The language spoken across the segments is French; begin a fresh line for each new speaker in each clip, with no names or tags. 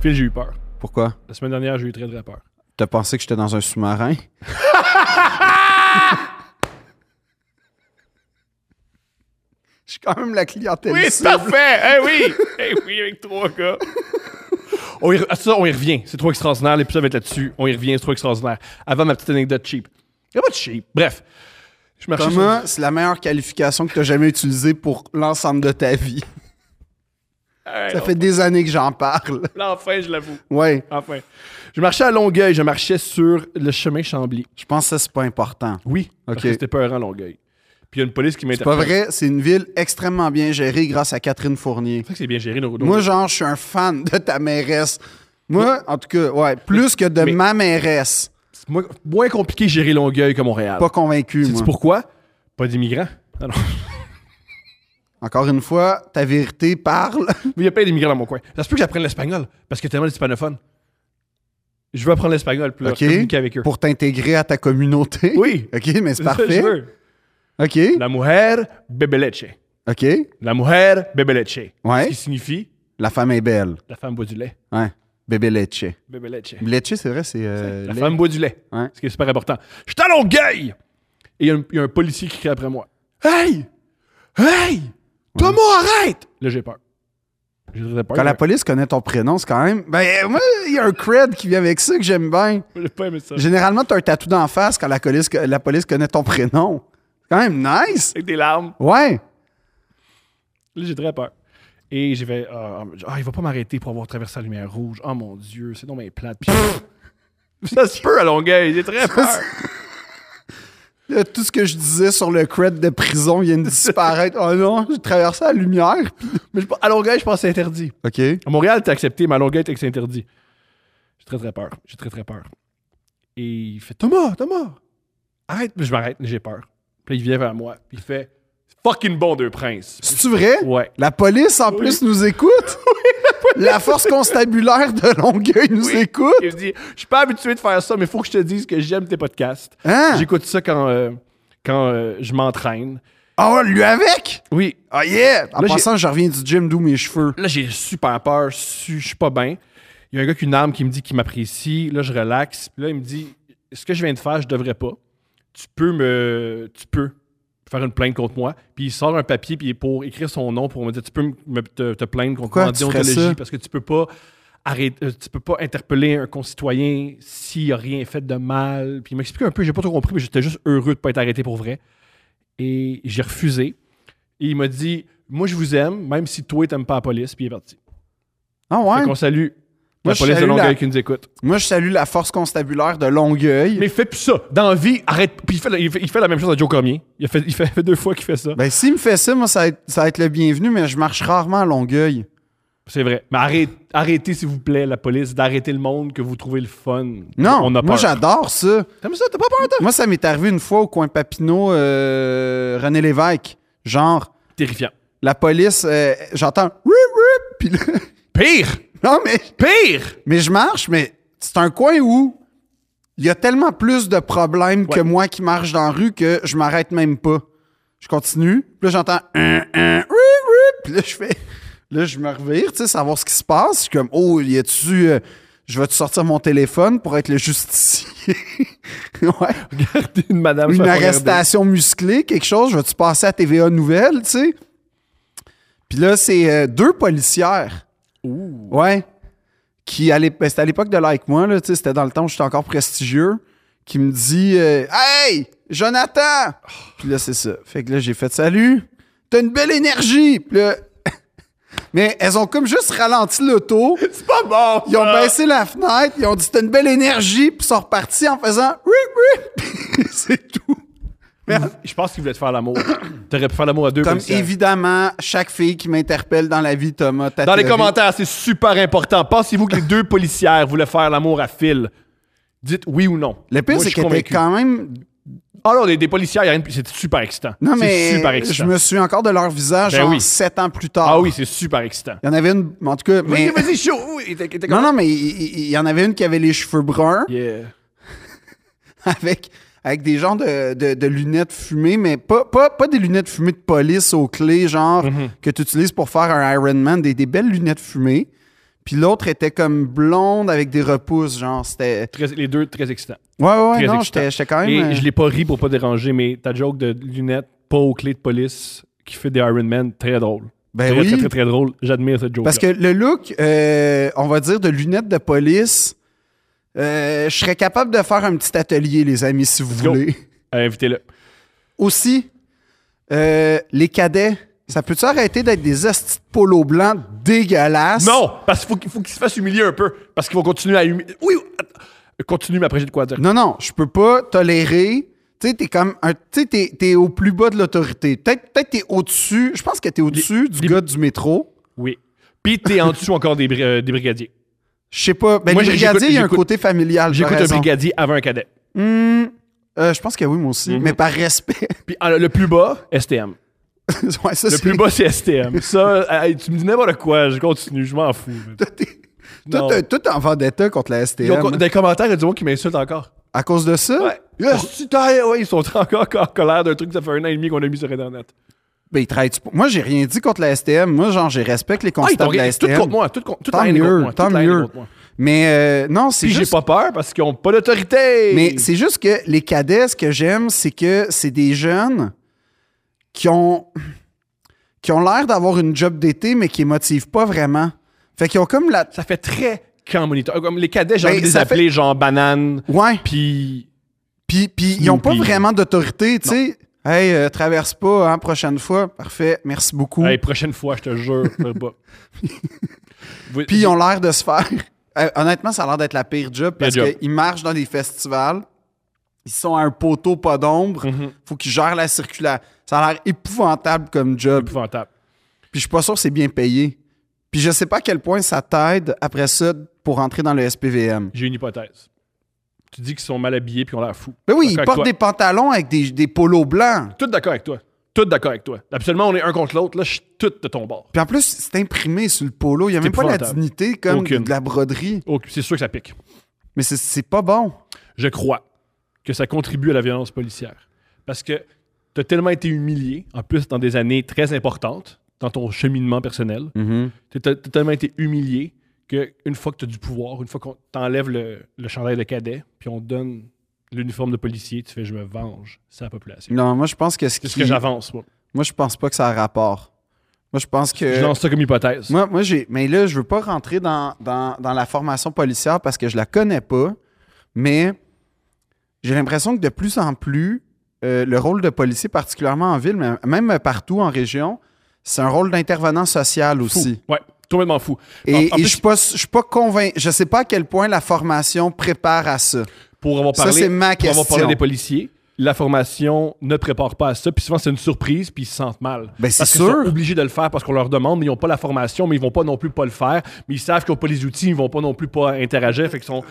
Phil, j'ai eu peur.
Pourquoi?
La semaine dernière, j'ai eu très très peur.
T'as pensé que j'étais dans un sous-marin? Je suis quand même la clientèle.
Oui, c'est
cible.
parfait! Eh oui! Eh oui, avec trois gars! On y, re- ah, ça, on y revient. C'est trop extraordinaire. L'épisode va être là-dessus. On y revient, c'est trop extraordinaire. Avant, ma petite anecdote cheap. Il a pas de cheap. Bref. Je marchais
Thomas, c'est la meilleure qualification que t'as jamais utilisée pour l'ensemble de ta vie.
sur- Eh,
Ça
non.
fait des années que j'en parle.
Là, enfin, je l'avoue.
Ouais,
Enfin. Je marchais à Longueuil. Je marchais sur le chemin Chambly.
je pense que ça, c'est pas important.
Oui.
Ok.
Parce que c'était peur en Longueuil. Puis il y a une police qui
C'est pas
m'interpelle.
vrai, c'est une ville extrêmement bien gérée grâce à Catherine Fournier.
C'est vrai que c'est bien géré, nos nos-
Moi, genre, je suis un fan de ta mairesse. Moi, en tout cas, ouais, plus que de
mais-
ma mairesse.
C'est moins, moins compliqué de gérer Longueuil que Montréal.
Pas convaincu,
Sais-tu
moi.
pourquoi? Pas d'immigrants. Ah non.
Encore une fois, ta vérité parle.
Mais il n'y a pas d'immigrants dans mon coin. Ça se peut que j'apprenne l'espagnol, parce qu'il y a tellement d'hispanophones. Je veux apprendre l'espagnol, puis là,
OK.
communiquer avec eux.
pour t'intégrer à ta communauté.
Oui.
OK, mais c'est
ça que je
parfait.
veux.
OK.
La mujer bebe leche.
OK.
La mujer bebe leche.
Ouais.
Ce qui signifie
La femme est belle.
la femme boit du lait.
Ouais. Bébé Lecce.
Bebe leche.
Lecce, c'est vrai, c'est. euh,
La
lait.
femme boit du lait.
Ouais.
Ce qui est super important. Je suis à Longueuil! Et il y a un- il y, a un policier qui crie après moi. Hey! Hey! Thomas, arrête! Là, j'ai peur. J'ai très peur.
Quand la police connaît ton prénom, c'est quand même. Ben, moi, il y a un cred qui vient avec ça que j'aime bien.
J'ai pas aimé ça.
Généralement, t'as un tatou d'en face quand la police, la police connaît ton prénom. C'est quand même nice.
Avec des larmes.
Ouais.
Là, j'ai très peur. Et j'ai fait Ah, ah, il va pas m'arrêter pour avoir traversé la lumière rouge. Oh mon Dieu, c'est non mais plate. Puis- ça se peut à Longueuil, j'ai très peur.
Là, tout ce que je disais sur le cred de prison vient de disparaître. oh non, j'ai traversé la lumière. puis-
mais je- à Longueuil, je pense que c'est interdit.
OK.
À Montréal, t'es accepté, mais à Longueuil, t'es que c'est interdit. J'ai très très peur. J'ai très très peur. Et il fait Thomas, Thomas, arrête. Je m'arrête, j'ai peur. Puis là, il vient vers moi. Puis il fait fucking bon deux princes.
C'est-tu vrai?
Ouais.
La police, en plus, nous écoute. la, force constabulaire de Longueuil nous écoute.
Il me dit Je suis pas habitué de faire ça, mais faut que je te dise que j'aime tes podcasts.
Hein?
J'écoute ça quand, euh, quand euh, je m'entraîne.
Ah, ouais, lui avec?
Oui,
Ah, yeah! En
Là, j'ai-
passant, je reviens du gym d'où mes cheveux.
Là, j'ai super peur, su- je suis pas bien. Il y a un gars qui une arme qui me dit qu'il m'apprécie. Là, je relaxe. Puis là, il me dit Ce que je viens de faire, je devrais pas. Tu peux me. Tu peux faire une plainte contre moi. Puis il sort un papier puis il est pour écrire son nom pour me dire Tu peux me- me- te, te plaindre contre
Pourquoi
moi en
tu ferais ça?
déontologie parce que tu peux pas. arrêter- euh, tu peux pas interpeller un concitoyen s'il a rien fait de mal. Puis il m'explique un peu, j'ai pas trop compris, mais j'étais juste heureux de pas être arrêté pour vrai. Et j'ai refusé. Et il m'a dit Moi, je vous aime, même si toi, t'aimes pas la police. Puis il est parti.
Ah, ouais?
Fait qu'on salue la
Moi, je
police de
salue
Longueuil
la-
qui nous écoute.
Moi, je salue la force constabulaire de Longueuil.
Mais fais plus ça. Dans la vie, arrête. Puis il fait, il fait- il fait la même chose à Joe Cormier. Il fait, il fait, fait deux fois qu'il fait ça.
Ben, s'il me fait ça, moi, ça va, être, ça va être le bienvenu, mais je marche rarement à Longueuil.
C'est vrai. Mais arrête- arrêtez, s'il vous plaît, la police, d'arrêter le monde que vous trouvez le fun.
Non,
on a
moi,
peur.
j'adore ça.
T'aimes ça? T'as pas peur, toi?
Moi, ça m'est arrivé une fois au coin Papineau, euh, René Lévesque. Genre,
Terrifiant.
la police, euh, j'entends « Woup, woup Puis là,
Pire!
non, mais...
Pire!
Mais je marche, mais c'est un coin où il y a tellement plus de problèmes que
Ouais.
moi qui marche dans la rue que je m'arrête même pas. Je continue, puis là j'entends un, un, oui, oui, puis là je fais, là je me revire, tu sais, savoir ce qui se passe. Je suis comme, oh, y a-tu, euh, je vais-tu sortir mon téléphone pour être le justicier? ouais.
Regardez une madame. se
Une
faire regarder.
arrestation musclée, quelque chose, je vais-tu passer à TVA Nouvelle, tu sais? Puis là, c'est euh, deux policières. Ouais. Qui, à l'ép- ben, c'était à l'époque de Like Moi, là, tu sais, c'était dans le temps où j'étais encore prestigieux, qui me dit euh, Hey, Jonathan! Puis là, c'est ça. Fait que là, j'ai fait Salut, t'as une belle énergie! Puis là, mais elles ont comme juste ralenti l'auto.
C'est pas bon!
Ils ont
ça.
baissé la fenêtre, ils ont dit t'as une belle énergie, puis ils sont repartis en faisant oui, oui, c'est tout.
Je pense qu'ils voulaient te faire l'amour. T'aurais pu faire l'amour à deux
Comme
policières.
évidemment, chaque fille qui m'interpelle dans la vie, Thomas, ta
Dans les
théorie-
commentaires, c'est super important. Pensez-vous que les deux policières voulaient faire l'amour à Phil? Dites oui ou non.
Le pire,
Moi, je
c'est
suis
qu'elle
convaincu.
était quand même.
Ah non, des, des policières, il y a rien de- c'est super excitant.
Non,
C'est
mais
super
je
excitant.
me souviens encore de leur visage,
Ben
genre
oui.
sept ans plus tard.
Ah oui, c'est super excitant.
Il y en avait une, en tout cas. mais-
vas-y, chaud. Oui, t'es- t'es
Non,
comme-
non, mais il il- il y en avait une qui avait les cheveux bruns.
Yeah.
avec, avec des genres de, de- de lunettes fumées, mais pas, pas, pas des lunettes fumées de
Mm-hmm.
police aux clés, genre que tu utilises pour faire un Iron Man, des, des belles lunettes fumées. Puis l'autre était comme blonde avec des repousses, genre, c'était...
Très- les deux très excitants.
Ouais, ouais, ouais,
Très
non,
excitant.
j'étais j'étais quand
Et
même... euh,
je l'ai pas ri pour pas déranger, mais ta joke de lunettes pas aux clés de police qui fait des Iron Man, très drôle.
Ben
très,
oui.
très, très, très drôle. J'admire cette joke.
Parce que le look, euh, on va dire, de lunettes de police, euh, je serais capable de faire un petit atelier, les amis, si vous
go. Euh,
voulez.
invitez-le.
Aussi, euh, les cadets, ça peut-tu arrêter d'être des hosties de polo blanc dégueulasses?
Non, parce qu'il faut, qu'il- faut qu'il se fasse humilier un peu, parce qu'ils vont continuer à humilier. Oui, attends. continue, mais après j'ai de quoi dire.
Non, non, je peux pas tolérer. Tu sais, t'es comme un. Tu sais, t'es- t'es au plus bas de l'autorité. Peut-être peut t'es au-dessus. Je pense que t'es au-dessus du
les-
gars du métro.
Oui. Puis t'es en dessous encore des, bri- euh, des brigadiers.
Je sais pas. Ben,
Moi,
les
j'ai-
brigadiers, il y a un
j'écoute-
côté familial.
J'écoute
t'as
un
raison.
brigadier avant un cadet.
Euh, je pense que oui, moi aussi.
Mhm.
Mais par respect.
Puis euh, le plus bas, STM.
ouais, ça,
Le
c'est-
plus bas, c'est STM. Ça, euh, hey, tu me dis n'importe quoi, je continue, je m'en fous. Non.
Tout, tout en vendetta contre la
Ils
STM.
ont- des commentaires, il y a du monde qui m'insulte encore.
À cause de ça?
Ouais. Là, c'est- ah, ouais, ils sont encore en colère d'un truc que ça fait un an et demi qu'on a mis sur Internet.
Ben, ils travaillent pas. Moi, j'ai rien dit contre la STM. Moi, genre, je respecte
Ah,
les
ils
constables
t'ont
de la
rien- tout
STM.
contre moi, tout contre, toute la
Tant
haine est contre
mieux,
moi,
tant
toute la haine est
mieux.
contre moi.
Mais euh, non, c'est
Puis j'ai
juste...
pas peur parce qu'ils ont pas d'autorité.
Mais c'est juste que les cadets, ce que j'aime, c'est que c'est des jeunes qui ont qui ont l'air d'avoir une job d'été, mais qui ne motivent pas vraiment. Fait qu'ils ont comme la...
ça fait très camp moniteur. Comme les cadets, j'ai
Ben,
envie de les
ça fait-
appeler genre banane,
Ouais,
puis
puis, puis ils n'ont pas
Snoopy.
vraiment d'autorité, tu sais. Hey, euh, traverse pas, hein, prochaine fois. Parfait, merci beaucoup.
Hey, prochaine fois, je te jure, fais pas. Vous-
Puis ils ont l'air de se faire. Euh, honnêtement, ça a l'air d'être la pire job parce
job.
qu'ils marchent dans des festivals. Ils sont à un poteau pas d'ombre.
Mhm.
Faut qu'ils gèrent la circulation. Ça a l'air épouvantable comme job.
épouvantable.
Puis je suis pas sûr que c'est bien payé. Puis je sais pas à quel point ça t'aide après ça pour entrer dans le SPVM.
J'ai une hypothèse. Tu dis qu'ils sont mal habillés puis on l'air fou.
Ben
D'accord
oui, ils
avec
portent
toi.
des pantalons avec des, des polos blancs.
Tout d'accord avec toi. Tout d'accord avec toi. Absolument, on est un contre l'autre. Là, je suis tout de ton bord.
Puis en plus, c'est imprimé sur le polo. Il y a même pas la
épouvantable.
dignité comme
Aucune.
de la broderie.
Oh, c'est sûr que ça pique.
Mais c'est- c'est pas bon.
Je crois que ça contribue à la violence policière. Parce que tu as tellement été humilié, en plus dans des années très importantes, dans ton cheminement personnel, tu as, tellement été humilié qu'une fois que tu as du pouvoir, une fois qu'on t'enlève le, le chandail de cadet, puis on te donne l'uniforme de policier, tu fais je me venge, c'est la population.
Non, moi je pense que ce
C'est ce
qui-
que j'avance. moi.
Moi, je pense pas que ça a rapport. Moi, je pense que.
Je lance ça comme hypothèse.
Moi, moi j'ai. Mais là, je veux pas rentrer dans, dans- dans la formation policière parce que je la connais pas. Mais j'ai l'impression que de plus en plus, euh, le rôle de policier, particulièrement en ville, mais même partout en région, c'est un rôle d'intervenant social
fou.
aussi.
Ouais, complètement fou.
Et,
En- en
et
plus,
je suis pas, je suis pas convaincu. Je sais pas à quel point la formation prépare à ça.
pour avoir
Ça,
parlé,
c'est ma
pour avoir
question.
parlé des policiers, la formation ne prépare pas à ça. Puis souvent, c'est une surprise, puis ils se sentent mal.
Ben, c'est
Parce qu'ils
sûr.
sont obligés de le faire parce qu'on leur demande, mais ils n'ont pas la formation, mais ils vont pas non plus pas le faire. Mais ils savent qu'ils n'ont pas les outils, ils vont pas non plus pas interagir. Fait qu'ils sont,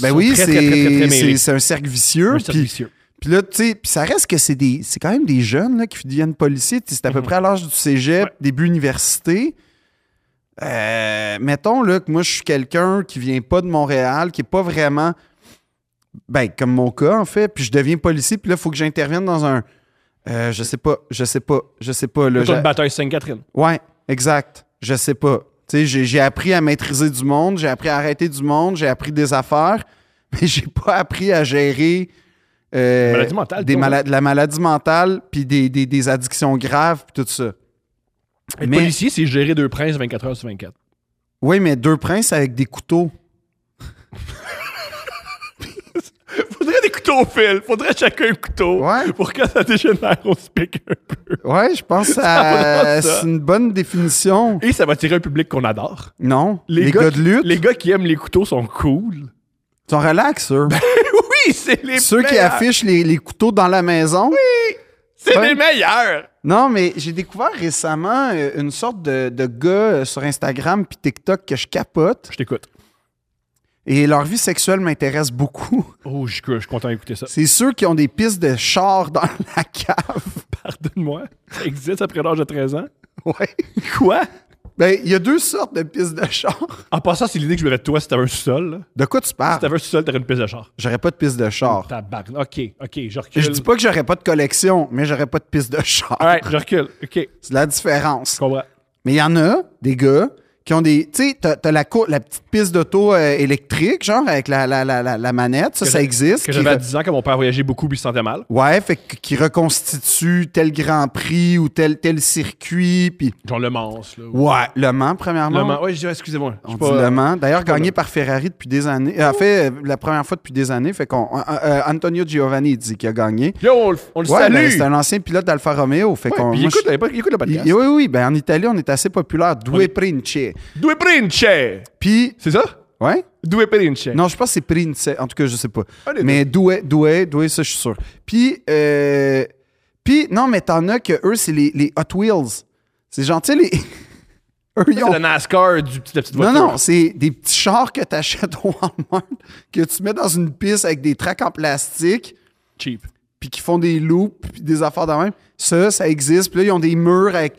Ben
sont
oui,
très,
c'est
très, très, très, très mêlés.
c'est- c'est un cercle vicieux.
Un
puis-
servicieux.
Puis là, tu sais, puis ça reste que c'est des, c'est quand même des jeunes là, qui deviennent policiers. Tu sais, C'est à peu près à l'âge du cégep,
Ouais.
début université. Euh, mettons là, que moi, je suis quelqu'un qui vient pas de Montréal, qui est pas vraiment. Ben, comme mon cas, en fait. Puis je deviens policier, puis là, il faut que j'intervienne dans un. euh, je sais pas, je sais pas, je sais pas. Là,
Plutôt
j'a-
une bataille Sainte-Catherine.
Ouais, exact. Je sais pas. Tu sais, j'ai j'ai appris à maîtriser du monde, j'ai appris à arrêter du monde, j'ai appris des affaires, mais j'ai pas appris à gérer euh,
Maladie mentale, hein?
des
disons.
malades- la maladie mentale, puis des, des- des addictions graves, puis tout ça.
Être
Mais-
policier, c'est gérer deux princes 24 heures sur 24.
Oui, mais deux princes avec des couteaux.
Faudrait des couteaux au fil. Faudrait chacun un couteau.
Ouais.
Pour que ça dégénère, on se pique un peu.
Ouais, je pense
va
que ça-
dans ça.
c'est une bonne définition.
Et ça va attirer un public qu'on adore.
Non, les, gars, de
qui-
lutte,
Les gars qui aiment les couteaux sont cool.
ils sont relax, eux.
Ben, Oui, c'est les
Ceux qui
meilleurs.
affichent les, les couteaux dans la maison.
C'est
Ouais.
les meilleurs.
Non, mais j'ai découvert récemment euh, une sorte de, de gars euh, sur Instagram puis TikTok que je capote.
Je t'écoute.
Et leur vie sexuelle m'intéresse beaucoup.
Oh, je, je suis content d'écouter ça.
C'est ceux qui ont des pistes de char dans la cave.
Pardonne-moi. Ça existe après l'âge de 13 ans?
Ouais.
Quoi?
Ben, il y a deux sortes de pistes de char.
En passant, c'est l'idée que je me de toi si t'avais un sous-sol. là.
De quoi tu
Si
parles?
t'avais un sous-sol, t'aurais une piste de char.
J'aurais pas de piste de char.
Tabarnak. OK, OK, je recule.
Je dis pas que j'aurais pas de collection, mais j'aurais pas de piste de char.
All right, je recule. OK,
C'est la différence.
je comprends.
Mais il y en a, des gars, qui ont des. Tu sais, t'as, t'as la, cour- la petite piste d'auto euh, électrique, genre, avec la, la, la, la, la manette. Ça,
Que
ça
j'a-
existe.
Que
qui
j'avais à
re-
10 ans quand mon père voyageait beaucoup puis il se sentait mal.
Ouais, fait que- qui reconstitue tel Grand Prix ou tel, tel circuit. Puis,
Genre le Mans, là. ou-
ouais, Le Mans, premièrement.
Le Mans. Ouais, je dis, excusez-moi. je
On
suis
dit
pas-
Le Mans. D'ailleurs, gagné par Ferrari depuis des années. Euh, en fait, euh, la première fois depuis des années. Fait qu'on. euh, euh, Antonio Giovanni dit qu'il a gagné.
Yo, on le, on le
Ouais, ben,
salue!
c'est un ancien pilote d'Alfa Romeo. Fait
Ouais,
qu'on.
puis il
moi,
écoute,
je-
la- il écoute le podcast.
il- oui, oui, ben en Italie, on est assez populaire. Due Prince.
Due Prince!
Puis,
C'est ça?
ouais?
Due Prince.
Non, je pense que c'est Prince. En tout cas, je sais pas.
Un des
mais Douai, Douai, Douai, ça, je suis sûr. Puis, euh, puis non, mais t'en as que eux, c'est les, les Hot Wheels. C'est gentil, les. eux, ils
C'est
ont-
le NASCAR du petit, la petite
Non,
voiture.
non, c'est des petits chars que t'achètes au Walmart, que tu mets dans une piste avec des tracks en plastique,
Cheap.
puis qui font des loops, puis des affaires de même. Ça, ça existe. Puis là, ils ont des murs avec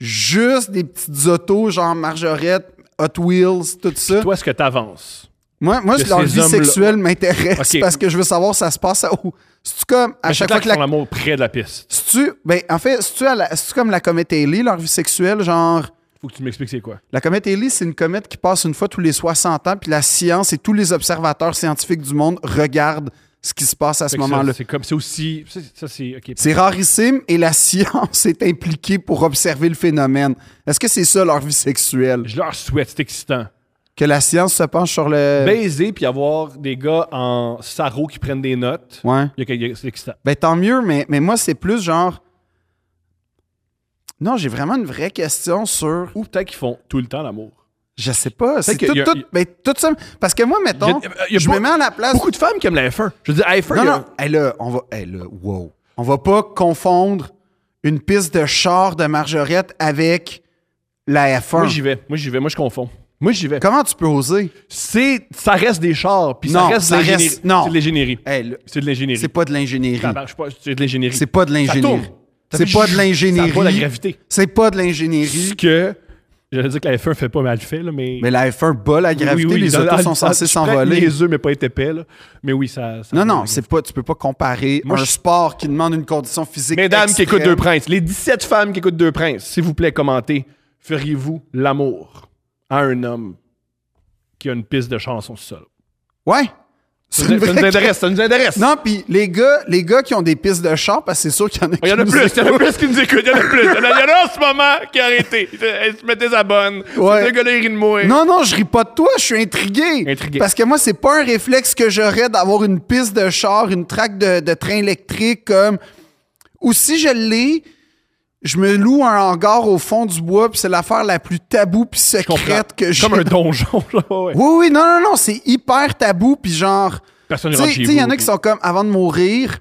juste des petites autos, genre Margerette, Hot Wheels, tout ça.
Toi, est-ce que t'avances?
Moi, moi
que
leur
ces
vie
hommes-là-
sexuelle m'intéresse
Ok.
parce que je veux savoir ça se passe à où. C'est-tu comme à chaque fois que
la...
la.
font l'amour près de la piste.
C'est-tu. Ben, en fait, c'est-tu à la- c'est-tu comme la comète Haley, leur vie sexuelle, genre.
Faut que tu m'expliques c'est quoi.
La comète Halley, c'est une comète qui passe une fois tous les 60 ans, puis la science et tous les observateurs scientifiques du monde regardent ce qui se passe à ce
Fait que ça,
moment-là.
C'est comme, c'est aussi. Ça, c'est- ça, c'est. OK.
C'est rarissime et la science est impliquée pour observer le phénomène. Est-ce que c'est ça leur vie sexuelle?
Je leur souhaite, c'est excitant.
Que la science se penche sur le.
Baiser puis avoir des gars en sarrau qui prennent des notes.
Ouais.
Il y a quelque- il y a- C'est excitant.
Ben tant mieux, mais, mais moi, c'est plus genre. Non, j'ai vraiment une vraie question sur.
Ou peut-être qu'ils font tout le temps l'amour.
Je sais pas. C'est
que
tout,
y a-
tout,
y-
ben, tout ça. Parce que moi, mettons,
Y a- y a
je
beau-
me mets à la place.
Beaucoup de femmes qui aiment la F1. Je veux dire, la F1,
Non,
il y a-
non. Hey, là, on va. hey, là, wow. On va pas confondre une piste de char de Margerette avec la F1.
Moi, j'y vais. Moi, j'y vais. Moi, je confonds. Moi, j'y vais.
Comment tu peux oser?
C'est, ça reste des chars, puis ça
Non,
reste
ça
de l'ingénierie.
reste- non.
C'est de l'ingénierie.
Hey, là,
C'est de l'ingénierie.
c'est pas de l'ingénierie.
Tabarnak, je sais pas, C'est de l'ingénierie.
C'est pas de
Ça
l'ingénierie.
tourne. Ça
C'est
fait
pas
zzz,
de l'ingénierie.
Ça a pas la gravité.
C'est pas de l'ingénierie.
Ce que, j'allais dire que la F1 fait pas, mais elle le fait, là, mais...
Mais la F1 bat la gravité,
Oui, oui,
les
dans-
autos
dans-
sont
dans-
censés
je prête
s'envoler.
les œufs, mais pas être épais, là. Mais oui, ça... ça-
Non, non, c'est pas, tu peux pas comparer
Ah, Moi,
un
je-
sport qui demande une condition physique.
Mesdames qui
extrême.
écoutent Deux Princes, les 17 femmes qui écoutent Deux Princes, s'il vous plaît, commentez. Feriez-vous l'amour à un homme qui a une piste de chanson seul?
Ouais.
Ça,
C'est une
nous- ça
vraie-
nous intéresse, ça nous intéresse.
Non, puis les gars, les gars qui ont des pistes de char, parce que c'est sûr qu'il y en a qui.
Il y en a
nous
plus, il y en a
écoutent.
plus qui nous écoutent, il y en a plus. Il y en a, il y en a en ce moment qui a arrêté. Il fait, Hey, tu mettais sa bonne.
Ouais.
C'est le gars-là, il rit de moi.
Non, non, je ris pas de toi, je suis intrigué.
Intrigué.
Parce que moi, c'est pas un réflexe que j'aurais d'avoir une piste de char, une traque de, de train électrique comme. Ou si je l'ai, je me loue un hangar au fond du bois, puis c'est l'affaire la plus taboue puis
comprends.
secrète que j'ai.
Comme un donjon. genre, ouais.
Oui, oui, non, non, non, c'est hyper tabou, puis genre.
Personne ne
Tu sais,
rentre chez
tu
vous.
sais, il y en a qui sont comme avant de mourir,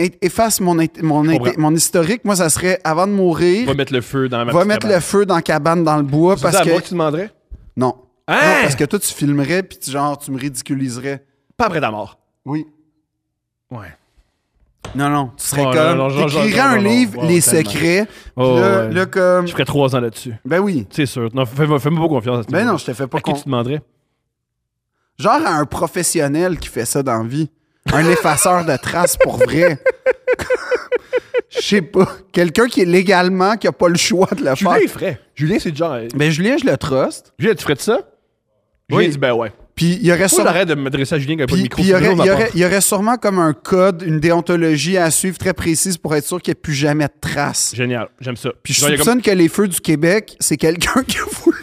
e- efface mon, int- mon, int-
comprends.
mon historique. Moi, ça serait avant de
Va
mourir,
mettre le feu dans ma
va mettre le feu dans la cabane dans le bois
Parce
parce que.
moi que tu demanderais?
Non.
Hein?
Non, Parce que toi, tu filmerais, puis tu- genre, tu me ridiculiserais.
Pas après ta mort.
Oui.
Ouais.
Non, non, tu serais
Oh,
comme.
non, non, non,
T'écrirais
non, non,
un
non,
livre,
non,
Les
tellement.
Secrets. puis
Oh,
là,
ouais.
là, comme.
Je ferais trois ans là-dessus.
Ben oui.
C'est sûr. Non, fais-moi fais-moi pas confiance à ce
Ben
niveau-là.
non, je te fais pas
À qui
con.
tu demanderais?
Genre à un professionnel qui fait ça dans la vie. Un effaceur de traces pour vrai. Je sais pas. Quelqu'un qui est légalement, qui a pas le choix de le
Julien,
faire.
il ferait. Julien, c'est le genre. euh,
Mais Julien, je le truste.
Julien, tu ferais de ça?
Oui.
Julien dit, ben ouais.
Puis il y aurait
Faut que
sûrement.
j'arrête de m'adresser à Julien qui a pas de
Puis,
micro.
puis il y aurait,
sinon, on va
il y
pas-
aurait- il y aurait sûrement comme un code, une déontologie à suivre très précise pour être sûr qu'il n'y ait plus jamais de traces.
Génial, j'aime ça.
Puis je
Genre, il y a comme-
soupçonne que les feux du Québec, c'est quelqu'un qui a voulu.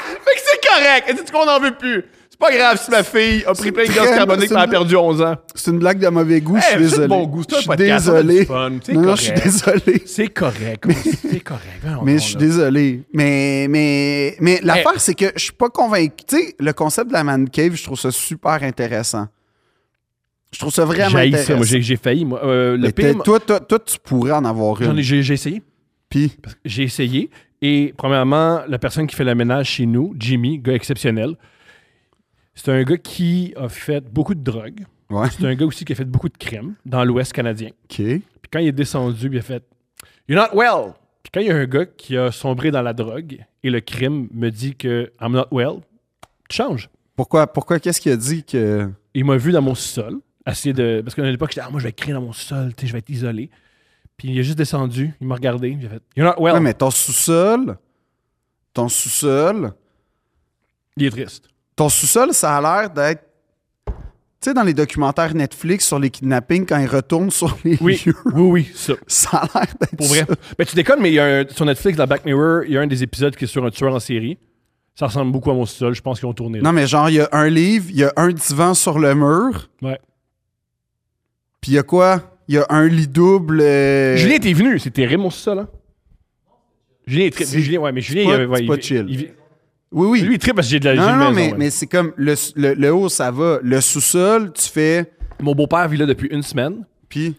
Fait que c'est correct. Est-ce qu'on en veut plus? C'est pas grave si ma fille a pris plein de
très-
gaz carbonique
c'est
et a
une-
perdu 11 ans.
C'est une blague de mauvais goût, je suis
Hey, c'est Eh, de
désolé.
bon goût, c'est un
je suis
podcast, on a du
désolé.
fun, c'est
non, non, je suis
correct.
désolé.
C'est correct. C'est correct. Voyons
Mais
donc,
je suis
là. Eh.
désolé. Mais, mais, mais l'affaire, c'est que je suis pas convaincu. Tu sais, le concept de la man cave, je trouve ça super intéressant. Je trouve ça vraiment
J'haïs ça.
intéressant.
Moi, j'ai j'ai failli. Moi. Euh, le
Mais
pire,
t'es- toi, toi, toi, tu pourrais en avoir
j'en ai-
une.
j'ai j'ai essayé.
Puis,
Parce que J'ai essayé. Et premièrement, la personne qui fait le ménage chez nous, Jimmy, gars exceptionnel, c'est un gars qui a fait beaucoup de drogue.
ouais,
C'est un gars aussi qui a fait beaucoup de crème dans l'Ouest canadien.
OK.
Puis quand il est descendu, il a fait You're not well. Puis quand il y a un gars qui a sombré dans la drogue et le crime me dit que I'm not well, tu changes.
Pourquoi, pourquoi qu'est-ce qu'il a dit que.
Il m'a vu dans mon sol, essayer de. Parce qu'à l'époque, j'étais Ah, moi, je vais crier dans mon sol, tu sais, je vais être isolé. Puis il est juste descendu, il m'a regardé, puis il a fait You're not well.
Ouais, mais ton sous-sol, ton sous-sol,
Il est triste.
ton sous-sol, ça a l'air d'être. Tu sais, dans les documentaires Netflix sur les kidnappings, quand ils retournent sur les
Oui, oui,
lieux,
oui, ça.
ça a l'air d'être.
Pour vrai.
ça.
Ben, tu déconnes, mais il y a un- sur Netflix, dans Black Mirror, il y a un des épisodes qui est sur un tueur en série. Ça ressemble beaucoup à mon sous-sol. Je pense qu'ils ont tourné là.
Non, mais genre, il y a un livre, il y a un divan sur le mur,
Ouais.
puis il y a quoi? Il y a un lit double. euh,
Julien était venu. C'est terrible, mon sous-sol. Hein? Julien est très.
C'est-
Julien, ouais, mais Julien,
c'est pas-
il, ouais,
c'est
il-
pas chill.
il-
Oui, oui.
lui, il est triste parce que j'ai de la j'ai
non,
une
non,
maison,
mais,
ouais.
mais c'est comme le, le- le haut, ça va. Le sous-sol, tu fais.
Mon beau-père vit là depuis une semaine.
Puis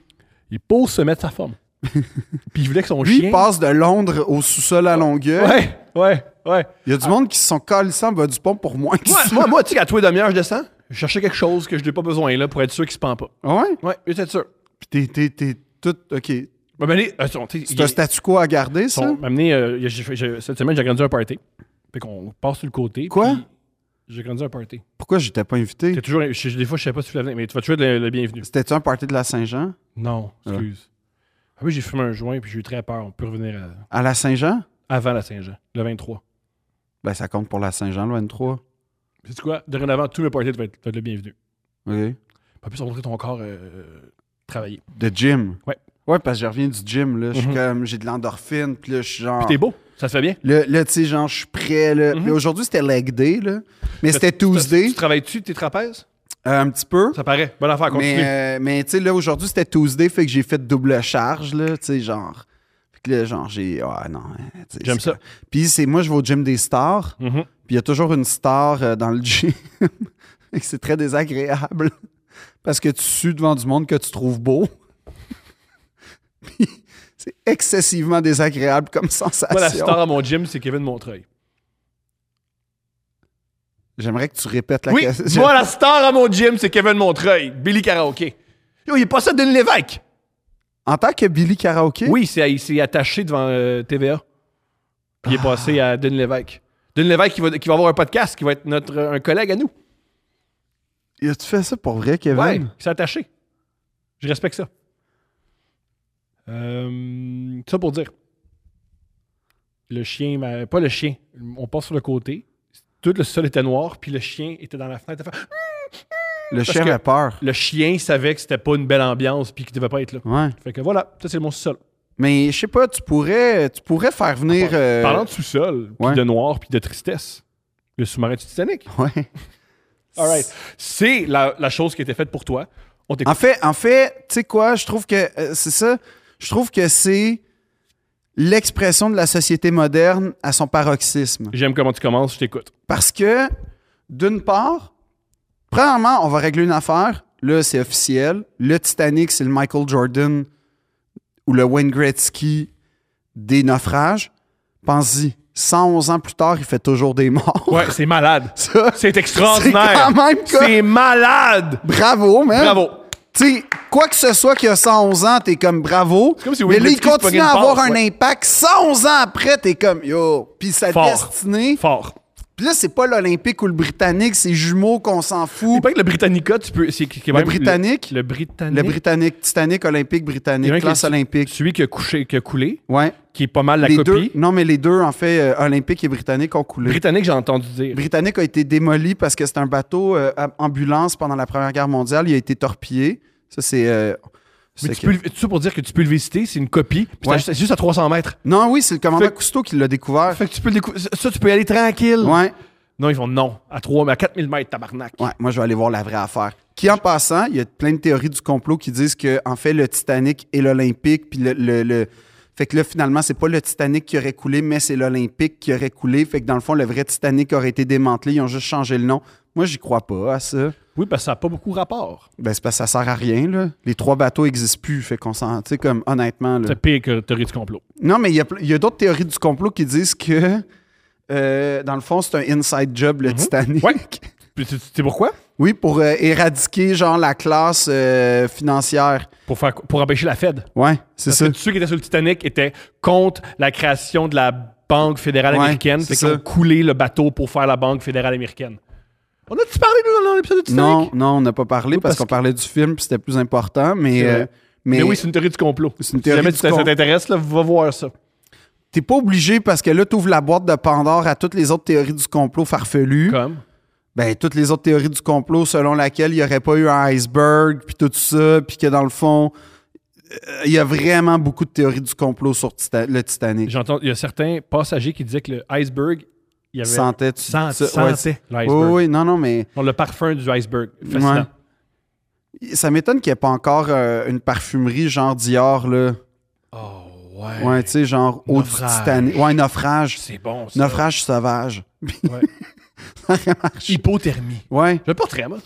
Il pose se mettre sa forme. Puis il voulait que son
lui,
chien.
il passe de Londres au sous-sol à Longueuil.
Ouais, ouais, ouais.
Il y a du monde qui se sont calissants en bas du pont pour moins que
Moi,
ça.
moi, moi, tu sais qu'à tous les demi-heures, je descends. Je cherchais quelque chose que je n'ai pas besoin là pour être sûr qu'il se pend pas.
Ah Ouais.
Ouais, je être sûr.
Puis t'es, t'es, t'es tout. OK. C'est
Ben, ben, les- attends, tu sais, il-
un statu quo à garder, ça?
Son- m'a amené, euh, j'ai- j'ai- j'ai- cette semaine, j'ai grandi un party. Fait qu'on passe sur le côté.
Quoi?
puis J'ai grandi un party.
Pourquoi j'étais pas invité?
T'es toujours, je- des fois, je sais pas si tu l'as mais tu vas toujours être le, le bienvenu.
C'était-tu un party de la Saint-Jean?
Non, excuse. Ah oui, j'ai fumé un joint puis j'ai eu très peur. On peut revenir à-
À la Saint-Jean?
avant la Saint-Jean, le 23.
Ben, ça compte pour la Saint-Jean, le 23.
C'est quoi? Dorénavant, tous mes parties devaient être, devaient être le bienvenu.
OK.
Pas plus rencontrer ton corps euh, travailler.
De gym.
Ouais.
Ouais, parce que je reviens du gym, là. Je suis
Mhm.
comme. J'ai de l'endorphine, puis là, je suis genre.
Puis t'es beau, ça se fait bien.
Là, là, tu sais, genre, je suis prêt. Là.
Mhm.
Puis aujourd'hui, c'était leg day, là. Mais c'était
Tu,
Tuesday,
tu travailles-tu tes trapèzes?
euh, un petit peu.
Ça paraît. Bonne affaire, continue.
Mais, euh, mais tu sais, là, aujourd'hui, c'était Tuesday, fait que j'ai fait double charge, là, tu sais, genre. Fait que là, genre, j'ai. Ah, non. hein, tu sais,
J'aime
c'est-
ça.
Puis, c'est moi, je vais au gym des stars,
Mhm.
puis il y a toujours une star euh, dans le gym. Fait que c'est très désagréable. Parce que tu sues devant du monde que tu trouves beau. Puis, c'est excessivement désagréable comme sensation.
Moi, la star à mon gym, c'est Kevin Montreuil.
J'aimerais que tu répètes la
Oui,
question.
moi, la star à mon gym, c'est Kevin Montreuil, Billy Karaoke. Yo, il est passé à Denis Lévesque.
En tant que Billy Karaoke,
Oui, c'est- il s'est attaché devant euh, TVA. Puis il est passé à Denis Lévesque. Denis Lévesque qui va, qui va avoir un podcast, qui va être notre, euh, un collègue à nous.
as-tu fait ça pour vrai, Kevin?
Ouais, il s'est attaché. Je respecte ça. Euh, ça pour dire. Le chien, m'a- pas le chien, on passe sur le côté. Tout le sol était noir, puis le chien était dans la fenêtre. Il a fait-
Le chien
que-
avait peur.
Le chien savait que c'était pas une belle ambiance, puis qu'il devait pas être là.
Ouais.
Fait que voilà, ça c'est mon sous-sol.
Mais je sais pas, tu pourrais, tu pourrais faire
Ah
venir. euh,
Parlant de sous-sol, puis
ouais.
de noir, puis de tristesse, le sous-marin du Titanic.
Ouais.
All right. C'est la, la chose qui était faite pour toi. On t'écoute.
En fait, en fait, tu sais quoi, je trouve que euh, c'est ça. Je trouve que c'est l'expression de la société moderne à son paroxysme.
J'aime comment tu commences, je t'écoute.
Parce que, d'une part, premièrement, on va régler une affaire. Là, c'est officiel. Le Titanic, c'est le Michael Jordan ou le Wayne Gretzky des naufrages. Pense-y, 111 ans plus tard, il fait toujours des morts.
Ouais, c'est malade.
Ça,
C'est extraordinaire.
C'est quand même Hein? quoi.
C'est malade.
Bravo, man.
Bravo.
Tu sais, quoi que ce soit qui a 111 ans, t'es comme bravo.
comme si
mais
Wayne
là, il
Gretzky se
continue à
pognait une
avoir
passe,
un
ouais.
impact. 111 ans après, t'es comme yo. Puis sa
Fort.
destinée.
Fort.
Puis là, c'est pas l'Olympique ou le Britannique, c'est jumeaux qu'on s'en
Il
fout.
paraît que le Britannica, tu peux. c'est- qui- qui est
Le
même
Britannique?
Le, le Britannique.
Le Britannique, Titanic, Olympique,
Il y en a un
Britannique,
qui est
classe olympique.
Celui qui a, couché, qui a coulé,
Ouais.
qui est pas mal la
les
copie.
deux, non, mais les deux, en fait, euh, Olympique et Britannique ont coulé.
Britannique, j'ai entendu dire.
Britannique a été démoli parce que c'est un bateau euh, à- ambulance pendant la Première Guerre mondiale. Il a été torpillé. Ça, c'est. euh,
Mais
c'est
tu
que-
peux le- tout ça pour dire que tu peux le visiter, c'est une copie. puis
Ouais.
c'est juste à 300 mètres.
Non, oui, c'est le commandant
Fait-
Cousteau qui l'a découvert.
Ah, Fait que tu peux le décou- ça, Ça, tu peux y aller tranquille.
Ouais.
Non, ils font non. À 3, mais à 4000 mètres, tabarnak.
Ouais, moi, je vais aller voir la vraie affaire. Qui, en passant, il y a plein de théories du complot qui disent que, en fait, le Titanic et l'Olympique, puis le, le- le- Fait que là, finalement, c'est pas le Titanic qui aurait coulé, mais c'est l'Olympique qui aurait coulé. Fait que, dans le fond, le vrai Titanic aurait été démantelé. Ils ont juste changé le nom. Moi, j'y crois pas à ça.
Oui, parce que ça n'a pas beaucoup rapport.
Ben, c'est parce que ça sert à rien, là. Les trois bateaux existent plus. Fait qu'on s'en... Tu sais, comme, honnêtement, là...
C'est pire que théorie du complot.
Non, mais il y a, ple- il y a d'autres théories du complot qui disent que, euh, dans le fond, c'est un inside job, le Titanic.
Ouais. Puis tu tu sais pourquoi?
Oui, pour euh, éradiquer genre la classe euh, financière.
Pour, faire, pour empêcher la Fed.
Ouais, c'est
Parce
ça.
que tous ceux qui étaient sur le Titanic étaient contre la création de la Banque fédérale
Ouais,
américaine.
c'est
Fait qu'ils
ça.
ont coulé le bateau pour faire la Banque fédérale américaine. On a-tu parlé, nous, dans l'épisode du Titanic?
Non, non, on n'a pas parlé
Oui,
parce,
parce
qu'on parlait du film puis c'était plus important, mais
C'est
euh,
vrai. Mais, oui, c'est une théorie du complot.
C'est une
Si
théorie
jamais
du
ça-
complot.
ça t'intéresse, là, va voir ça.
T'es pas obligé parce que là, t'ouvres la boîte de Pandore à toutes les autres théories du complot farfelues.
Comme.
Ben, toutes les autres théories du complot selon laquelle il n'y aurait pas eu un iceberg, puis tout ça, puis que dans le fond, euh, il y a vraiment beaucoup de théories du complot sur Tita- le Titanic.
J'entends, il y a certains passagers qui disaient que le iceberg, il y avait.
Sentais, tu
Sent-
ça, ouais,
sentais
Oui,
l'iceberg.
oui, non, non, mais
Bon, le parfum du iceberg. Fascinant.
Ouais. ça m'étonne qu'il n'y ait pas encore euh, une parfumerie genre Dior, là.
Oh, ouais.
Ouais, tu sais, genre eau du
Naufrage.
Titanic. Ouais, naufrage.
C'est bon, ça.
Naufrage sauvage.
Ouais. Hypothermie.
Ouais.
Je le porterais, moi.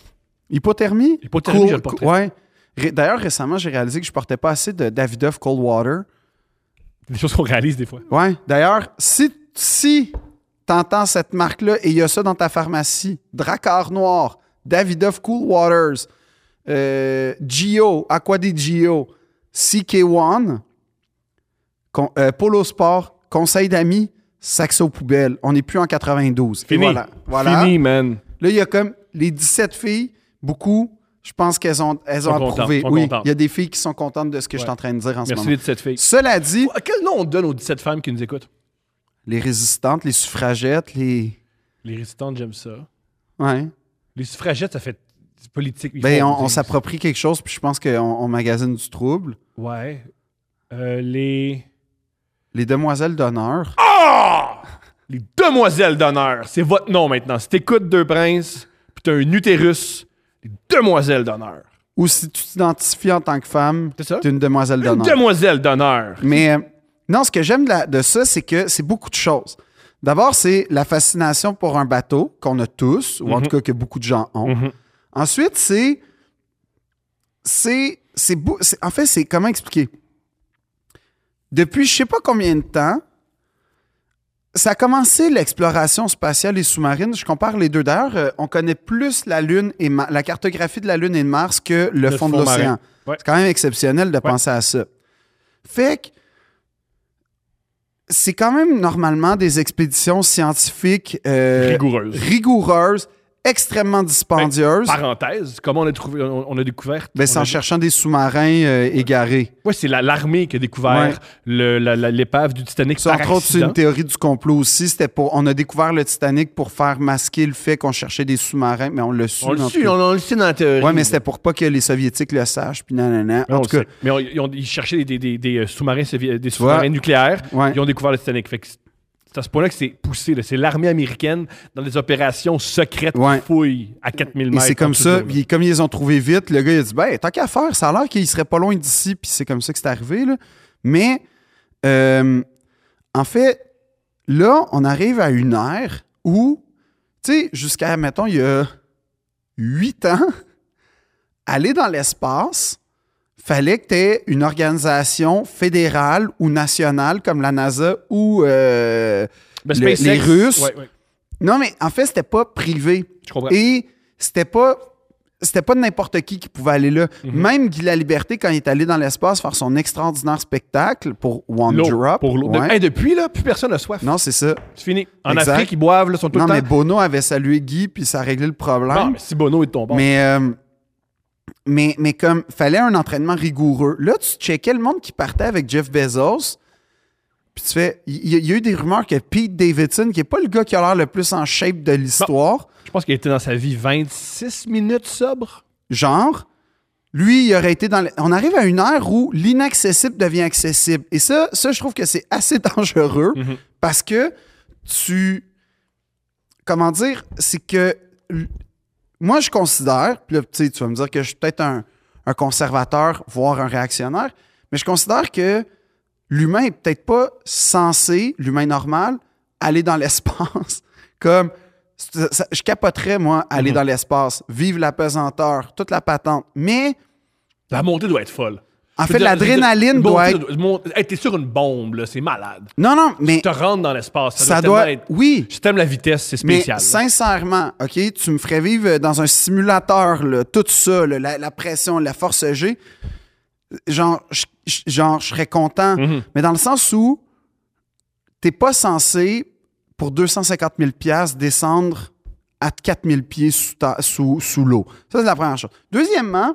Hypothermie?
Hypothermie, je le porterais.
Ouais. Ré- D'ailleurs, récemment, j'ai réalisé que je portais pas assez de Davidoff Cold Water.
Des choses qu'on réalise des fois.
Ouais. D'ailleurs, si, si t'entends cette marque-là et il y a ça dans ta pharmacie, Dracar Noir, Davidoff Cool Waters, euh, Gio, Aqua di Gio, CK1, con- euh, Polo Sport, Conseil d'amis, Saxo Poubelle. On n'est plus en 92. Et
Fini.
Voilà. voilà.
Fini, man.
Là, il y a comme les 17 filles, beaucoup, je pense qu'elles ont, elles ont
Sont contentes,
approuvé.
sont
oui,
contentes.
il y a des filles qui sont contentes de ce que je suis en train de dire en ce
Merci
moment.
les 17 filles.
Cela dit,
À Quel nom on donne aux 17 femmes qui nous écoutent?
les résistantes, les suffragettes, les.
Les résistantes, j'aime ça.
Ouais.
Les suffragettes, ça fait politique. il
Ben,
faut
on, on
dire.
s'approprie quelque chose, puis je pense qu'on on magasine du trouble.
Ouais. Euh, les.
Les demoiselles d'honneur.
Ah! Les demoiselles d'honneur. C'est votre nom maintenant. Si t'écoutes Deux Princes, puis t'as un utérus, les demoiselles d'honneur.
Ou si tu t'identifies en tant que femme,
C'est ça?
t'es une demoiselle
Une
d'honneur.
demoiselle d'honneur.
Mais euh, non, ce que j'aime de, la- de ça, c'est que c'est beaucoup de choses. D'abord, c'est la fascination pour un bateau qu'on a tous, ou en tout cas que beaucoup de gens ont. Ensuite, c'est. C'est. c'est beau- c'est- En fait, c'est comment expliquer? Depuis je sais pas combien de temps, ça a commencé l'exploration spatiale et sous-marine. Je compare les deux. D'ailleurs, euh, on connaît plus la Lune et Ma- la cartographie de la Lune et de Mars que le,
Le
fond de
fond marin.
l'océan.
Ouais.
C'est quand même exceptionnel de penser à ça. Fait que c'est quand même normalement des expéditions scientifiques euh,
Rigoureuse.
rigoureuses, extrêmement dispendieuses.
Parenthèse, comment on a, trouvé, on, on a découvert.
Ben, c'est
Ben, on
en
a-
cherchant des sous-marins euh, égarés.
Ouais, c'est la- l'armée qui a découvert
Ouais.
le- la- la- l'épave du Titanic.
Ça,
par
entre autres, c'est
accident.
une théorie du complot aussi. C'était pour, on a découvert le Titanic pour faire masquer le fait qu'on cherchait des sous-marins, mais on le su.
On le
en
suit,
tout cas.
on, on le sait dans la théorie.
Ouais, mais c'était pour pas que les Soviétiques le sachent, puis nanana.
Mais on
en
le
tout cas,
sait. Mais on- ils, ont- ils cherchaient des, des- des, euh, sous-marins, sovi- des
vois?
sous-marins nucléaires.
Ouais.
Ils ont découvert le Titanic. Fait que c'est c'est à ce point-là que c'est poussé. là. C'est l'armée américaine dans des opérations secrètes
Ouais.
qui fouillent à 4000
Et
mètres.
c'est
en
comme
dessous
ça,
de l'eau, là.
puis comme ils les ont trouvés vite, le gars il a dit Ben, tant qu'à faire, ça a l'air qu'il serait pas loin d'ici, puis c'est comme ça que c'est arrivé. là. Mais euh, en fait, là, on arrive à une ère où, tu sais, jusqu'à, mettons, il y a huit ans, aller dans l'espace, fallait que tu aies une organisation fédérale ou nationale comme la NASA ou. euh,
Ben,
le-
SpaceX,
les Russes-
ouais, ouais.
Non, mais en fait, c'était pas privé.
Je comprends.
Et c'était pas c'était pas n'importe qui qui pouvait aller là.
Mhm.
Même Guy Laliberté, quand il est allé dans l'espace faire son extraordinaire spectacle pour One
L'eau,
Europe.
Pour l'eau. De-
ouais.
Hey, depuis, là, plus personne n'a soif.
Non, c'est ça.
C'est fini. En
Exact.
Afrique, ils boivent, là, sont tout
Non,
le
mais
temps.
Bono avait salué Guy, puis ça a réglé le problème.
Bon, mais si Bono est de ton bord.
Mais, euh, mais, mais comme, fallait un entraînement rigoureux. Là, tu checkais le monde qui partait avec Jeff Bezos. Puis tu fais, il y, a- il y a eu des rumeurs que Pete Davidson, qui est pas le gars qui a l'air le plus en shape de l'histoire,
Je pense qu'il était dans sa vie 26 minutes sobre.
genre, lui, il aurait été dans. le- On arrive à une ère où l'inaccessible devient accessible. Et ça, ça, je trouve que c'est assez dangereux parce que tu. Comment dire? C'est que. l- Moi, je considère. Puis là, tu sais, tu vas me dire que je suis peut-être un, un conservateur, voire un réactionnaire, mais je considère que l'humain est peut-être pas censé, l'humain normal, aller dans l'espace. Comme, ça- ça- je capoterais, moi,
Mhm.
aller dans l'espace, vivre la pesanteur, toute la patente. Mais,
La montée doit être folle.
en
Je
fait,
veux dire, je
l'adrénaline
veux dire,
doit
monter-
être.
mon- hey, t'es sur une bombe, là, c'est malade.
Non, non, mais
Te rendre dans l'espace, ça,
ça
doit
doit.
tellement être...
Oui.
Je t'aime la vitesse, c'est
Mais
spécial. là.
sincèrement, OK, tu me ferais vivre euh, dans un simulateur, là, tout ça, là, la, la pression, la force G. Genre, je, je- genre, je serais content.
Mhm.
Mais dans le sens où t'es pas censé, pour 250 000 piastres, descendre à 4 000 pieds sous, ta- sous, sous l'eau. Ça, c'est la première chose. Deuxièmement,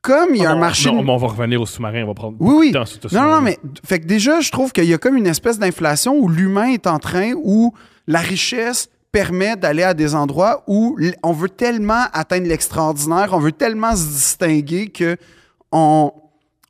comme il y a
Ah,
un
non,
marché.
Non, mais on va revenir au sous-marin, on va prendre
Oui,
beaucoup
oui.
de temps sur ce
non,
sujet-là.
non, mais fait que déjà, je trouve qu'il y a comme une espèce d'inflation où l'humain est en train, où la richesse permet d'aller à des endroits où l- on veut tellement atteindre l'extraordinaire, on veut tellement se distinguer que on,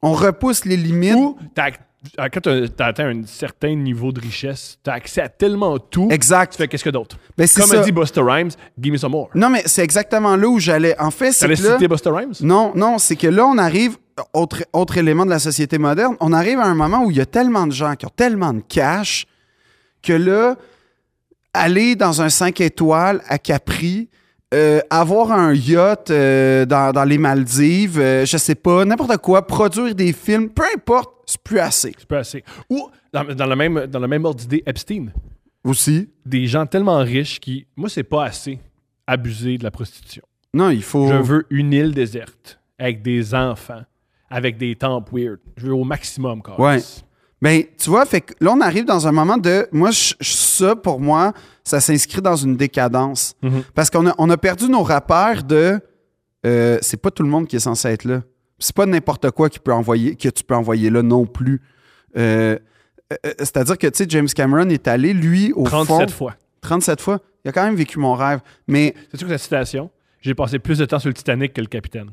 on repousse les limites.
Ou, t'as- ah, quand tu atteint un certain niveau de richesse, tu as accès à tellement tout. Tu
exact.
fais qu'est-ce que d'autre?
Ben, c'est
Comme
ça.
a dit Buster Rhymes, give me some more.
Non, mais c'est exactement là où j'allais. En fait, c'est
T'allais
que là-
citer Buster Rhymes?
Non, non, c'est que là, on arrive, autre, autre élément de la société moderne, on arrive à un moment où il y a tellement de gens qui ont tellement de cash que là, aller dans un 5 étoiles à Capri, euh, avoir un yacht euh, dans, dans les Maldives, euh, je sais pas, n'importe quoi, produire des films, peu importe, c'est plus assez.
C'est pas assez. Ou, dans, dans le même, dans le même ordre d'idée, Epstein.
Aussi?
Des gens tellement riches qui, moi, c'est pas assez abuser de la prostitution.
Non, il faut...
Je veux une île déserte avec des enfants, avec des temples weird. Je veux au maximum, quand
Ouais. Ben, tu vois, fait que là, on arrive dans un moment de. Moi, je- je- ça, pour moi, ça s'inscrit dans une décadence.
Mhm.
Parce qu'on a, on a perdu nos repères de. euh, c'est pas tout le monde qui est censé être là. C'est pas n'importe quoi qui peut envoyer, que tu peux envoyer là non plus. Euh, euh, euh, C'est-à-dire que, tu sais, James Cameron est allé, lui, au
37
fond.
fois.
37 fois. Il a quand même vécu mon rêve. Mais
C'est sûr que la citation, j'ai passé plus de temps sur le Titanic que le capitaine.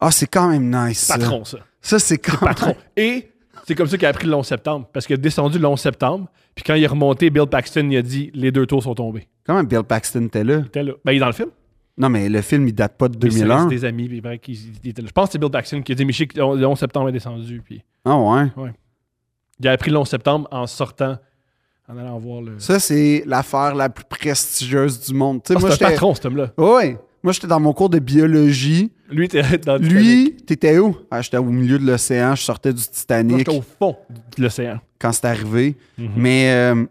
ah, c'est quand même nice. ça.
Patron, ça.
Ça, c'est quand
patron. Et c'est comme ça qu'il a appris le 11 septembre, parce qu'il a descendu le 11 septembre, puis quand il est remonté, Bill Paxton, il a dit les deux tours sont tombés.
Comment Bill Paxton était là?
Il était là. Ben, il est dans le film.
Non, mais le film, il date pas de
Puis c'est
2001.
des amis, puis il paraît qu'il- il était là. Je pense que c'est Bill Paxton qui a dit Michique, le 11 septembre est descendu, puis
Ah, ouais.
il a appris le 11 septembre en sortant, en allant voir le.
Ça, c'est l'affaire la plus prestigieuse du monde. Tu sais,
Ah,
moi,
c'est un
j'étais.
patron, cet homme-là.
Ouais. Moi, j'étais dans mon cours de biologie.
Lui, était dans le Titanic.
Lui, t'étais où? Ah, j'étais au milieu de l'océan. Je sortais du
Moi,
Titanic
j'étais au Mhm. fond de l'océan.
quand c'est arrivé. Mais euh,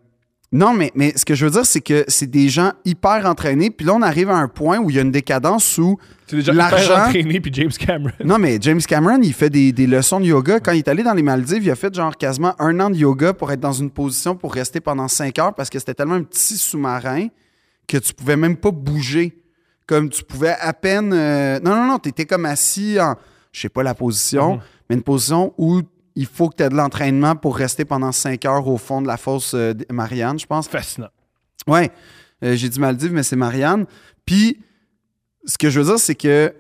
non, mais, mais ce que je veux dire, c'est que c'est des gens hyper entraînés. Puis là, on arrive à un point où il y a une décadence où.
C'est déjà hyper
L'argent-
entraîné, puis James Cameron.
Non, mais James Cameron, il fait des, des leçons de yoga. Quand il est allé dans les Maldives, il a fait genre quasiment un an de yoga pour être dans une position pour rester pendant cinq heures parce que c'était tellement un petit sous-marin que tu pouvais même pas bouger. Comme tu pouvais à peine. euh, Non, non, non, tu étais comme assis en. Je sais pas la position, mais une position où il faut que tu aies de l'entraînement pour rester pendant cinq heures au fond de la fosse euh, des- Marianne, je pense.
Fascinant.
Ouais, Euh, j'ai dit Maldives, mais c'est Marianne. Puis, ce que je veux dire, c'est que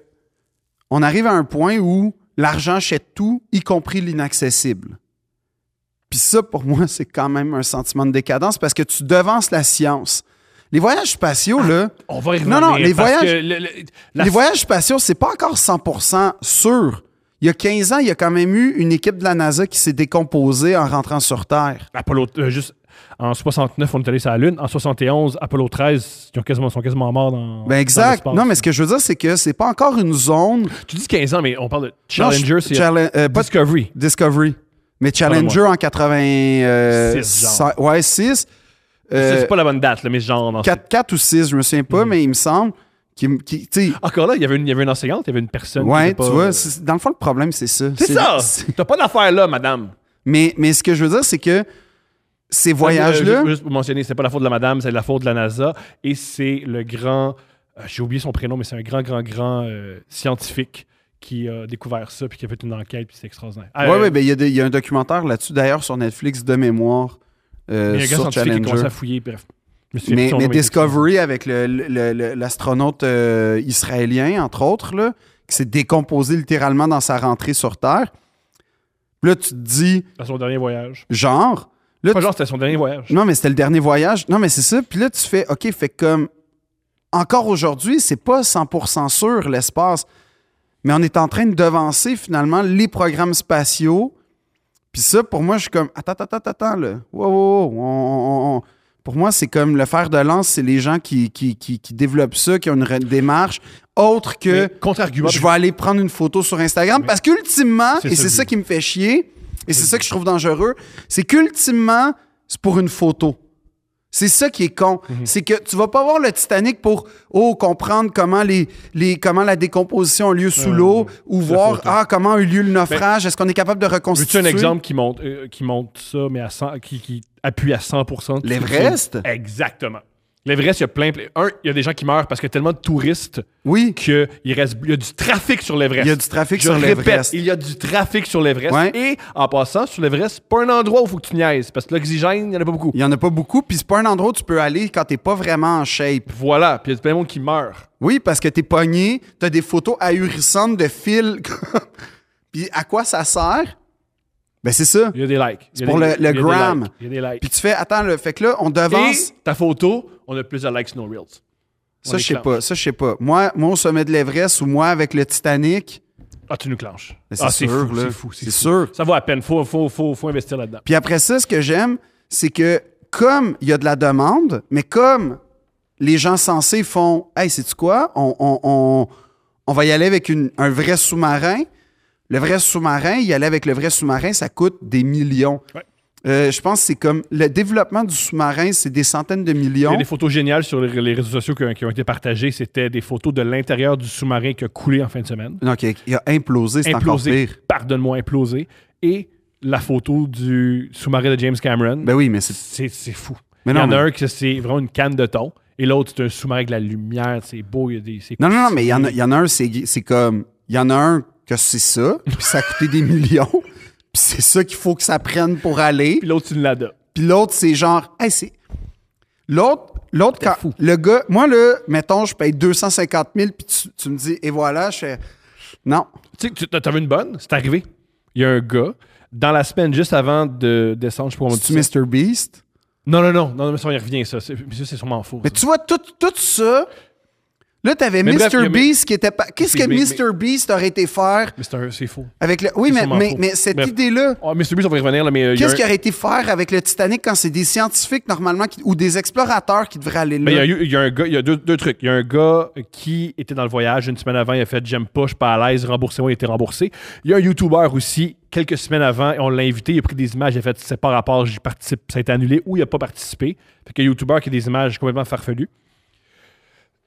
on arrive à un point où l'argent achète tout, y compris l'inaccessible. Puis ça, pour moi, c'est quand même un sentiment de décadence parce que tu devances la science. Les voyages spatiaux, là,
On va y revenir.
Non, non, les
parce
voyages-
que le- le- Ah, la-
les voyages spatiaux, c'est pas encore 100% sûr. Il y a 15 ans, il y a quand même eu une équipe de la NASA qui s'est décomposée en rentrant sur Terre.
Apollo, euh, juste en 69, on est allé sur la Lune. En 71, Apollo 13, ils ont quasiment, sont quasiment morts dans.
Ben exact.
dans l'espace.
Non, mais ce que je veux dire, c'est que c'est pas encore une zone.
Tu dis 15 ans, mais on parle de
Non,
Challenger,
je-
c'est
Challen- euh, pas-
Discovery.
Discovery. Mais Challenger en 86.
Six, genre.
ouais, 6. Euh,
C'est- c'est pas Mhm. la bonne date, là, mais genre. dans-
4, ou 6, je me souviens pas, mais il me semble. Qui, qui, tu sais,
Encore là, il y, avait une, il y avait une enseignante, il y avait une personne. qui
ouais,
était
tu
Ah, pas- euh,
vois, c'est- dans le fond, le problème, c'est ça.
C'est ça!
c'est-
T'as pas d'affaire là, madame.
Mais, mais ce que je veux dire, c'est que ces voyages-là.
Euh, ju- Juste pour mentionner, c'est pas la faute de la madame, c'est la faute de la NASA. Et c'est le grand. euh, J'ai oublié son prénom, mais c'est un grand, grand, grand euh, scientifique qui a découvert ça puis qui a fait une enquête, puis c'est extraordinaire. Ah,
ouais,
euh,
ouais, ben, il y, a des- il y a un documentaire là-dessus, d'ailleurs, sur Netflix de mémoire. euh,
Il y a un gars
sur
scientifique qui a commencé
Challenger.
à fouiller, bref. Je me souviens plus
Mais,
son
mais
nom,
Discovery avec le- le- le- l'astronaute euh, israélien, entre autres, là, qui s'est décomposé littéralement dans sa rentrée sur Terre. Puis Là, tu te dis,
À son dernier voyage.
genre, là,
Pas
tu-
genre, c'était son dernier voyage.
non, mais c'était le dernier voyage. Non, mais c'est ça. Puis là, tu fais, OK, fait comme, encore aujourd'hui, c'est pas 100% sûr l'espace. Mais on est en train de devancer finalement les programmes spatiaux. Puis ça, pour moi, je suis comme, attends, attends, attends, attends, là. Wow, wow, wow. On- on- on- Pour moi, c'est comme le fer de lance, c'est les gens qui, qui, qui- qui développent ça, qui ont une re- démarche autre que
Mais Contre-argument.
je vais aller prendre une photo sur Instagram parce qu'ultimement,
C'est
et
ça
c'est
le
ça
but.
qui me fait chier, et c'est ça que je trouve dangereux, c'est qu'ultimement, c'est pour une photo. C'est ça qui est con.
Mhm.
C'est que tu vas pas voir le Titanic pour oh, comprendre comment, les, les, comment la décomposition a lieu sous
Ouais,
l'eau
ouais, ouais.
ou
La
voir
photo. Ben,
ah, comment a eu lieu le naufrage, est-ce qu'on est capable de
Veux-tu
reconstituer.
un exemple qui monte, euh, qui monte ça, mais à 100, qui, qui appuie à 100 de ce que tu dis?
L'Everest?
Exactement. L'Everest, il y a plein, plein- Un, il y a des gens qui meurent parce qu'il y a tellement de touristes
Oui.
qu'il reste, il y a du trafic sur l'Everest.
Il y a du trafic
Je
sur
répète,
l'Everest.
Il y a du trafic sur l'Everest.
Ouais.
Et en passant, sur l'Everest, c'est pas un endroit où il faut que tu niaises parce que l'oxygène, il n'y en a pas beaucoup.
Il y en a pas beaucoup, puis c'est pas un endroit où tu peux aller quand t'es pas vraiment en shape.
Voilà, puis il y a plein de monde qui meurt.
Oui, parce que t'es pogné, t'as des photos ahurissantes de fils. puis à quoi ça sert? Ben c'est ça.
Il y a des likes. Il y a
pour
des-
le- le
il y a des
gram.
likes. Il y a des likes.
Puis tu fais, attends, le fait que là, on devance.
Et ta photo, on a plus de likes que nos Reels.
Ça,
On
je sais
déclenche.
pas. Ça, je sais pas. Moi, moi, au sommet de l'Everest ou moi avec le Titanic,
Ah, tu nous clenches.
Ben, c'est
Ah, c'est
sûr,
fou,
là.
c'est fou.
C'est
fou.
sûr.
Ça vaut à peine. Faut, faut, faut, faut investir là-dedans.
Puis après ça, ce que j'aime, c'est que comme il y a de la demande, mais comme les gens sensés font Hey, sais-tu quoi? On, on- on- on va y aller avec une- un vrai sous-marin. Le vrai sous-marin, y aller avec le vrai sous-marin, ça coûte des millions.
Ouais.
Euh, je pense que c'est comme le développement du sous-marin, c'est des centaines de
Il y
millions.
a des photos géniales sur les les réseaux sociaux qui ont, qui ont été partagées. C'était des photos de l'intérieur du sous-marin qui a coulé en fin de semaine.
Non, qui a, il a implosé, c'est encore
Implosé.
pire.
Pardonne-moi, implosé. Et la photo du sous-marin de James Cameron.
Ben oui, mais c'est.
c'est, c'est fou.
Mais
il y
non,
en
mais-
a un qui c'est vraiment une canne de thon. Et l'autre, c'est un sous-marin avec de la lumière. C'est beau. Il y a des, c'est-
Non, non, non, mais il y en a, il y en a un, c'est c'est comme. Il y en a un que c'est ça, puis ça a coûté des millions, puis c'est ça qu'il faut que ça prenne pour aller.
Puis l'autre, c'est une Lada.
Puis l'autre, c'est genre. Hey, c'est. L'autre, l'autre, quand.
fou.
Le gars, moi, là, mettons, je paye 250 000, puis tu, tu me dis, et voilà, je fais. Non.
Tu sais, tu- t'as vu une bonne? C'est arrivé. Il y a un gars, dans la semaine, juste avant de descendre, je sais pas comment on dit
Tu
ça.
Mr. Beast.
Non, non, non, non, mais ça, on y revient, ça. C'est, mais ça, c'est sûrement faux.
Mais
ça.
tu vois, tout, tout ça. Là, t'avais
Mais
Mr.
bref, il y a-
Beast qui était pas. Qu'est-ce que
Mais- mais-
Mr. Beast aurait été faire
Mais c'est, un- c'est faux.
avec le. Oui, mais,
sûrement
mais,
faux.
mais cette
Bref.
idée-là.
Ah, mais celui on va y revenir, là, mais euh, il y a
Qu'est-ce
un-
qui aurait été faire avec le Titanic quand c'est des scientifiques normalement qui- ou des explorateurs qui devraient aller là?
Mais Ben, il y a, eu- il y a un gars, il y a deux, deux trucs. Il y a un gars qui était dans le voyage une semaine avant, il a fait J'aime pas, je suis pas à l'aise, remboursez-moi, il a été remboursé. Il y a un YouTuber aussi, quelques semaines avant, on l'a invité, il a pris des images, il a fait C'est pas rapport, j'y participe, ça a été annulé ou il a pas participé. Fait qu'il y a un YouTuber qui a des images complètement farfelues.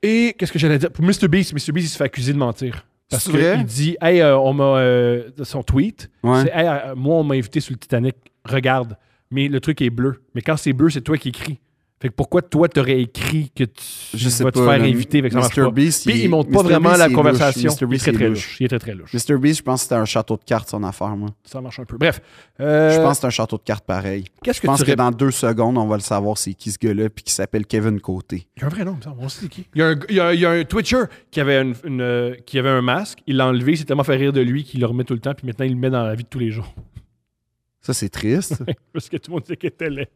Et qu'est-ce que j'allais dire Pour Mr. Beast, Mr. Beast, il se fait accuser de mentir. Parce
C'est vrai?
qu'il dit Hey, euh, on m'a. euh, son tweet,
Ouais.
c'est Hey, euh, moi, on m'a invité sur le Titanic, regarde, mais le truc est bleu. Mais quand c'est bleu, c'est toi qui écris. Fait que pourquoi toi t'aurais écrit que tu
Je sais
vas te
pas,
faire
mais
inviter avec ça
Mr.
marche pas.
Beast,
Puis
il-
il montre pas
Mr.
vraiment
Beast,
la
il est
conversation.
louche. Mr.
Il est
Beast,
très
il est
très
louche.
louche. Il est très très louche.
Mr. Beast, je pense que c'était un château de cartes, son affaire, moi.
Ça marche un peu. Bref, euh,
Je pense que c'est un château de cartes pareil.
qu'est-ce
Je
que
pense
tu
que
ré-
dans deux secondes, on va le savoir c'est qui ce gars-là puis qui s'appelle Kevin Côté.
Il y a un vrai nom, ça, on sait c'est qui. Il y, a un, il, y a, il y a un Twitcher qui avait, une, une, euh, qui avait un masque, il l'a enlevé, il s'est tellement fait rire de lui qu'il le remet tout le temps, puis maintenant il le met dans la vie de tous les jours.
Ça, c'est triste.
Parce que tout le monde disait qu'il était laid.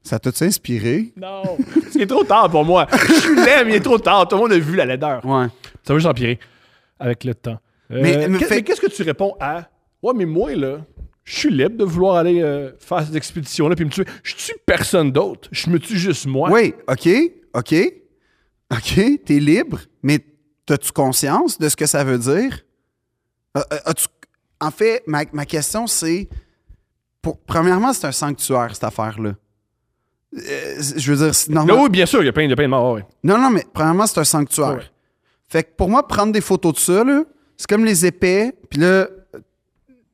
ça t'a-tu inspiré?
Non! c'est trop tard pour moi. Je suis laid, mais il est trop tard. Tout le monde a vu la laideur.
Ouais.
Ça va juste empirer avec le temps. Euh,
Mais- mais
qu'est-
fait-
mais qu'est-ce que tu réponds à Ouais, mais moi, là, je suis libre de vouloir aller euh, faire cette expédition-là puis me tuer. Je tue personne d'autre. Je me tue juste moi.
Oui, OK, OK, OK, t'es libre, mais as-tu conscience de ce que ça veut dire? Euh, euh, as-tu- En fait, ma, ma question, c'est... pour- Premièrement, c'est un sanctuaire, cette affaire-là. Euh, je veux dire, c'est
Là,
normal...
oui, bien sûr, il y a plein, il y a plein de morts. ouais.
Non, non, mais premièrement, c'est un sanctuaire.
Ouais.
Fait que pour moi, prendre des photos de ça, là, c'est comme les épais, puis là, euh,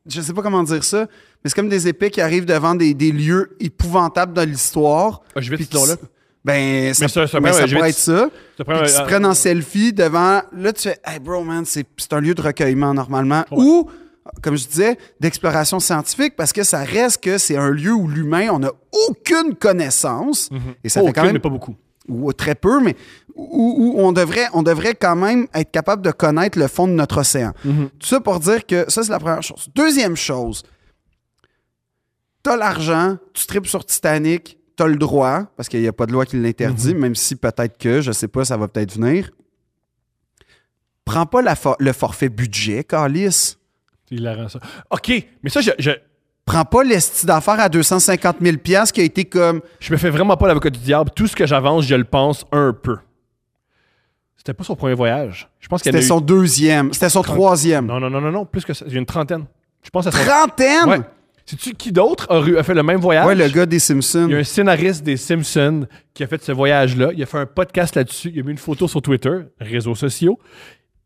je sais pas comment dire ça, mais c'est comme des épais qui arrivent devant des, des lieux épouvantables dans l'histoire.
Ah, je vais
puis
te dire
qui
là.
s- Ben, ça,
ça, ça
mais
prend-
ça
je vais
pourrait
te-
être ça.
Ça prend euh, un-
Puis que tu te
un-
prennes en selfie devant. Là, tu fais, hey bro, man, c'est c'est un lieu de recueillement normalement.
Ouais.
Ou, comme je disais, d'exploration scientifique, parce que ça reste que c'est un lieu où l'humain, on n'a aucune connaissance. Et ça
Mhm. Aucune,
fait quand même
mais pas beaucoup.
ou très peu, mais où, où on, devrait, on devrait quand même être capable de connaître le fond de notre océan.
Mhm.
Tout ça pour dire que ça, c'est la première chose. Deuxième chose, t'as l'argent, tu tripes sur Titanic, t'as le droit, parce qu'il n'y a pas de loi qui l'interdit,
Mhm.
même si peut-être que, je sais pas, ça va peut-être venir. Prends pas la for- le forfait budget, Carlis.
C'est hilarant, ça. OK, mais ça, je, je,
Prends pas l'esti d'affaires à 250 000 piastres qui a été comme...
je me fais vraiment pas l'avocat du diable. Tout ce que j'avance, je le pense un peu. C'était pas son premier voyage. Je pense qu'elle
C'était son deuxième, c'était son troisième.
Non, non, non, non, non, plus que ça. J'ai une trentaine. Je pense à son.
Trentaine!
Ouais. Sais-tu qui d'autre a, eu- a fait le même voyage?
Ouais, le gars des Simpsons.
Il y a un scénariste des Simpsons qui a fait ce voyage-là. Il a fait un podcast là-dessus. Il a mis une photo sur Twitter, réseaux sociaux.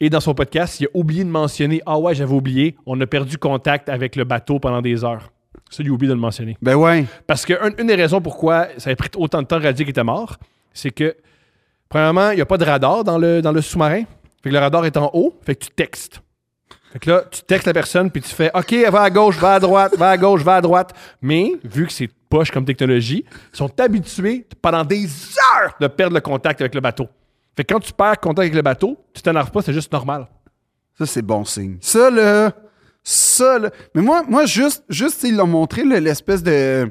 Et dans son podcast, il a oublié de mentionner Ah ouais, j'avais oublié, on a perdu contact avec le bateau pendant des heures. Ça, il oublie de le mentionner.
Ben ouais.
Parce que un- une des raisons pourquoi ça a pris autant de temps à dire qu'il était mort, c'est que, premièrement, il n'y a pas de radar dans le, dans le sous-marin. Fait que le radar est en haut, fait que tu textes. Fait que là, tu textes la personne, puis tu fais OK, va à gauche, va à droite, va à gauche, va à droite. Mais, vu que c'est poche comme technologie, ils sont habitués pendant des heures de perdre le contact avec le bateau. Fait que quand tu perds contact avec le bateau, tu t'énerves pas, c'est juste normal.
Ça, c'est bon signe. Ça, là. Ça, là. Mais moi, moi juste, juste ils l'ont montré, là, l'espèce de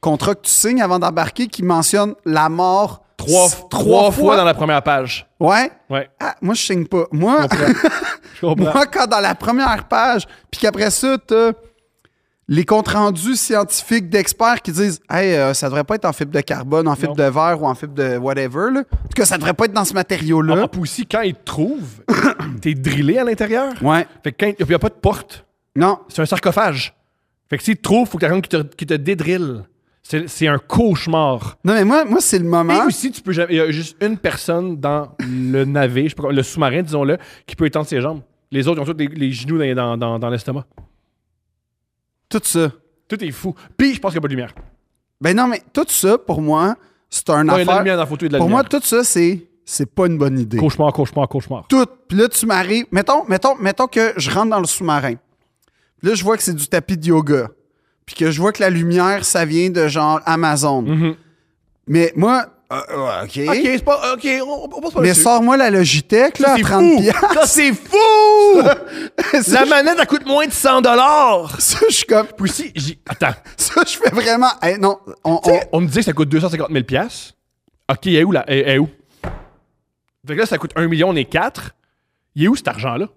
contrat que tu signes avant d'embarquer qui mentionne la mort
Trois,
s-
trois fois dans la première page.
Ouais.
Ouais.
Ah, moi, je signe pas. Moi,
Je comprends. Je comprends.
moi quand dans la première page, puis qu'après ça, t'as les comptes rendus scientifiques d'experts qui disent Hey, euh, ça devrait pas être en fibre de carbone, en fibre
Non.
de verre ou en fibre de whatever. Là. En tout cas, ça devrait pas être dans ce
Ah,
matériau-là.
puis aussi, quand ils te trouvent, t'es drillé à l'intérieur.
Ouais.
Fait que quand il n'y a pas de porte,
Non.
c'est un sarcophage. Fait que s'ils te trouvent, faut qu'il y ait quelqu'un qui te, qui te dédrille. C'est c'est un cauchemar.
Non, mais moi, moi c'est le
Et
moment.
aussi, tu peux jamais- il y a juste une personne dans le navet, je sais pas comment- le sous-marin, disons-le, qui peut étendre ses jambes. Les autres, ils ont tous les, les genoux dans, dans- dans- dans l'estomac.
Tout ça.
Tout est fou. Puis, je pense qu'il n'y a pas de lumière.
Ben non, mais tout ça, pour moi, c'est un
Non, il y a de la
affaire.
lumière dans la photo et de la
pour moi,
lumière.
tout ça, c'est c'est pas une bonne idée.
Cauchemar, cauchemar, cauchemar.
Tout. Puis là, tu m'arrives. Mettons, mettons, mettons que je rentre dans le sous-marin. Puis là, je vois que c'est du tapis de yoga. Puis que je vois que la lumière, ça vient de genre Amazon. Mais moi, euh, euh, OK.
Ok, c'est pas. Ok, on, on passe pas
Mais
là-dessus.
sors-moi la Logitech, là,
Ça,
à
c'est
30
fou.
piastres.
Ça, c'est fou!
Ça,
La manette, elle coûte moins de 100
ça, je suis comme.
Puis aussi, j'ai- attends,
Ça, je fais vraiment. Hey, non, on.
on, on me disait que ça coûte 250 000 piastres. OK, il est où, là? Il est où? Fait que là, ça coûte 1 million, on est 4. Il est où, cet argent-là?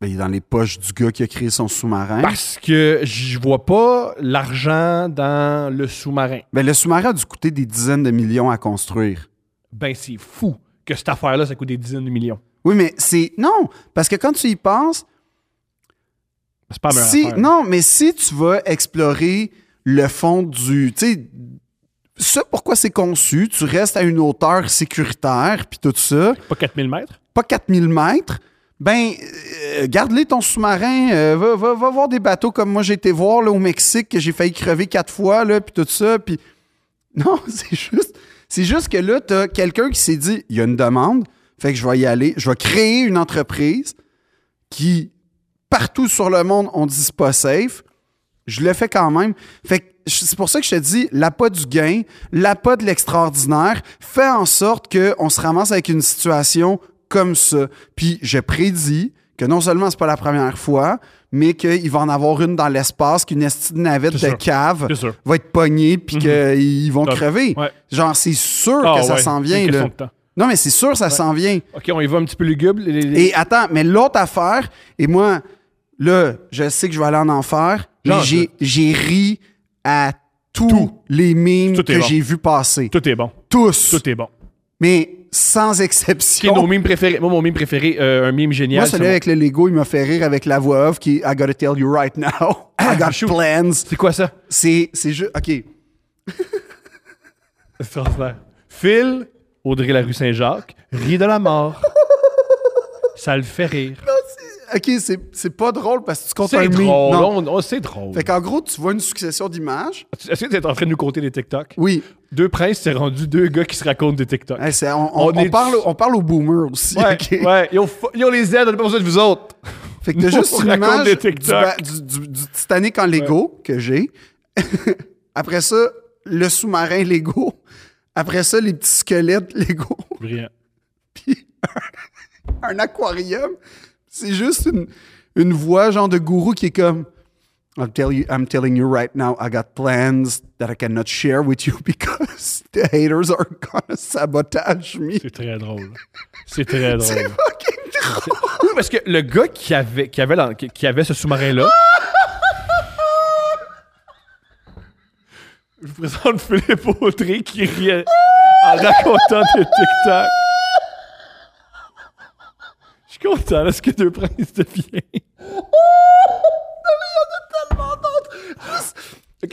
Ben, il est dans les poches du gars qui a créé son sous-marin.
Parce que je vois pas l'argent dans le sous-marin.
Ben, le sous-marin a dû coûter des dizaines de millions à construire.
Ben, c'est fou que cette affaire-là, ça coûte des dizaines de millions.
Oui, mais c'est. Non, parce que quand tu y penses,
C'est pas la meilleure
si,
Ah, ben, affaire.
non, mais si tu vas explorer le fond du. Tu sais, ça, pourquoi c'est conçu, tu restes à une hauteur sécuritaire, puis tout ça,
Pas 4000 mètres.
pas 4000 mètres, ben, euh, garde-les ton sous-marin, euh, va, va- va voir des bateaux comme moi j'ai été voir là, au Mexique, que j'ai failli crever quatre fois, là, puis tout ça, puis. Non, c'est juste. C'est juste que là, t'as quelqu'un qui s'est dit il y a une demande, fait que je vais y aller, je vais créer une entreprise qui, partout sur le monde, on dit c'est pas safe. Je le fais quand même. Fait que je- c'est pour ça que je te dis l'appât du gain, l'appât de l'extraordinaire fait en sorte qu'on se ramasse avec une situation comme ça. Puis je prédis que non seulement c'est pas la première fois, mais qu'il va en avoir une dans l'espace, qu'une esti de navette de
C'est sûr.
cave
C'est sûr.
va être pogné puis qu'ils vont
Mhm. Top.
crever.
Ouais.
Genre, Eh, c'est sûr
Ah,
que ça
ouais,
s'en
c'est
vient.
une
Là.
question de temps.
Non, mais c'est sûr que ça s'en vient.
OK, on y va un petit peu lugubre. les- les-
Et attends, mais l'autre affaire, et moi, là, je sais que je vais aller en enfer, mais
Genre,
j'ai, j'ai ri à tous
Tout.
les mimes
Tout est
que
bon.
j'ai vus passer.
Tout est bon.
Tous.
Tout est bon.
Mais sans
Qui est
exception.
nos mimes préférés? Moi, mon mime préféré, euh, un mime génial.
moi,
c'est
celui
mon-
avec le Lego, il m'a fait rire avec la voix off qui est I gotta tell you right now. I got
Ah, shoot.
plans.
C'est quoi ça?
C'est, c'est juste. OK.
Extraordinaire. Phil, Audrey la rue Saint-Jacques, rit de la mort. Ça le fait rire.
OK, c'est, c'est pas drôle parce que tu comptes un
Ah, C'est
meme.
drôle.
Non.
on- on- c'est drôle.
Fait qu'en gros, tu vois une succession d'images.
Est-ce que tu es en train de nous compter des TikTok?
Oui.
Deux princes, c'est rendu deux gars qui se racontent des TikTok.
Hey, Hein, c'est- on, on-
On
on
est-
parle, au- on parle aux boomers aussi.
ouais,
ok?
ouais. Ils ont, fo- ils ont les aides, on n'a pas besoin de vous autres.
Fait que t'as
Nous,
juste
on
une
raconte
image
des
du,
TikTok.
du- du- du Titanic en Lego que j'ai. Après ça, le sous-marin Lego. Après ça, les petits squelettes Lego.
Brillant.
Puis un, un aquarium. C'est juste une, une voix genre de gourou qui est comme I'm, tell you, I'm telling you right now, I got plans that I cannot share with you because the haters are gonna sabotage me.
C'est très drôle. C'est très
C'est
drôle.
fucking drôle.
Oui, parce que le gars qui avait, qui avait, dans- qui- qui avait ce sous-marin-là. Je vous présente Philippe Audrey qui riait en racontant des TikTok. Je suis content, est-ce que deux princes devient?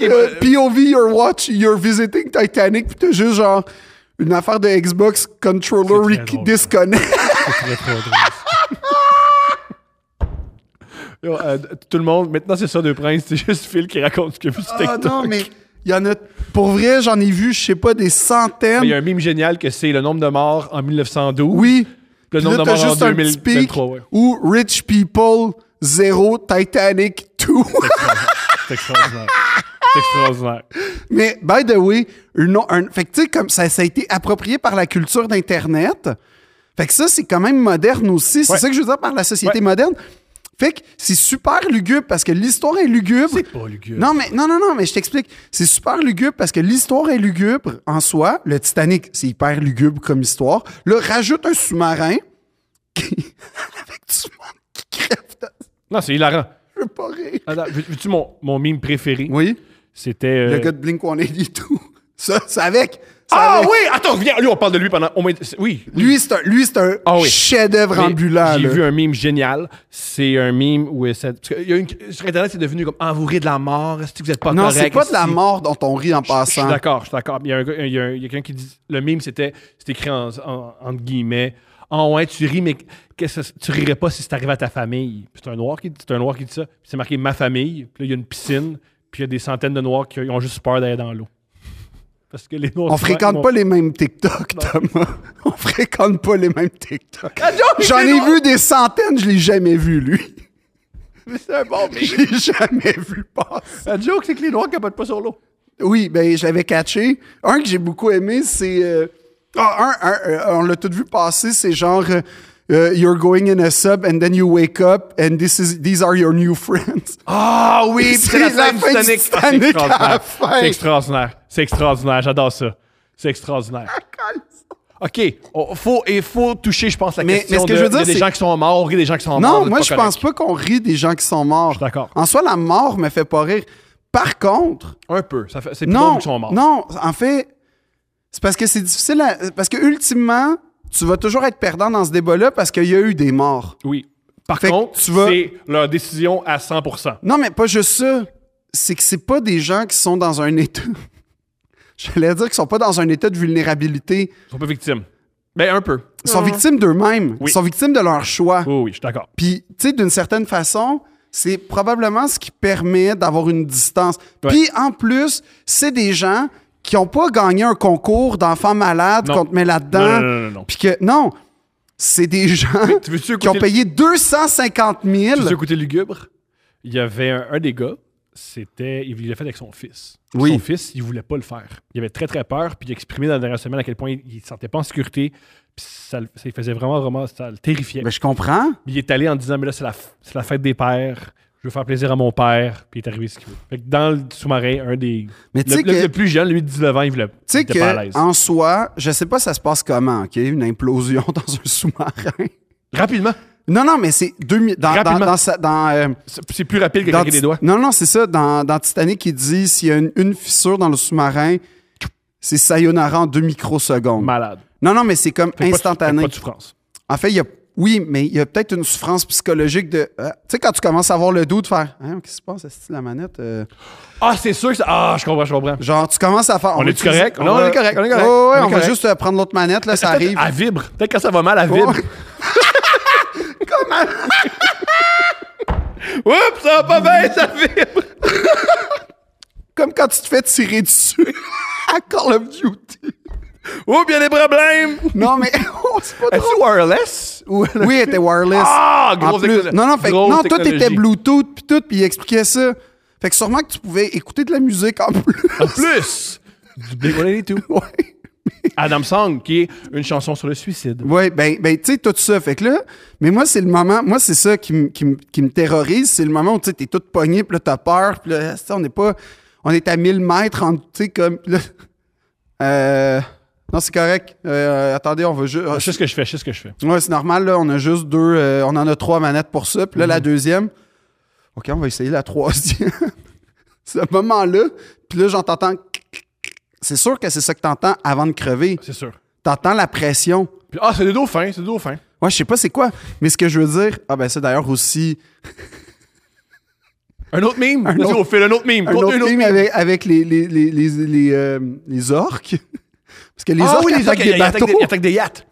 Euh, POV, you're watch, you're visiting Titanic, puis t'as juste genre une affaire de Xbox controller
C'est très
re-
drôle,
disconnect.
C'est très, très drôle. Yo, euh, tout le monde, maintenant c'est ça, Deux Princes, c'est juste Phil qui raconte ce que vu sur
Ah
TikTok.
non, mais il y en a. Pour vrai, j'en ai vu, je sais pas, des centaines.
Mais il y a un mime génial que c'est le nombre de morts en 1912.
Oui.
Le
Puis
nombre
là,
de
t'as
morts en
juste un petit pic
2023. ouais.
où Rich People 0, Titanic 2.
C'est extraordinaire. c'est extraordinaire.
Mais, by the way, une o- un- fait que, tu sais, comme ça, ça a été approprié par la culture d'Internet. Fait que ça, c'est quand même moderne aussi. C'est
Ouais.
ça que je veux dire par la société
Ouais.
moderne. Fait que c'est super lugubre parce que l'histoire est lugubre.
C'est pas lugubre.
Non, mais, non, non, non, mais je t'explique. C'est super lugubre parce que l'histoire est lugubre en soi. Le Titanic, c'est hyper lugubre comme histoire. Là, rajoute un sous-marin qui... avec du monde qui crève. dedans.
Non, c'est hilarant.
Je veux pas rire.
Attends, veux- veux-tu mon, mon mime préféré?
Oui,
C'était.
le
euh,
gars de Blink-182. Ça, c'est avec. C'est
Ah
avec.
oui! Attends, reviens. Lui, on parle de lui pendant. au moins- c'est- Oui.
Lui, c'est un, lui, c'est un
Ah oui.
chef-d'œuvre
Mais
ambulant.
J'ai
là.
vu un mime génial. C'est un mime où. ça- parce que il y a une- sur Internet, c'est devenu comme Ah, vous riez de la mort. Est-ce que vous êtes pas
non,
correct?
c'est pas de la
est-ce que-
mort dont on rit en
Je suis
passant.
d'accord, je suis d'accord. Il y a, un gars- il y a un- il y a quelqu'un qui dit. Le mime, c'était c'était écrit en, en- entre guillemets. En ouais, tu ris, mais qu'est-ce que- tu rirais pas si c'est arrivé à ta famille. Puis C'est un, noir qui dit- c'est un noir qui dit ça. Puis C'est marqué ma famille. Puis là, il y a une piscine. Puis il y a des centaines de noirs qui ont juste peur d'aller dans l'eau. Parce que les noirs.
On fréquente pas les mêmes TikTok, Thomas. On fréquente pas les mêmes TikTok.
Ah non, mais
J'en
c'est
ai
drôle.
vu des centaines, je l'ai jamais vu, lui.
C'est un bon
Je l'ai jamais vu passer.
La joke, c'est que les noirs capotent pas sur l'eau.
Oui, ben, je l'avais catché. Un que j'ai beaucoup aimé, c'est. euh, ah, un, un, euh, on l'a tout vu passer, c'est genre. euh, euh, you're going in a sub and then you wake up and this is, these are your new friends.
Ah oui, puis c'est la,
C'est
scène
la fin du
Titanic. Ah,
Titanic
c'est
à la
extraordinaire.
fin.
C'est extraordinaire. C'est extraordinaire. J'adore ça. C'est extraordinaire. OK. On- faut, et faut toucher, je pense, la
Mais- mais
question
ce que
de-
je veux dire,
il y a des
c'est-
gens qui sont morts, on rit des gens qui sont morts.
Non,
c'est
moi,
pas
je
correct.
pense pas qu'on rit des gens qui sont morts.
suis d'accord.
En soi, la mort me fait pas rire. Par contre,
Un peu. Ça fait, c'est plus drôle
non,
qu'ils sont morts.
non, en fait, c'est parce que c'est difficile à- Parce que, ultimement, tu vas toujours être perdant dans ce débat-là parce qu'il y a eu des morts.
Oui. Par
Fait que
contre,
tu vas-
c'est leur décision à 100
Non, mais pas juste ça. C'est que c'est pas des gens qui sont dans un état... J'allais dire qu'ils sont pas dans un état de vulnérabilité.
Ils sont pas victimes. Ben, un peu.
Ils sont victimes d'eux-mêmes.
Oui.
Ils sont victimes de leur choix.
Oui, oui, je suis d'accord.
Puis, tu sais, d'une certaine façon, c'est probablement ce qui permet d'avoir une distance. Puis, en plus, c'est des gens qui n'ont pas gagné un concours d'enfants malades
Non.
qu'on te met là-dedans.
Non, non, non, non, non.
Puis que, non, c'est des gens
tu veux-tu
qui ont
écouter-
payé 250 000.
Sur le côté lugubre, il y avait un, un des gars, c'était, il l'a fait avec son fils.
Oui.
Son fils, il voulait pas le faire. Il avait très très peur, puis il exprimait dans la dernière semaine à quel point il, il se sentait pas en sécurité, puis ça, le- ça le faisait vraiment vraiment, ça le terrifiait.
Ben, je comprends.
Puis Il est allé en disant mais là c'est la, f- c'est la fête des pères, je veux faire plaisir à mon père, puis il est arrivé ce qu'il veut. Fait que dans le sous-marin, un des,
Mais tu
le,
sais
le-
que-
le plus jeune, lui de 19 ans, il voulait,
Tu
il
sais
était pas à l'aise.
que, en soi, je sais pas ça se passe comment, OK? Une implosion dans un sous-marin.
Rapidement,
Non, non, mais c'est 2000. Dans, dans,
Rapidement.
dans, sa- dans, euh,
c'est c'est plus rapide que
Dans
claquer des
Ti-
doigts.
Non, non, c'est ça. Dans, dans Titanic, il dit s'il y a une, une fissure dans le sous-marin, c'est sayonara en deux microsecondes.
Malade.
Non, non, mais c'est comme
Fait que pas de-
instantané.
Pas de souffrance.
En fait, il y a. Oui, mais il y a peut-être une souffrance psychologique de. euh, tu sais, quand tu commences à voir le doute, faire. Hein, qu'est-ce qui se passe? Est-ce que la manette. euh?
Ah, c'est sûr que ça... Ah, je comprends, je comprends.
Genre, tu commences à faire.
On
va
est-tu
utiliser-
correct? Non,
va-
on est correct, on est correct,
Ouais, ouais,
on est
on, va
correct. Ah.
juste euh, prendre l'autre manette, là, ça arrive.
Elle vibre. Peut-être quand ça va mal, elle vibre. Oups, ça va pas bien, ça vibre.
Comme quand tu te fais tirer dessus à Call of Duty.
Oups, il y a des problèmes.
Non, mais. oh, c'est pas drôle.
wireless? Ou...
Oui, elle était wireless.
Ah,
En
grosse
plus,
technologie.
non, non, fait, que-
Grosse
non tout
technologie.
était Bluetooth, puis tout, puis il expliquait ça. Fait que sûrement que tu pouvais écouter de la musique en plus.
En plus, du Blink-182.
ouais.
Adam Song, qui est une chanson sur le suicide.
Ouais, ben, ben tu sais, tout ça. Fait que là, mais moi, c'est le moment, moi, c'est ça qui me qui me- qui me terrorise. C'est le moment où, tu sais, t'es tout pogné, puis là, t'as peur, puis là, ça, on n'est pas, on est à 1000 mètres, en- tu sais, comme, puis là, euh, non, c'est correct. Euh, attendez, on va juste.
Je sais ce que je fais, je sais ce que je fais.
Ouais, c'est normal, là, on a juste deux, euh, on en a trois manettes pour ça. Puis là, la deuxième, OK, on va essayer la troisième. ce moment-là, puis là, j'entends... C'est sûr que c'est ça que t'entends avant de crever.
C'est sûr.
T'entends la pression.
Puis- ah, c'est des dauphins, c'est des dauphins.
Ouais, je sais pas c'est quoi, mais ce que je veux dire... Ah ben ça, d'ailleurs, aussi...
Un autre mime. Vas-y,
autre-
on fait un autre mime.
Un
Conte
autre film avec, avec les, les, les, les, les, euh, les orques. Parce que les
ah
orques
oui, les
attaquent
orques,
des
ils attaquent
bateaux.
des- ils attaquent des yachts.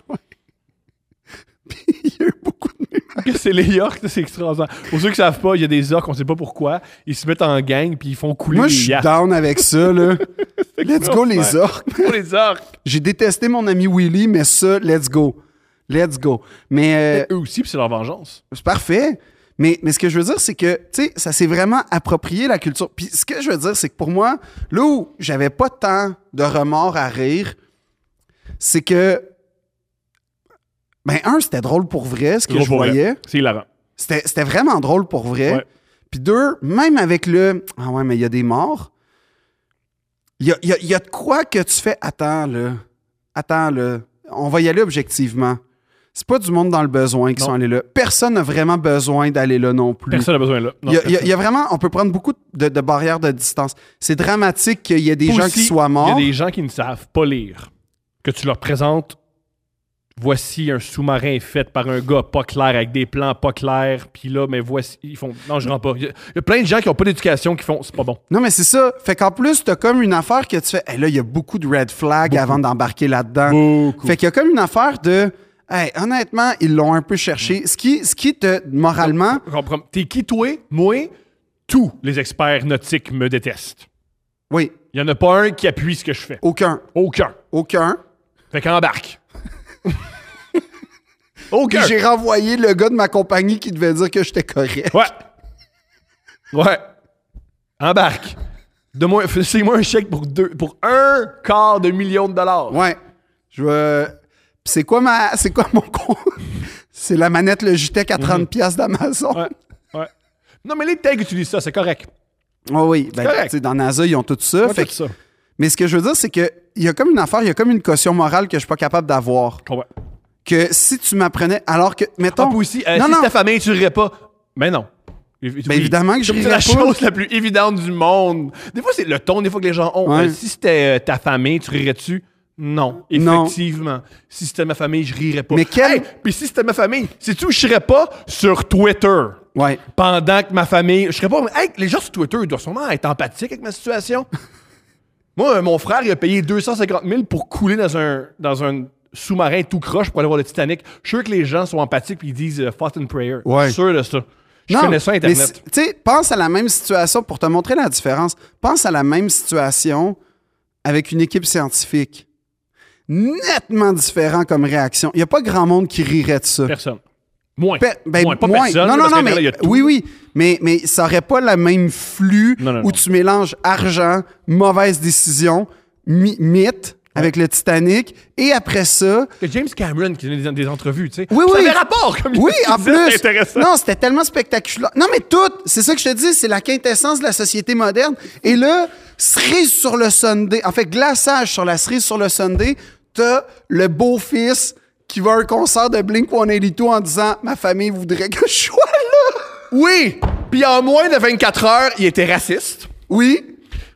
Il y a eu beaucoup de...
que c'est les Yorks, c'est extraordinaire. Pour ceux qui savent pas, il y a des orques, on sait pas pourquoi. Ils se mettent en gang puis ils font couler
Moi, je
les
suis
yachts.
down avec ça, là. let's go, les
Ouais.
orques.
Pour les orques.
J'ai détesté mon ami Willy, mais ça, let's go. Let's go. Mais. euh,
Eux aussi, puis c'est leur vengeance.
C'est parfait. Mais, mais ce que je veux dire, c'est que, tu sais, ça s'est vraiment approprié la culture. Puis ce que je veux dire, c'est que pour moi, là où j'avais pas tant de remords à rire, c'est que, ben, un, c'était drôle pour vrai, ce que je
Toujours pour
voyais.
vrai. C'est hilarant.
C'était c'était vraiment drôle pour vrai.
Ouais.
Puis deux, même avec le, ah ouais, mais il y a des morts, il y a, il y a- il y a de quoi que tu fais, attends, là, attends, là, on va y aller objectivement. C'est pas du monde dans le besoin qui
Non.
sont allés là. Personne n'a vraiment besoin d'aller là non plus.
Personne n'a besoin de là. Non,
Il y, a- il y a- il y a vraiment, on peut prendre beaucoup de, de barrières de distance. C'est dramatique qu'il y ait des
Aussi,
gens qui soient morts.
Il y a des gens qui ne savent pas lire. Que tu leur présentes, voici un sous-marin fait par un gars pas clair, avec des plans pas clairs, puis là, mais voici, ils font, non, je rentre pas. Il y, a- il y a plein de gens qui n'ont pas d'éducation qui font, c'est pas bon.
Non, mais c'est ça. Fait qu'en plus, t'as comme une affaire que tu fais. Hey, là, il y a beaucoup de red flags avant d'embarquer là-dedans.
Beaucoup.
Ah. Fait qu'il y a comme une affaire de. Hey, honnêtement, ils l'ont un peu
Mm.
cherché. Ce qui, ce qui te, moralement,
Comprends- T'es qui, toi? Moi? Tous les experts nautiques me détestent.
oui,
Il n'y en a pas un qui appuie ce que je fais.
aucun.
Aucun.
Aucun.
Fait qu'embarque. Aucun.
Puis j'ai renvoyé le gars de ma compagnie qui devait dire que j'étais correct.
Ouais. Ouais. Embarque. Donne-moi, fais-moi un chèque pour deux, pour un quart de million de dollars.
Ouais. Je veux. Puis c'est quoi ma. C'est quoi mon con? c'est la manette Logitech à 30$ piastres d'Amazon.
Mm-hmm. Ouais. Ouais. Non, mais les tags utilisent ça, c'est correct.
Ah oui. Ben,
correct.
tu sais, dans NASA, ils ont tout ça.
Pas
Fait
tout
que-
ça.
Mais ce que je veux dire, c'est que il y a comme une affaire, il y a comme une caution morale que je suis pas capable d'avoir.
Comprends.
Que si tu m'apprenais, alors que mettons,
Ah, puis aussi, euh,
non
si
non,
ta famille, tu rirais pas. Mais non. Mais
évidemment que je
C'est
rirais
la
pas.
chose la plus évidente du monde. Des fois, c'est le ton, des fois que les gens ont.
Ouais.
Euh, si c'était euh, ta famille, tu rirais-tu? Non,
Non.
effectivement. Si c'était ma famille, je rirais pas.
Mais quel-
Hey, Puis si c'était ma famille, c'est tu où je serais pas? Sur Twitter.
ouais,
Pendant que ma famille... Je serais pas... Hey, les gens sur Twitter, ils doivent sûrement être empathiques avec ma situation. Moi, euh, mon frère, il a payé 250 000 pour couler dans un, dans un sous-marin tout croche pour aller voir le Titanic. Je suis sûr que les gens sont empathiques et ils disent euh, Thought and Prayer.
Ouais.
Je suis sûr de ça. Je
non,
connais ça,
mais
Internet.
c'est- Tu sais, pense à la même situation pour te montrer la différence. Pense à la même situation avec une équipe scientifique, nettement différent comme réaction. Il y a pas grand monde qui rirait de ça.
Personne. Moins.
Pe- ben,
moins. Pas
moins.
personne.
Non, non,
parce
non,
que là, il y
mais
a tout.
oui, oui, mais, mais ça aurait pas le même flux
Non, non,
où
non.
tu mélanges argent, mauvaise décision, mi- mythe avec le Titanic, et après ça,
Que James Cameron qui donne des, des entrevues, tu sais.
Oui,
ça
oui.
avait rapport, comme
oui,
tu
en
disais,
plus,
C'est intéressant.
non, c'était tellement spectaculaire. Non, mais tout, c'est ça que je te dis, c'est la quintessence de la société moderne. Et là, cerise sur le Sunday, en fait, glaçage sur la cerise sur le Sunday, t'as le beau-fils qui va à un concert de Blink 182 en disant ma famille voudrait que je sois là.
Oui! Puis en moins de 24 heures, il était raciste.
Oui.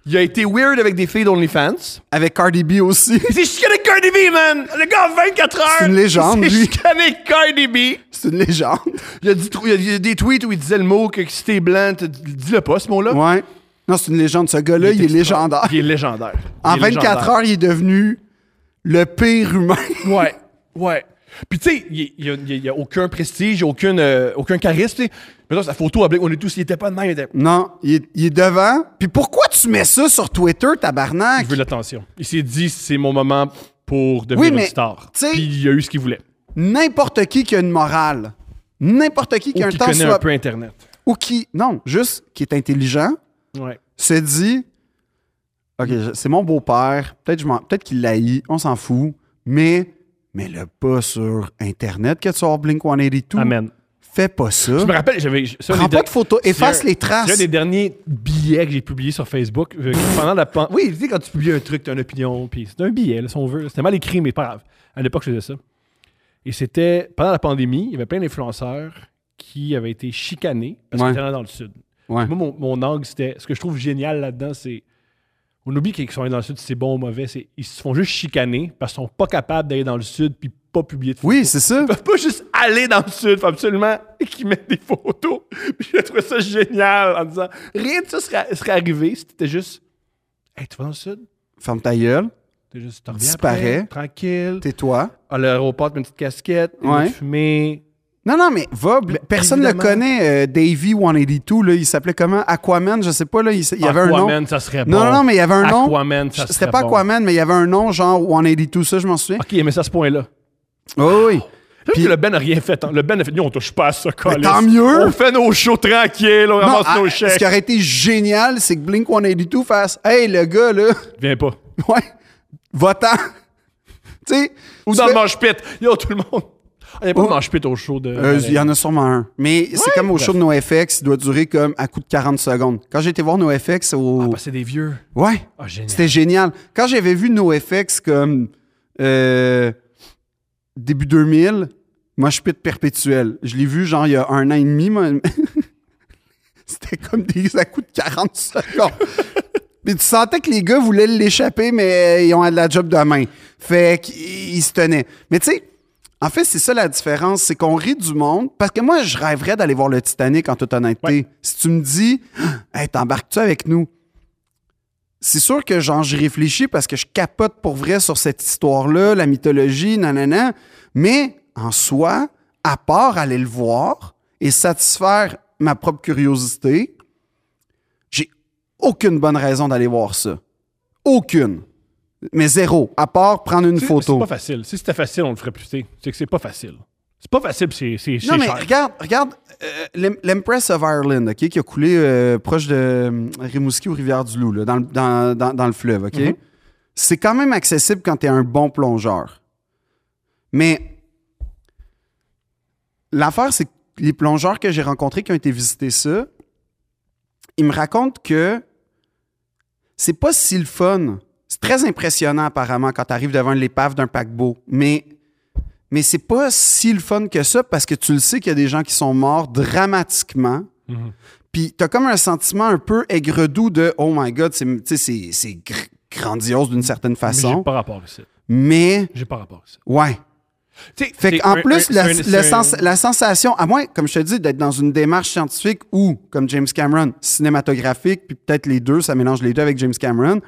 Il a été weird avec des filles d'OnlyFans.
Avec Cardi B aussi.
Il s'est chicané avec Cardi B, man! Le gars, a 24 heures!
C'est une légende,
Il s'est
lui.
chicané avec Cardi B!
C'est une légende.
Il y, a dit- il y a- il y a des tweets où il disait le mot que si t'es blanc, t- dis-le pas ce mot-là.
Ouais. Non, c'est une légende. Ce gars-là, il, est
extra-
légendaire.
Il est légendaire.
en
Il est
24
légendaire.
heures, il est devenu le pire humain.
Ouais, ouais. Puis tu sais, il n'y a, il y a- il y a aucun prestige, aucune, euh, aucun charisme. tu sais. Mettons, sa photo à Blake, on est tous, il était pas de même. Il était...
Non, il est, il est devant. Puis pourquoi tu mets ça sur Twitter, tabarnak?
Il veut de l'attention. Il s'est dit, c'est mon moment pour
Oui,
devenir
mais,
une star.
tu sais-
Puis il a eu ce qu'il voulait.
N'importe qui qui a une morale. N'importe qui qui
Ou
a un
qui
temps
connaît
soit...
un peu Internet.
Ou qui... Non, juste qui est intelligent,
Ouais.
se dit... OK, je- c'est mon beau-père. Peut-être je m'en- peut-être qu'il l'haït. On s'en fout. Mais... Mais le pas sur Internet que tu sors Blink-182.
Amen.
Fais pas ça.
Ah, Je me rappelle, j'avais. ça,
Prends
les
pas
der-
de photos,
c'est
efface
un-
les traces.
C'est un des derniers billets que j'ai publié sur Facebook. euh, pendant la pan- Oui, tu sais, quand tu publies un truc, t'as une opinion, puis c'est un billet, là, si on veut. C'était mal écrit, mais pas grave. À l'époque, je faisais ça. Et c'était pendant la pandémie, il y avait plein d'influenceurs qui avaient été chicanés parce
Ouais. Ah.
qu'ils étaient allés dans le sud.
Ouais.
Moi, mon, mon angle, c'était. Ce que je trouve génial là-dedans, c'est. On oublie qu'ils sont allés dans le sud, si c'est bon ou mauvais. c'est- Ils se font juste chicaner parce qu'ils sont pas capables d'aller dans le sud puis pas publier de photos.
Oui, c'est ça.
Ils peuvent pas juste aller dans le sud, faut absolument qu'ils mettent des photos. Puis j'ai trouvé ça génial en disant rien de ça serait, serait arrivé si t'étais juste Hey, tu vas dans le sud?
Ferme ta gueule,
T'es juste tu reviens
Disparaît.
après, tranquille.
tais-toi.
À l'aéroport, tu mets une petite casquette, une
Ouais.
fumée.
Non, non, mais va, personne ne le
évidemment.
connaît. euh, Davey 182, là, il s'appelait comment? Aquaman, je sais pas, là, il, s- il y avait un nom.
Aquaman, ça serait
Non,
bon.
non, non, mais il y avait un nom.
Aquaman, ça
Ce
serait
serait pas
bon.
Aquaman, mais il y avait un nom, genre 182, ça, je m'en souviens.
OK, mais ça, à ce point-là. Ah,
Oh, oui.
Puis le Ben n'a rien fait. hein. Le Ben a fait, nous, on touche pas à ça, Colin.
tant mieux!
On fait nos shows tranquilles, on
Non,
ramasse
ah,
nos
ce
chèques.
qui aurait été génial, c'est que Blink 182 fasse Hey, le gars, là,
Viens pas.
ouais, va-t'en. tu sais.
Ou
tu
dans
fais-
le manche-pit. Yo, tout le monde. Il n'y a pas de manche-pit au show de...
Oh. Euh, Il y en a sûrement un. Mais c'est comme au show de NoFX, il doit durer comme à coup de 40 secondes. Quand j'ai été voir NoFX au.
Ah, c'est des vieux.
ouais.
Ah, génial.
C'était génial. Quand j'avais vu NoFX comme euh, début 2000, moi, je pite perpétuel. Je l'ai vu genre il y a un an et demi. moi. C'était comme des à coups de 40 secondes. Mais tu sentais que les gars voulaient l'échapper, mais ils ont de la job de main. Fait qu'ils se tenaient. Mais tu sais, en fait, c'est ça la différence. C'est qu'on rit du monde. Parce que moi, je rêverais d'aller voir le Titanic en toute honnêteté. Si tu me dis, hey, t'embarques-tu avec nous? c'est sûr que genre j'y réfléchis parce que je capote pour vrai sur cette histoire-là, la mythologie, nanana. Mais en soi, à part aller le voir et satisfaire ma propre curiosité, j'ai aucune bonne raison d'aller voir ça. Aucune. Mais zéro. À part prendre une
C'est-
photo.
C'est pas facile. Si c'était facile, on le ferait plus. tu sais. C'est que c'est pas facile. C'est pas facile, puis c'est c'est-
Non,
c'est
mais
cher.
regarde, regarde euh, l'Em- l'Empress of Ireland, OK, qui a coulé euh, proche de euh, Rimouski ou Rivière-du-Loup, là, dans, le- dans, dans- dans le fleuve, OK?
Mhm.
C'est quand même accessible quand tu es un bon plongeur. Mais l'affaire, c'est que les plongeurs que j'ai rencontrés qui ont été visiter ça, ils me racontent que c'est pas si le fun. C'est très impressionnant, apparemment, quand tu arrives devant l'épave d'un paquebot. Mais mais c'est pas si le fun que ça parce que tu le sais qu'il y a des gens qui sont morts dramatiquement.
Mhm.
Puis t'as comme un sentiment un peu aigre-doux de Oh my God, c'est tu sais, c'est- c'est gr- grandiose d'une certaine
Mais J'ai
façon.
pas rapport à ça.
Mais,
J'ai pas rapport à ça.
ouais.
T'sais,
Fait
c'est
qu'en
un-
plus,
un-
la,
c'est un-
la
c'est un-
sens- la sensation, à moins, comme je te dis, d'être dans une démarche scientifique ou, comme James Cameron, cinématographique, puis peut-être les deux, ça mélange les deux avec James Cameron,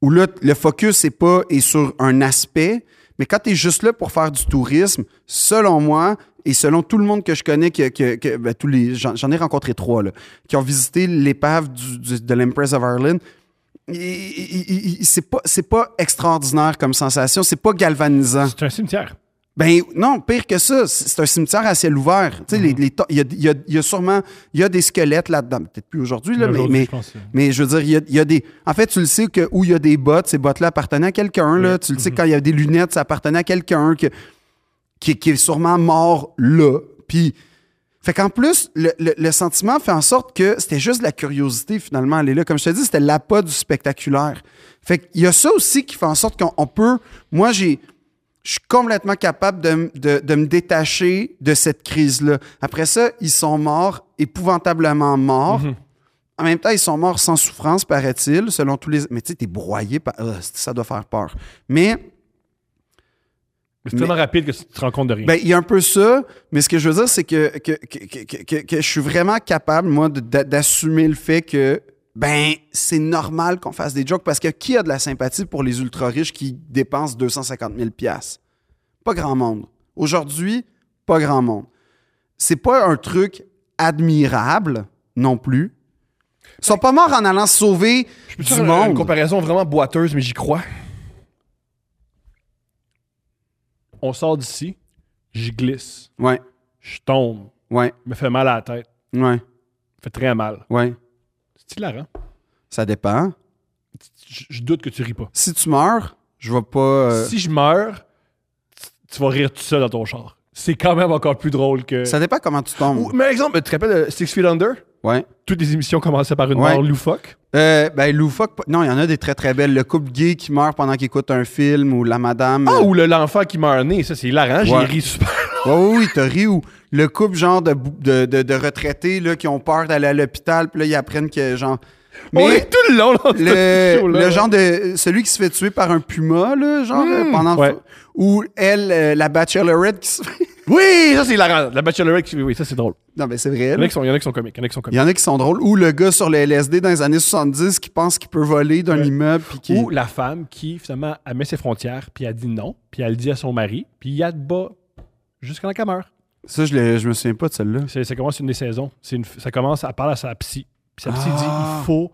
où là, le focus est pas est sur un aspect, mais quand tu es juste là pour faire du tourisme, selon moi, et selon tout le monde que je connais, que, que- que- ben, tous les j'en j'en ai rencontré trois, là, qui ont visité l'épave du- du- de l'Empress of Ireland, i- i- i- i- c'est pas, c'est pas extraordinaire comme sensation, c'est pas galvanisant.
C'est un cimetière.
Ben non, pire que ça, c'est c'est un cimetière à ciel ouvert. Tu sais,
Mhm.
les- les to- il y a, il y a- il y a sûrement, il y a des squelettes là-dedans. Peut-être plus aujourd'hui, là, mais,
Aujourd'hui,
mais,
je pense, euh.
mais je veux dire, il y a, il y a des. En fait, tu le sais que où il y a des bottes, ces bottes-là appartenaient à quelqu'un. Là, tu le
Mhm.
sais que quand il y a des lunettes, ça appartenait à quelqu'un que- qui, qui est sûrement mort là. Puis, fait qu'en plus, le, le- le sentiment fait en sorte que c'était juste de la curiosité finalement aller là. Comme je te dis, c'était l'appât du spectaculaire. Fait qu'il y a ça aussi qui fait en sorte qu'on on peut. Moi, j'ai je suis complètement capable de, m- de- de me détacher de cette crise-là. Après ça, ils sont morts, épouvantablement morts. En même temps, ils sont morts sans souffrance, paraît-il, selon tous les. Mais tu sais, t'es broyé par. Ah, ça doit faire peur. Mais
Mais C'est tellement rapide que tu te rends compte de rien.
ben, il y a un peu ça, mais ce que je veux dire, c'est que, que, que, que- que- que je suis vraiment capable, moi, de- d'a- d'assumer le fait que, ben, c'est normal qu'on fasse des jokes parce que qui a de la sympathie pour les ultra-riches qui dépensent 250 000 piastres? Pas grand monde. Aujourd'hui, pas grand monde. C'est pas un truc admirable non plus. Ils sont pas morts en allant sauver
je peux te
du
faire une- une
monde.
comparaison vraiment boiteuse, mais j'y crois. On sort d'ici, j'y glisse,
Ouais,
je tombe,
ouais,
me fait mal à la tête,
ouais,
me fait très mal.
ouais.
C'est hilarant.
Ça dépend.
Je, je doute que tu ris pas.
Si tu meurs, je vais pas. euh,
Si je meurs, tu, tu vas rire tout seul dans ton char. C'est quand même encore plus drôle que.
Ça dépend comment tu tombes.
Euh, Ou- mais exemple, tu te rappelles euh, Six Feet Under
Ouais.
Toutes les émissions commençaient par une
Ouais.
mort loufoque.
Euh, ben, loufoque. pas- Non, il y en a des très très belles. Le couple gay qui meurt pendant qu'il écoute un film ou la madame.
Ah,
euh,
ou le- l'enfant qui meurt né, ça c'est hilarant, j'ai
Ouais.
ri super.
ouais, ouais, Oh oui, t'as ri. Ou le couple genre de, bou- de, de, de retraités là, qui ont peur d'aller à l'hôpital, puis là, ils apprennent que genre.
On est tout le long dans ce
le,
show-là.
le genre de celui qui se fait tuer par un puma là, genre euh, pendant
Hmm, ouais.
ou elle euh, la bachelorette qui se fait
Oui, ça c'est hilarant. La bachelorette, qui- oui, ça c'est drôle.
non mais c'est vrai
Il y en a
là.
qui sont, il y en a qui sont comiques. Il y en a qui sont
il
comiques.
y en a qui sont drôles ou le gars sur le LSD dans les années 70 qui pense qu'il peut voler d'un immeuble puis qui
Ou la femme qui, finalement, elle met ses frontières, puis elle dit non, puis elle dit à son mari, puis il a de bas jusqu'à la qu'elle meurt.
Ça, je, l'ai- je me souviens pas de celle-là.
C'est- Ça commence une des saisons. C'est une- ça commence à parler à sa psy. Puis sa psy dit
Ah.
il faut.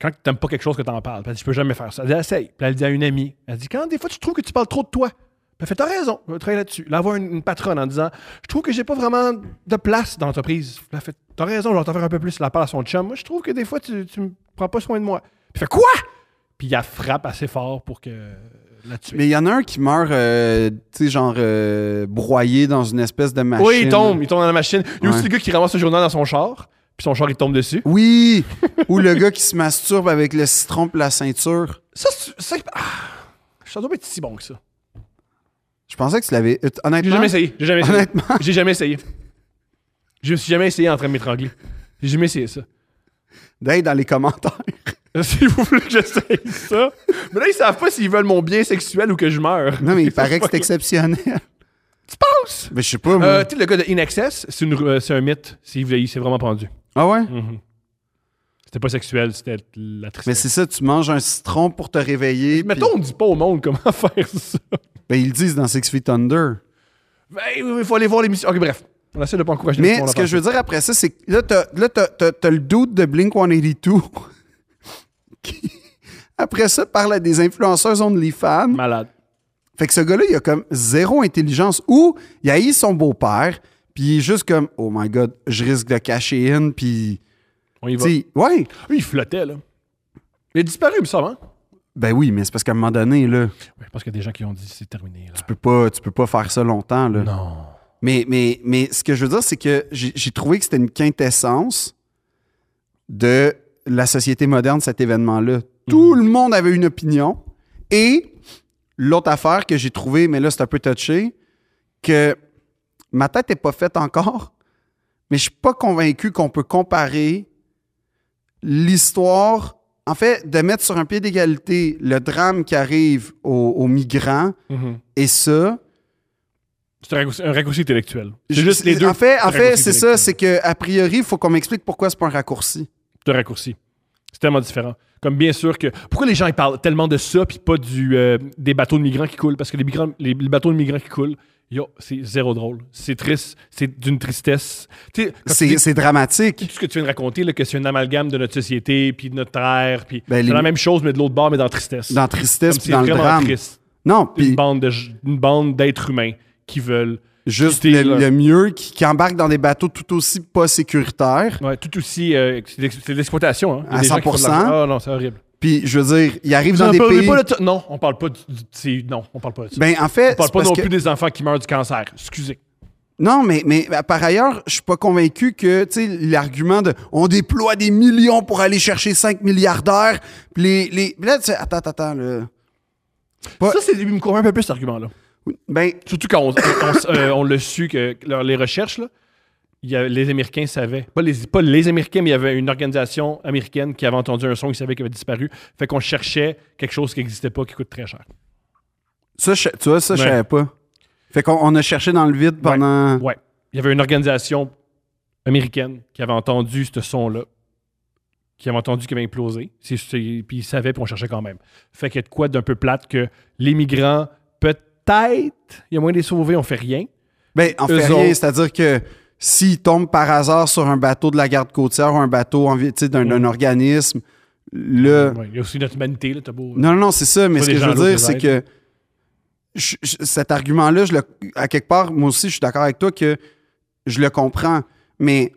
Quand tu n'aimes pas quelque chose que tu en parles, elle dit, je peux jamais faire ça. Elle dit essaye. Puis elle dit à une amie elle dit quand des fois tu trouves que tu parles trop de toi, puis elle fait t'as raison, je vais travailler là-dessus. Là, elle envoie une, une patronne en disant je trouve que j'ai pas vraiment de place dans l'entreprise. Puis elle fait t'as raison, je vais t'en faire un peu plus. Elle parle à son chum moi je trouve que des fois tu, tu me prends pas soin de moi. Puis elle fait quoi Puis elle frappe assez fort pour que là-dessus.
Mais il y en a un qui meurt, euh, tu sais, genre euh, broyé dans une espèce de machine.
Oui, il tombe, il tombe dans la machine. Il y a aussi
Ouais.
le gars qui ramasse le journal dans son char, puis son char il tombe dessus.
Oui! Ou le gars qui se masturbe avec le citron pour la ceinture.
Ça, c'est- ça, ah, ça doit pas être si bon que ça. Hein?
Je pensais que tu l'avais. euh,
J'ai
Honnêtement.
jamais essayé. J'ai jamais essayé.
Honnêtement.
J'ai jamais essayé. Je me suis jamais essayé en train de m'étrangler. J'ai jamais essayé ça.
D'ailleurs, dans les commentaires.
Si vous voulez que j'essaye ça. Mais là, ils savent pas s'ils veulent mon bien sexuel ou que je meure.
Non, mais il paraît que Ah c'est exceptionnel.
Tu penses?
Mais je sais pas, moi.
Euh, tu sais, le gars de In Excess, c'est une- euh, c'est un mythe. C'est il s'est vraiment pendu.
ah ouais?
Mm. C'était pas sexuel, c'était la tristesse.
Mais c'est ça, tu manges un citron pour te réveiller. puis-
Mettons, on dit pas au monde comment faire ça.
Ben, ils le disent dans Six Feet Under.
Ben, il faut aller voir l'émission. Ok, bref. On essaie de pas encourager les
Mais
gens
ce que je veux dire après ça, c'est que là, t'as, là, t'as- t'as- t'as le doute de Blink 182 qui, après ça, parle à des influenceurs OnlyFans.
Malade.
Fait que ce gars-là, il a comme zéro intelligence ou il haït son beau-père, puis il est juste comme, oh my god, je risque de cacher in, puis.
On y va.
Tu sais, ouais.
Lui, il flottait, là. Il a disparu, il me semble. hein?
Ben oui, mais c'est parce qu'à un moment donné, là, tu
Ouais, je pense qu'il y a des gens qui ont dit c'est terminé. Là.
peux pas, tu peux pas faire ça longtemps, là.
Non.
Mais, mais, mais ce que je veux dire, c'est que j'ai j'ai trouvé que c'était une quintessence de la société moderne, cet événement-là. Tout le monde avait une opinion. Et l'autre affaire que j'ai trouvée, mais là, c'est un peu touché, que ma tête n'est pas faite encore, mais je suis pas convaincu qu'on peut comparer l'histoire, en fait, de mettre sur un pied d'égalité le drame qui arrive aux, aux migrants
Mm-hmm.
et ça,
C'est un raccourci, un raccourci intellectuel. C'est
je-
juste les
c'est-
deux.
En fait, en fait
raccourcis
c'est ça.
intellectuels.
C'est que a priori, il faut qu'on m'explique pourquoi c'est pas un raccourci.
Deux raccourcis. C'est tellement différent. Comme bien sûr que. Pourquoi les gens ils parlent tellement de ça puis pas du, euh, des bateaux de migrants qui coulent Parce que les, migrants, les, les bateaux de migrants qui coulent, yo, c'est zéro drôle. C'est triste. C'est d'une tristesse. Tu sais, quand tu
C'est
dis
c'est dramatique.
tout ce que tu viens de raconter, là, que c'est un amalgame de notre société puis de notre terre. Puis
Ben,
c'est
les-
la même chose, mais de l'autre bord, mais dans tristesse.
Dans
Comme
tristesse puis
c'est
dans le
vraiment
drame.
triste.
Non,
Une
puis
bande de j- une bande d'êtres humains qui veulent
juste
quitter
le,
leur-
le mieux qui, qui embarque dans des bateaux tout aussi pas sécuritaires.
Ouais, tout aussi. euh, c'est de- c'est de l'exploitation. Hein. Il y a
À
des gens qui font de
100%.
l'argent. Ah non, c'est horrible.
Puis je veux dire, ils arrivent dans
Non,
des
pas-
pays.
pas de ça. non, on parle pas du, du- c'est- non, on parle pas de ça.
Ben en fait,
on parle
c'est
pas
parce
non
que-
plus des enfants qui meurent du cancer. Excusez.
non, mais mais ben, par ailleurs, je suis pas convaincu que tu sais l'argument de on déploie des millions pour aller chercher 5 milliardaires. Puis les les là, tu sais, attends attends attends là. Ouais.
Ça, c'est il me convainc un peu plus cet argument-là.
Ben
Surtout quand on, on- euh, on l'a su que leur- les recherches là, il y a- les Américains savaient. Pas les, pas les Américains, mais il y avait une organisation américaine qui avait entendu un son, qui savait qu'il avait disparu. Fait qu'on cherchait quelque chose qui n'existait pas, qui coûte très cher.
Ça, je- tu vois, ça, je
Ouais.
savais pas. Fait qu'on on a cherché dans le vide pendant.
Ouais. Il y avait une organisation américaine qui avait entendu ce son-là, qui avait entendu qu'il avait implosé. C'est- c'est- Puis ils savaient, puis on cherchait quand même. Fait qu'il y a de quoi d'un peu plate que les migrants, peut-être, il y a moyen de les sauver, on fait rien.
Ben, en fait
Eux
rien,
autres.
c'est-à-dire que s'ils tombent par hasard sur un bateau de la garde côtière ou un bateau en vie- tu sais, d'un d'un organisme, là.
Ouais, il y a aussi notre humanité, là, t'as beau.
Euh. Non, non, non, c'est ça, mais
Pas
ce
des
que je
gens
veux dire,
à
c'est
l'autre
que je- je- cet argument-là, je le, à quelque part, moi aussi, je suis d'accord avec toi que je le comprends, mais,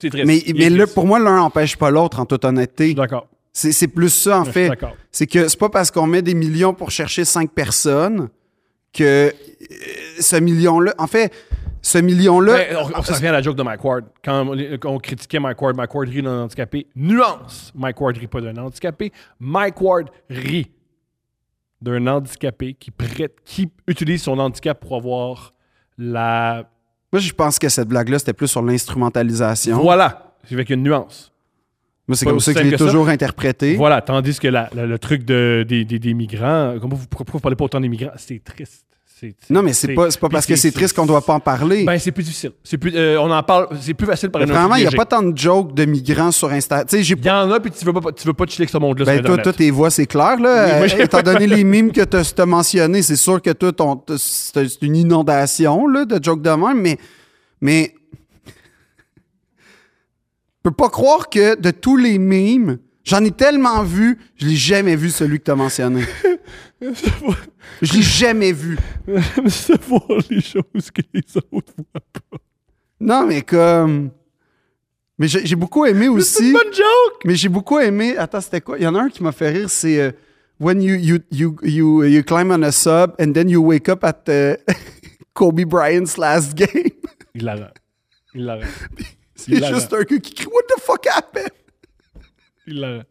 C'est triste.
mais,
Il est
mais là,
triste.
pour moi, l'un n'empêche pas l'autre, en toute
Je
honnêteté.
suis d'accord.
C'est c'est plus ça, en
Je suis
fait.
d'accord.
c'est que c'est pas parce qu'on met des millions pour chercher cinq personnes que euh, ce million-là. En fait, ce million-là.
Ben, on, on s'en revient à la joke de Mike Ward. Quand on, quand on critiquait Mike Ward, Mike Ward rit d'un handicapé. Nuance! Mike Ward rit pas d'un handicapé. Mike Ward rit d'un handicapé qui, prête, qui utilise son handicap pour avoir la.
moi, je pense que cette blague-là, c'était plus sur l'instrumentalisation.
Voilà! C'est avec une nuance.
Moi, c'est
Pas
comme
aussi
ça que je
simple
l'ai
que ça.
toujours interprété.
Voilà, tandis que la- la- le truc de, des, des- des migrants, euh, comment vous, pourquoi vous parlez pas autant des migrants? C'est triste. C'est- c'est-
Non, mais c'est pas, c'est pas
puis
parce que c'est triste qu'on
c'est-
doit pas en parler.
Ben, c'est plus difficile. C'est plus, euh, on en parle, c'est plus facile par
Mais
un
Ben, Vraiment, il n'y a
obligé.
pas tant de jokes de migrants sur Insta. Tu sais, j'ai
Il y en a, puis tu veux pas, tu veux pas te chiller avec ce monde-là.
Ben,
sur
toi,
Internet.
toi, tes voix, c'est clair, là.
Oui, moi,
Euh,
j'ai-
étant donné les mimes que tu as mentionné, c'est sûr que toi, ton, t'as- c'est c'est une inondation, là, de jokes de même, mais. Mais. Je peux pas croire que de tous les mimes, j'en ai tellement vu, je l'ai jamais vu celui que tu as mentionné. je l'ai jamais vu.
J'aime ça voir les choses que les autres voient pas.
Non, mais comme. Mais j'ai j'ai beaucoup aimé
C'est
aussi.
une bonne joke!
Mais j'ai beaucoup aimé. Attends, c'était quoi? Il y en a un qui m'a fait rire, c'est euh, When you, you, you, you, you climb on a sub and then you wake up at euh, Kobe Bryant's last game.
Il la rend. Il la rend.
c'est
Hilarant.
juste un gars qui crie What the fuck happened?
Il la rend.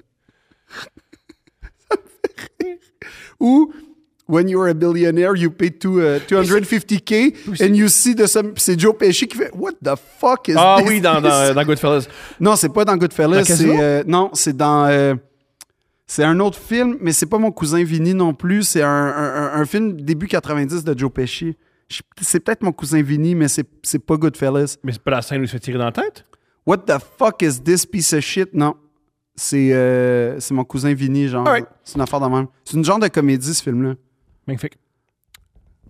Ou When you're a billionaire, you pay two, euh, 250K and you see the sum. Puis C'est Joe Pesci qui fait What the fuck is
Ah
this?
oui, dans, dans, dans Goodfellas.
Non, c'est pas dans Goodfellas.
Dans Casino?
C'est, euh, non, c'est dans. euh, c'est un autre film, mais c'est pas mon cousin Vinny non plus. C'est un, un- un- un film début 90 de Joe Pesci. Je- C'est peut-être mon cousin Vinny, mais c'est, c'est pas Goodfellas.
Mais c'est pas la scène où il se fait tirer dans la tête?
What the fuck is this piece of shit? Non. C'est, euh, c'est mon cousin Vinny, genre.
Alright.
C'est une affaire de même. C'est une genre de comédie, ce film-là.
Magnifique.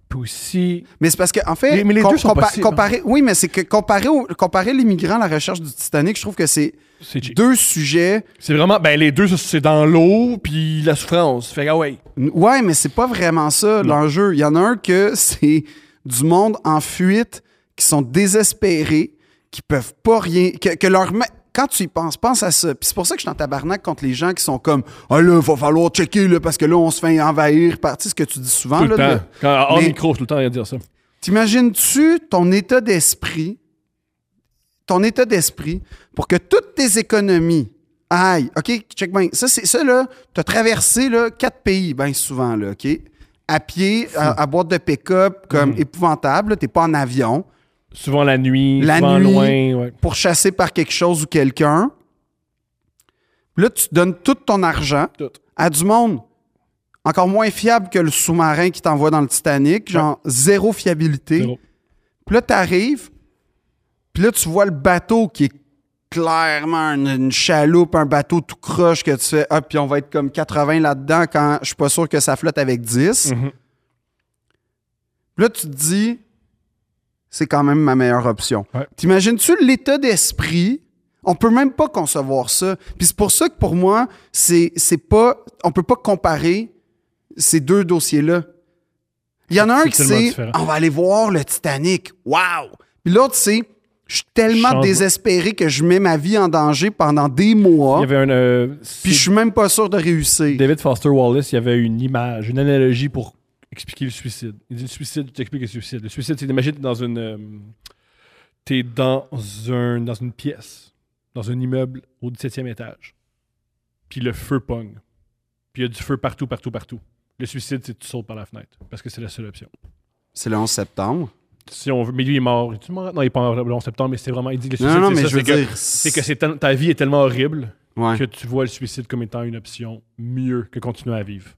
Puis aussi.
Mais c'est parce que, en fait,
Les- mais les
com-
deux sont
compa-
possibles, hein.
comparé- oui, mais c'est que comparé, au, comparé l'immigrant à la recherche du Titanic, je trouve que c'est
C'est cheap.
deux sujets
C'est vraiment. Ben, les deux, ça, c'est dans l'eau, puis la souffrance. Fait que, ah ouais.
Ouais, mais c'est pas vraiment ça l'enjeu. Il y en a un que c'est du monde en fuite qui sont désespérés, qui peuvent pas rien. Que, que leur. ma- Quand tu y penses, pense à ça. Puis c'est pour ça que je suis en tabarnak contre les gens qui sont comme Ah là, va falloir checker là, parce que là, on se fait envahir par tu sais, ce que tu dis souvent.
Tout le
là,
temps.
de-
Quand, hors
Mais-
micro, tout le temps, il va dire ça.
T'imagines-tu ton état d'esprit, ton état d'esprit, pour que toutes tes économies aillent, OK, check bien, ça, c'est ça, là, t'as traversé, là, quatre pays, bien souvent, là, OK, à pied, à, à boîte de pick-up, comme épouvantable, là, t'es pas en avion,
Souvent la nuit,
La
souvent
nuit.
loin. Ouais.
pourchassé par quelque chose ou quelqu'un. Là, tu donnes tout ton argent
Tout.
à du monde encore moins fiable que le sous-marin qui t'envoie dans le Titanic, genre zéro fiabilité.
Zéro.
Puis là, t'arrives, puis là, tu vois le bateau qui est clairement une, une chaloupe, un bateau tout croche que tu fais, ah, puis on va être comme 80 là-dedans quand je suis pas sûr que ça flotte avec 10.
Mhm.
Puis là, tu te dis, c'est quand même ma meilleure option.
Ouais.
T'imagines-tu l'état d'esprit? On peut même pas concevoir ça. Puis c'est pour ça que pour moi, c'est c'est pas, on peut pas comparer ces deux dossiers-là. Il y en a un
C'est
qui
tellement
c'est,
différent.
on va aller voir le Titanic. Wow! Puis l'autre c'est, je suis tellement
Change-
désespéré que je mets ma vie en danger pendant des
Il y
mois.
avait un. euh,
Puis je suis même pas sûr de réussir.
David Foster Wallace, il y avait une image, une analogie pour expliquer le suicide. Il dit le suicide, tu t'expliques le suicide. Le suicide, c'est imagine t'es dans une euh, t'es dans un dans une pièce, dans un immeuble au 17e étage. Puis le feu pogne. Puis il y a du feu partout, partout, partout. Le suicide, c'est tu sautes par la fenêtre parce que c'est la seule option.
C'est le 11 septembre.
Si on veut, mais lui il est mort. Tu mort? Non, il est pas mort le 11 septembre, mais c'est vraiment il dit le
Non,
suicide,
non,
c'est
mais
ça,
je veux
c'est que-
dire,
c'est que c'est tel- ta vie est tellement horrible
ouais.
que tu vois le suicide comme étant une option mieux que continuer à vivre.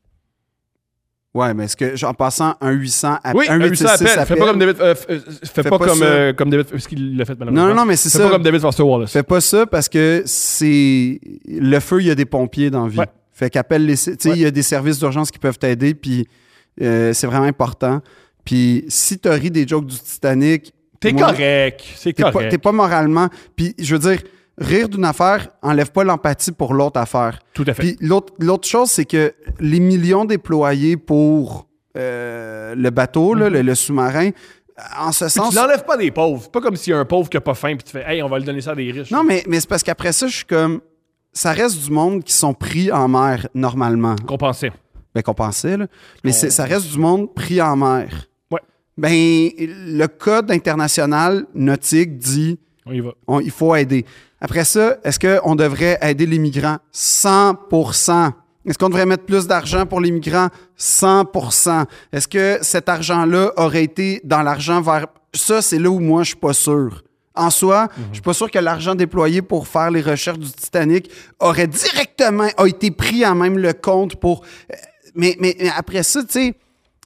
Ouais, mais est-ce que, genre, en passant, un 800 appel.
Oui, un 800 appel. Fais pas comme David, euh, f- euh, fais
Fais
pas,
pas
comme,
ça.
euh, comme David, ce qu'il l'a fait malheureusement.
Non, non, non, mais c'est
Fais
ça.
pas comme David Foster Wallace.
Fais pas ça parce que c'est. Le feu, il y a des pompiers dans la vie.
Ouais.
Fait qu'appelle les. Tu sais,
Ouais.
il y a des services d'urgence qui peuvent t'aider, puis euh, c'est vraiment important. Puis si t'as ri des jokes du Titanic.
T'es
moi,
correct, c'est
T'es pas,
correct.
t'es pas moralement. Puis je veux dire, rire d'une affaire enlève pas l'empathie pour l'autre affaire.
Tout à fait.
Puis l'autre l'autre chose, c'est que les millions déployés pour euh, le bateau, là, le, le sous-marin, en ce
Mhm. Puis
sens.
tu l'enlèves pas des pauvres. C'est pas comme s'il y a un pauvre qui a pas faim puis tu fais, hey, on va le donner ça à des riches.
Non, mais, mais c'est parce qu'après ça, je suis comme. Ça reste du monde qui sont pris en mer normalement.
Qu'on pensait.
Ben, qu'on pensait, là. Mais c'est-
Qu'on-
ça reste du monde pris en mer.
Ouais.
Ben, le code international nautique dit
On y va.
on- il faut aider. Après ça, est-ce qu'on devrait aider les migrants? 100 Est-ce qu'on devrait mettre plus d'argent pour les migrants? 100 Est-ce que cet argent-là aurait été dans l'argent vers... Ça, c'est là où moi, je suis pas sûr. En soi, je suis pas sûr que l'argent déployé pour faire les recherches du Titanic aurait euh, directement a été pris en même le compte pour... Mais, mais, mais après ça, tu sais,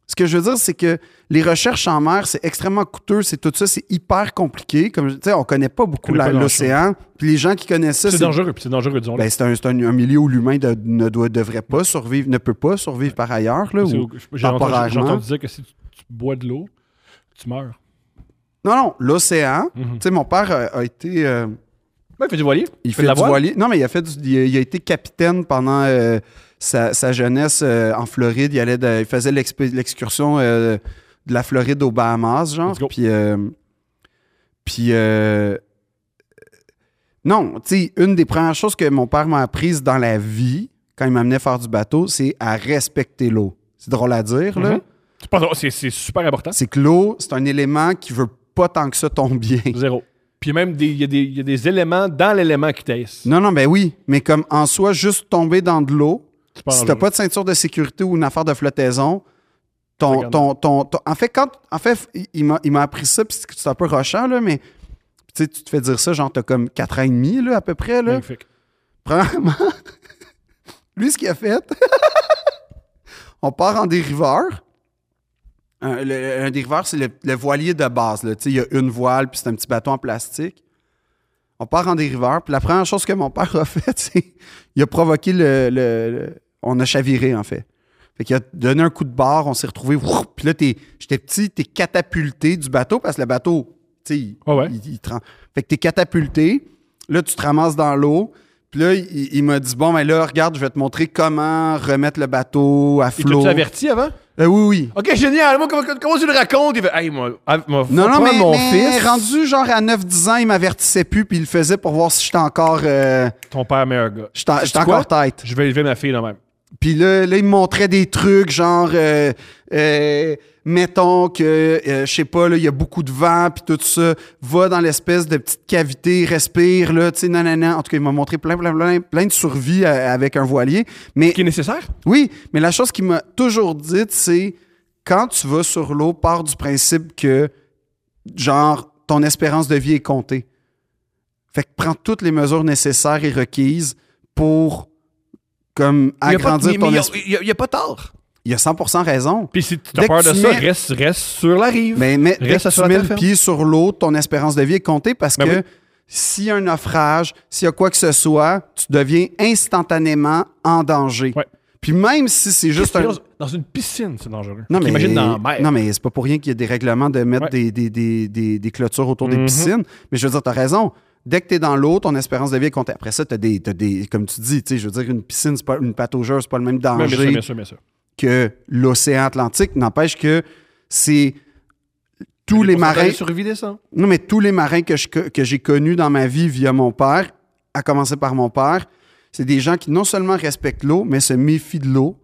Ce que je veux dire, c'est que les recherches en mer, c'est extrêmement coûteux, c'est tout ça, c'est hyper compliqué. Comme je- tu sais, on connaît pas beaucoup
connaît
la-
pas grand-chose.
l'océan. Puis les gens qui connaissent ça,
C'est dangereux, puis c'est dangereux, disons. là.
ben, c'est un, c'est un- un milieu où l'humain de- ne doit, devrait pas survivre, ne peut pas survivre par ailleurs. Là,
C'est
ou
au- J'ai entendu, j'ai
temporairement.
entendu dire que si tu, tu bois de l'eau, tu meurs.
Non, non, l'océan.
Mhm.
Tu sais, mon père a, a été. euh,
Ouais, il fait du voilier.
il
de
fait
la
du
voile.
voilier. Non, mais il a, fait du- il a, il a été capitaine pendant euh, sa, sa jeunesse euh, en Floride. Il, allait de- il faisait l'expé- l'excursion euh, de la Floride aux Bahamas, genre.
Let's go.
Puis. euh, puis euh, non, tu sais, une des premières choses que mon père m'a apprise dans la vie, quand il m'amenait faire du bateau, c'est à respecter l'eau. C'est drôle à dire, là.
Mhm. Tu penses- oh, c'est- C'est super important.
C'est que l'eau, c'est un élément qui veut pas tant que ça ton bien.
Zéro. Puis même, des- il y, a des- il y a des éléments dans l'élément qui t'aissent.
Non, non, ben oui, mais comme en soi, juste tomber dans de l'eau,
Tu parles
si
en
t'as
jeu.
pas de ceinture de sécurité ou une affaire de flottaison, ton,
Regarde.
ton, ton, ton- en fait, quand, en fait, il- il m'a, il m'a appris ça, puis c'est c'est un peu rochant, là, mais tu sais, tu te fais dire ça, genre, t'as comme 4 ans et demi, là, à peu près, là.
Magnifique.
Premièrement, lui, ce qu'il a fait, on part en dériveur. Un, le- un dériveur, c'est le, le voilier de base. là. Tu sais, Il y a une voile, puis c'est un petit bateau en plastique. On part en dériveur, puis la première chose que mon père a fait, c'est il a provoqué le, le- le- On a chaviré, en fait. Fait qu'il a donné un coup de barre, on s'est retrouvés. wouh, Puis là, t'es- j'étais petit, t'es catapulté du bateau parce que le bateau, tu sais, il-
Ouais, ouais.
il, il te ram- Fait que t'es catapulté. Là, tu te ramasses dans l'eau. Puis là, il, il m'a dit Bon, mais là, regarde, je vais te montrer comment remettre le bateau à
Il t'a-tu
flot.
averti avant?
Euh, oui, oui.
Ok, génial. Moi, comment, comment tu le racontes? Il fait, hey, moi, ah, moi, faut
Non, non,
prendre
mais,
mon
mais
fils.
rendu genre à 9-10 ans, il m'avertissait plus, puis il le faisait pour voir si j'étais encore, euh,
Ton père, meilleur gars.
j'étais,
Sais-tu
j'étais
quoi?
encore tête.
Je vais élever ma fille là même.
Puis là, là, il me montrait des trucs, genre, euh, euh, mettons que, euh, je sais pas, là, il y a beaucoup de vent, puis tout ça, va dans l'espèce de petite cavité, respire, là, tu sais, nanana. En tout cas, il m'a montré plein, plein, plein, plein de survie euh, avec un voilier. Mais
Ce qui est nécessaire?
oui, mais la chose qu'il m'a toujours dite, c'est quand tu vas sur l'eau, pars du principe que, genre, ton espérance de vie est comptée. Fait que prends toutes les mesures nécessaires et requises pour, comme,
Il y a pas-
agrandir
mais-
ton
mais
espérance.
Il y a- il y a pas tard.
Il a 100% raison.
Puis si tu
Dès
as
que
peur de
tu
ça,
mets-
reste, reste sur la rive.
Mais, mais dès
Reste
que
sur la
tu mets
terre
le
ferme.
pied sur l'eau, ton espérance de vie est comptée parce
Ben
que
oui.
s'il y a un naufrage, s'il y a quoi que ce soit, tu deviens instantanément en danger.
Ouais.
Puis même si c'est juste un...
dans, dans une piscine, c'est dangereux.
Non, mais,
Imagine dans la mer.
Non, mais c'est pas pour rien qu'il y a des règlements de mettre
Ouais.
des, des- des- des- des clôtures autour des
Mhm.
piscines. Mais je veux dire, t'as raison. Dès que t'es dans l'eau, ton espérance de vie est comptée. Après ça, t'as des, t'as des. Comme tu dis, tu sais, je veux dire, une piscine, c'est pas une pataugeuse, c'est pas le même
Mais bien sûr,
danger
bien sûr, bien sûr.
que l'océan Atlantique. N'empêche que c'est. Tous les marins.
survie descend.
Non, mais tous les marins que, je co- que j'ai connus dans ma vie via mon père, à commencer par mon père, c'est des gens qui non seulement respectent l'eau, mais se méfient de l'eau.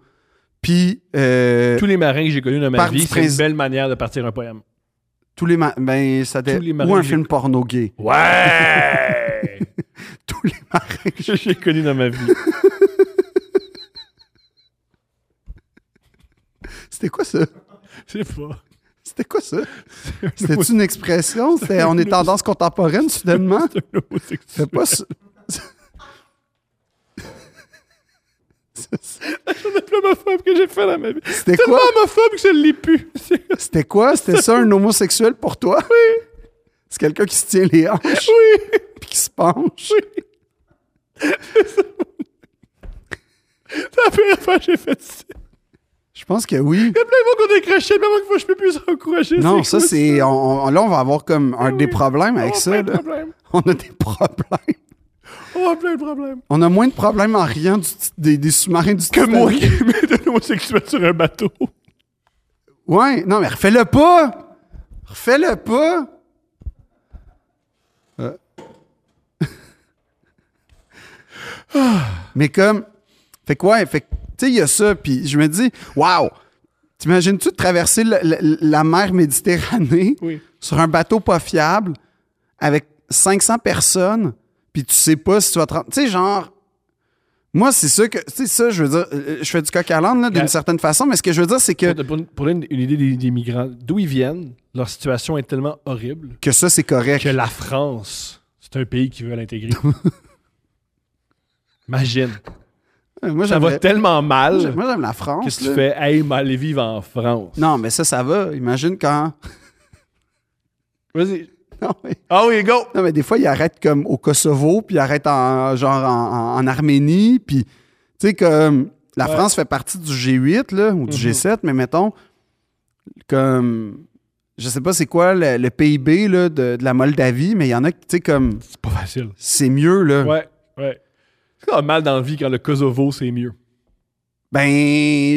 Puis. euh,
Tous les marins que j'ai connus dans ma
Par
vie,
du
c'est une
principe-
belle manière de partir un poème.
Tous les, ma- ben, ça dé-
Tous les
Ou
marins
un
que
film porno gay.
Ouais!
Tous les marins.
que j'ai connu dans ma vie.
C'était quoi ça?
C'est pas.
C'était quoi ça? C'était une expression? C'était on est tendance contemporaine soudainement?
C'est un homosexuel.
C'était pas ça.
C'est le plus homophobe que j'ai fait dans ma vie.
C'était
Tellement
quoi?
homophobe que je ne l'ai plus. C'est-
C'était quoi? C'était ça un homosexuel pour toi? Oui. C'est quelqu'un qui se tient les hanches
Oui!
puis qui se penche.
C'est la première fois que j'ai fait ça.
Je pense que oui.
Il y a plein de monde qu'on décrochait, plein de monde qu'il faut que je peux plus encourager.
Non, ça
quoi,
c'est. on- on- là, on va avoir comme un des problèmes
On
avec
a
ça.
plein de
là.
problèmes.
On a des problèmes.
On a plein de problèmes.
On a moins de problèmes en riant du- des, des sous-marins du
Que moi
Titanic.
qui mets de l'homosexuel sur un bateau.
Ouais, non, mais refais-le pas! Refais-le pas! Euh. mais comme. Fait quoi? fait que, tu sais, il y a ça, puis je me dis, waouh! T'imagines-tu de traverser le- le- la mer Méditerranée
Oui.
sur un bateau pas fiable avec 500 personnes, puis tu sais pas si tu vas te rendre- Tu sais, genre. Moi, c'est ça que. Tu sais, ça, je veux dire, euh, je fais du coq à l'âne, là, d'une
Ouais.
certaine façon, mais ce que je veux dire, c'est que.
Pour, pour- pour donner une, idée des, des migrants, d'où ils viennent, leur situation est tellement horrible
que ça, c'est correct.
que la France, c'est un pays qui veut l'intégrer. Imagine.
Euh, Moi,
Ça va
j'aimerais-
tellement
moi, j'aime-
mal.
moi, j'aime la France.
Qu'est-ce que
là.
tu fais? Hey, m'aller vivre en France.
Non, mais ça, ça va. Imagine quand.
Vas-y.
Non, mais,
Oh, oui, go!
non, mais des fois, ils arrêtent comme au Kosovo, puis ils arrêtent en, genre en, en- en Arménie, puis tu sais, comme la
Ouais.
France fait partie du G8 là, ou du
Mhm.
G7, mais mettons, comme je sais pas c'est quoi le, le PIB là, de, de la Moldavie, mais il y en a qui, tu sais, comme
C'est pas facile.
c'est mieux, là.
Ouais, ouais. C'est quand même mal dans la vie quand le Kosovo, c'est mieux.
Ben,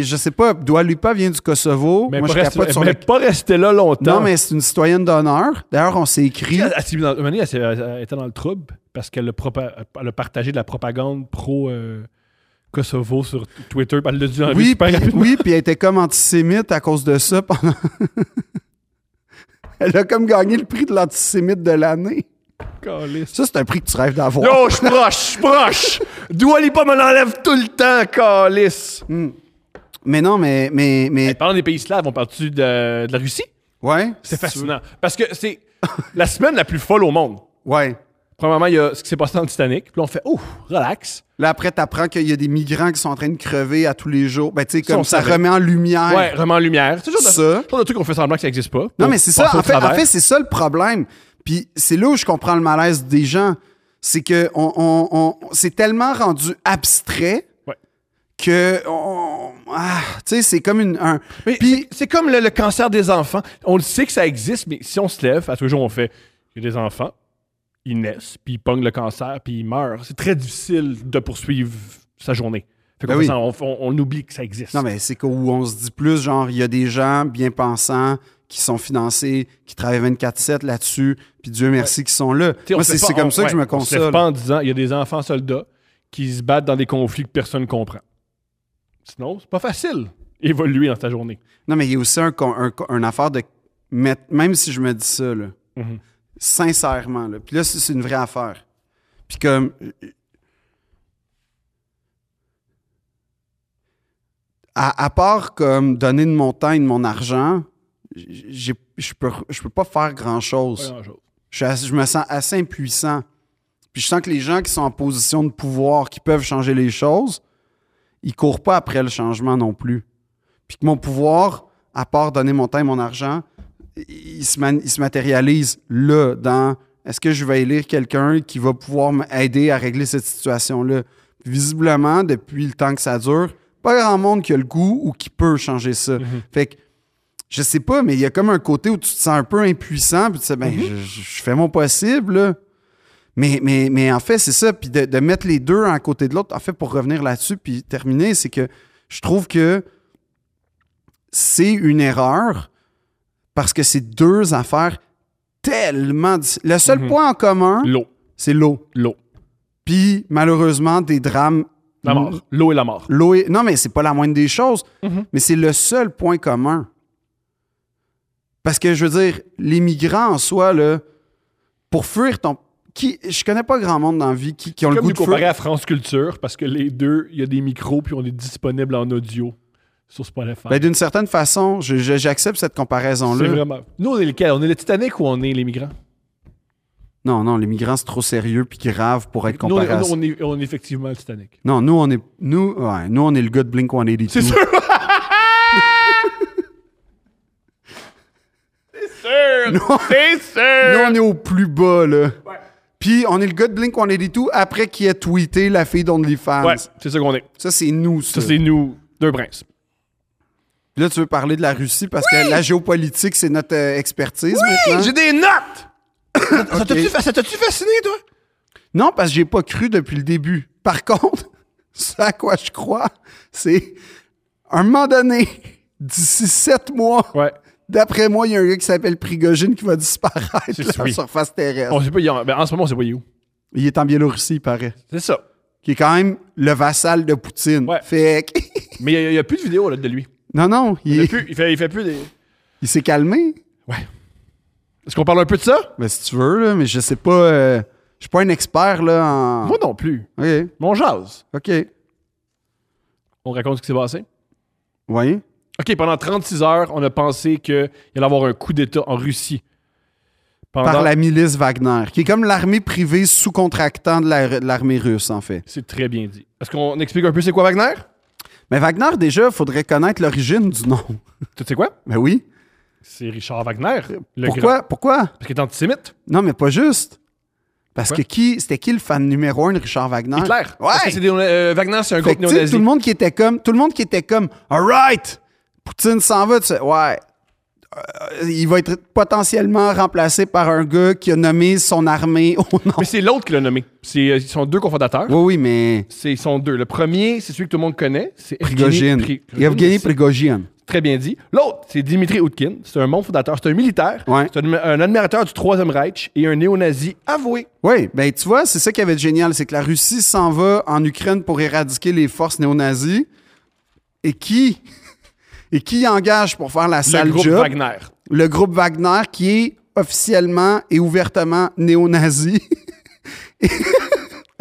je sais pas, Doualupa vient du Kosovo.
Mais,
Moi,
pas,
je
rester,
capote sur
mais
le-
pas rester là longtemps.
Non, mais c'est une citoyenne d'honneur. D'ailleurs, on s'est écrit.
Elle, elle s'est mise dans- une année, elle s'est- elle était dans le trouble parce qu'elle a, propa- elle a partagé de la propagande pro-Kosovo sur Twitter. Elle l'a dit dans la vie
Oui,
super
puis-
rapidement.
oui, puis elle était comme antisémite à cause de ça pendant. elle a comme gagné le prix de l'antisémite de l'année.
Caliste.
Ça, c'est un prix que tu rêves d'avoir.
Yo, je suis proche, je suis proche. Doualipa me l'enlève tout le temps, Calis.
Mais non, mais. mais, mais...
Parlant des pays slaves, on parle-tu de, de la Russie?
Ouais.
C'est fascinant. Parce que c'est la semaine la plus folle au monde.
Ouais.
Premièrement, il y a ce qui s'est passé dans le Titanic. Puis là, on fait, oh, relax.
Là, après, t'apprends qu'il y a des migrants qui sont en train de crever à tous les jours. Ben, tu sais,
Ça, on
comme ça
savait.
remet en lumière.
Ouais, remet en lumière. C'est le genre de,
Ça.
genre de truc qu'on fait semblant que ça n'existe pas.
Non,
On
mais c'est
passe
ça.
au
En fait, en
travers.
fait, c'est ça le problème. Puis c'est là où je comprends le malaise des gens. C'est que on, on- on- c'est tellement rendu abstrait
Ouais.
que on- ah, tu sais, c'est comme une, un.
Mais
Puis
c'est- c'est comme le, le cancer des enfants. On le sait que ça existe, mais si on se lève, à tous les jours, on fait il y a des enfants, ils naissent, puis ils pognent le cancer, puis ils meurent. C'est très difficile de poursuivre sa journée. Fait qu'on fait
Ben oui.
ça, on, on- on oublie que ça existe.
non, mais c'est qu'où on se dit plus, genre, il y a des gens bien pensants qui sont financés, qui travaillent 24/7 là-dessus, puis Dieu merci qu'ils sont là.
T'sais, on
Moi,
se
c'est
lève pas-
c'est comme
on-
ça que je
ouais,
me
On se lève
console.
pas en disant il y a des enfants soldats qui se battent dans des conflits que personne ne comprend. Sinon, c'est pas facile évoluer dans ta journée.
Non, mais il y a aussi un, con- un, con- une affaire de. mettre- Même si je me dis ça, là,
Mhm.
sincèrement, là, puis là, c'est c'est une vraie affaire. Puis comme. À, à part comme donner de mon temps et de mon argent, j- j'ai- je peux, je peux pas faire grand-chose.
Pas grand-chose.
Je, suis assez- je me sens assez impuissant. Puis je sens que les gens qui sont en position de pouvoir, qui peuvent changer les choses, ils courent pas après le changement non plus. Puis que mon pouvoir, à part donner mon temps et mon argent, il il se, man- il se matérialise là, dans est-ce que je vais élire quelqu'un qui va pouvoir m'aider à régler cette situation-là. Visiblement, depuis le temps que ça dure, pas grand monde qui a le goût ou qui peut changer ça. Fait que je sais pas, mais il y a comme un côté où tu te sens un peu impuissant, puis tu sais, ben,
Mhm.
je, je- je fais mon possible, là. Mais, mais, mais en fait, c'est ça. Puis de, de mettre les deux à côté de l'autre, en fait, pour revenir là-dessus, puis terminer, c'est que je trouve que c'est une erreur parce que c'est deux affaires tellement. dis- Le seul
Mhm.
point en commun,
L'eau.
c'est l'eau.
L'eau.
Puis malheureusement, des drames.
La mort. L'eau et la mort.
L'eau est- Non, mais c'est pas la moindre des choses.
Mhm.
Mais c'est le seul point commun. Parce que je veux dire, les migrants en soi, là, pour fuir ton. Qui... Je connais pas grand monde dans la vie qui, qui ont le
Comme
goût
nous
de fuir.
comparer à France Culture, parce que les deux, il y a des micros, puis on est disponible en audio sur Spotify.
Ben, D'une certaine façon, je- je- j'accepte cette
c'est
comparaison-là.
vraiment. Nous, on est lequel On est le Titanic ou on est les migrants
Non, non, les migrants, c'est trop sérieux puis grave pour être
Nous, on
comparé
est,
à ça.
on est- on est effectivement le Titanic.
Non, nous, on est, nous, ouais, nous, on est le gars de Blink
C'est
182.
sûr C'est sûr C'est
Nous,
sûr
on est au plus bas, là. Puis, on est le gars de Blink 182 après qu'il ait tweeté la fille d'OnlyFans.
Ouais, c'est ça qu'on est. Euh.
Ça, c'est nous,
Ça,
ça.
c'est nous, deux princes.
Puis là, tu veux parler de la Russie parce que la géopolitique, c'est notre euh, expertise maintenant.
J'ai des notes Ça
t'a-tu
t'a-tu fasciné, toi
Non, parce que j'ai pas cru depuis le début. Par contre, ce à quoi je crois, c'est un moment donné, d'ici sept mois,
Ouais.
d'après moi, il y a un gars qui s'appelle Prigogine qui va disparaître
C'est
de la
lui.
surface terrestre.
On sait pas, il y a- ben, en ce moment, on sait pas il est où.
Il est en Biélorussie, il paraît.
C'est ça.
Qui est quand même le vassal de Poutine.
Ouais.
Fait que...
Mais il y a- il y, a plus de vidéos là, de lui.
Non, non,
Il,
il,
a plus- il fait, il fait plus des...
il s'est calmé.
Ouais. Est-ce qu'on parle un peu de ça
Ben, si tu veux, là, mais je sais pas... euh, je suis pas un expert, là, en...
Moi non plus.
OK,
Mon jase.
OK.
On raconte ce qui s'est passé.
Oui.
OK, pendant 36 heures, on a pensé qu'il allait y avoir un coup d'État en Russie.
par
Pendant-
la milice Wagner, qui est comme l'armée privée sous-contractant de la- de l'armée russe, en fait.
C'est très bien dit. Est-ce qu'on explique un peu c'est quoi Wagner?
Mais Wagner, déjà, il faudrait connaître l'origine du nom.
Tu sais quoi?
Ben oui.
C'est Richard Wagner. le grand.
Pourquoi? Pourquoi?
Parce qu'il est antisémite.
Non, mais pas juste. Parce
Pourquoi?
que qui, c'était qui le fan numéro un de Richard Wagner?
Hitler. Parce que
Ah. Ouais!
c'est des- euh, Wagner, c'est un
Fait
groupe
que, tu sais,
néo-nazi.
tout le monde qui était comme, tout le monde qui était comme, all right, Poutine s'en va, tu sais, ouais. Euh, il va être potentiellement remplacé par un gars qui a nommé son armée au nom.
Mais c'est l'autre qui l'a nommé. C'est, euh, ils sont deux cofondateurs.
Oui, oui, mais
C'est, ils sont deux. Le premier, c'est celui que tout le monde connaît. C'est
Prigogine.
Pri-
Yevgeny
c'est
Prigogine.
Très bien dit. L'autre, c'est Dimitri Outkin. C'est un bon fondateur. C'est un militaire.
Ouais.
C'est un, un admirateur du Troisième Reich et un néo-nazi avoué.
Oui, ben tu vois, c'est ça qui avait de génial, c'est que la Russie s'en va en Ukraine pour éradiquer les forces néo-nazies. Et qui et qui engage pour faire la
Le
sale
groupe
job?
Wagner.
Le groupe Wagner qui est officiellement et ouvertement néo-nazi. Et- Fait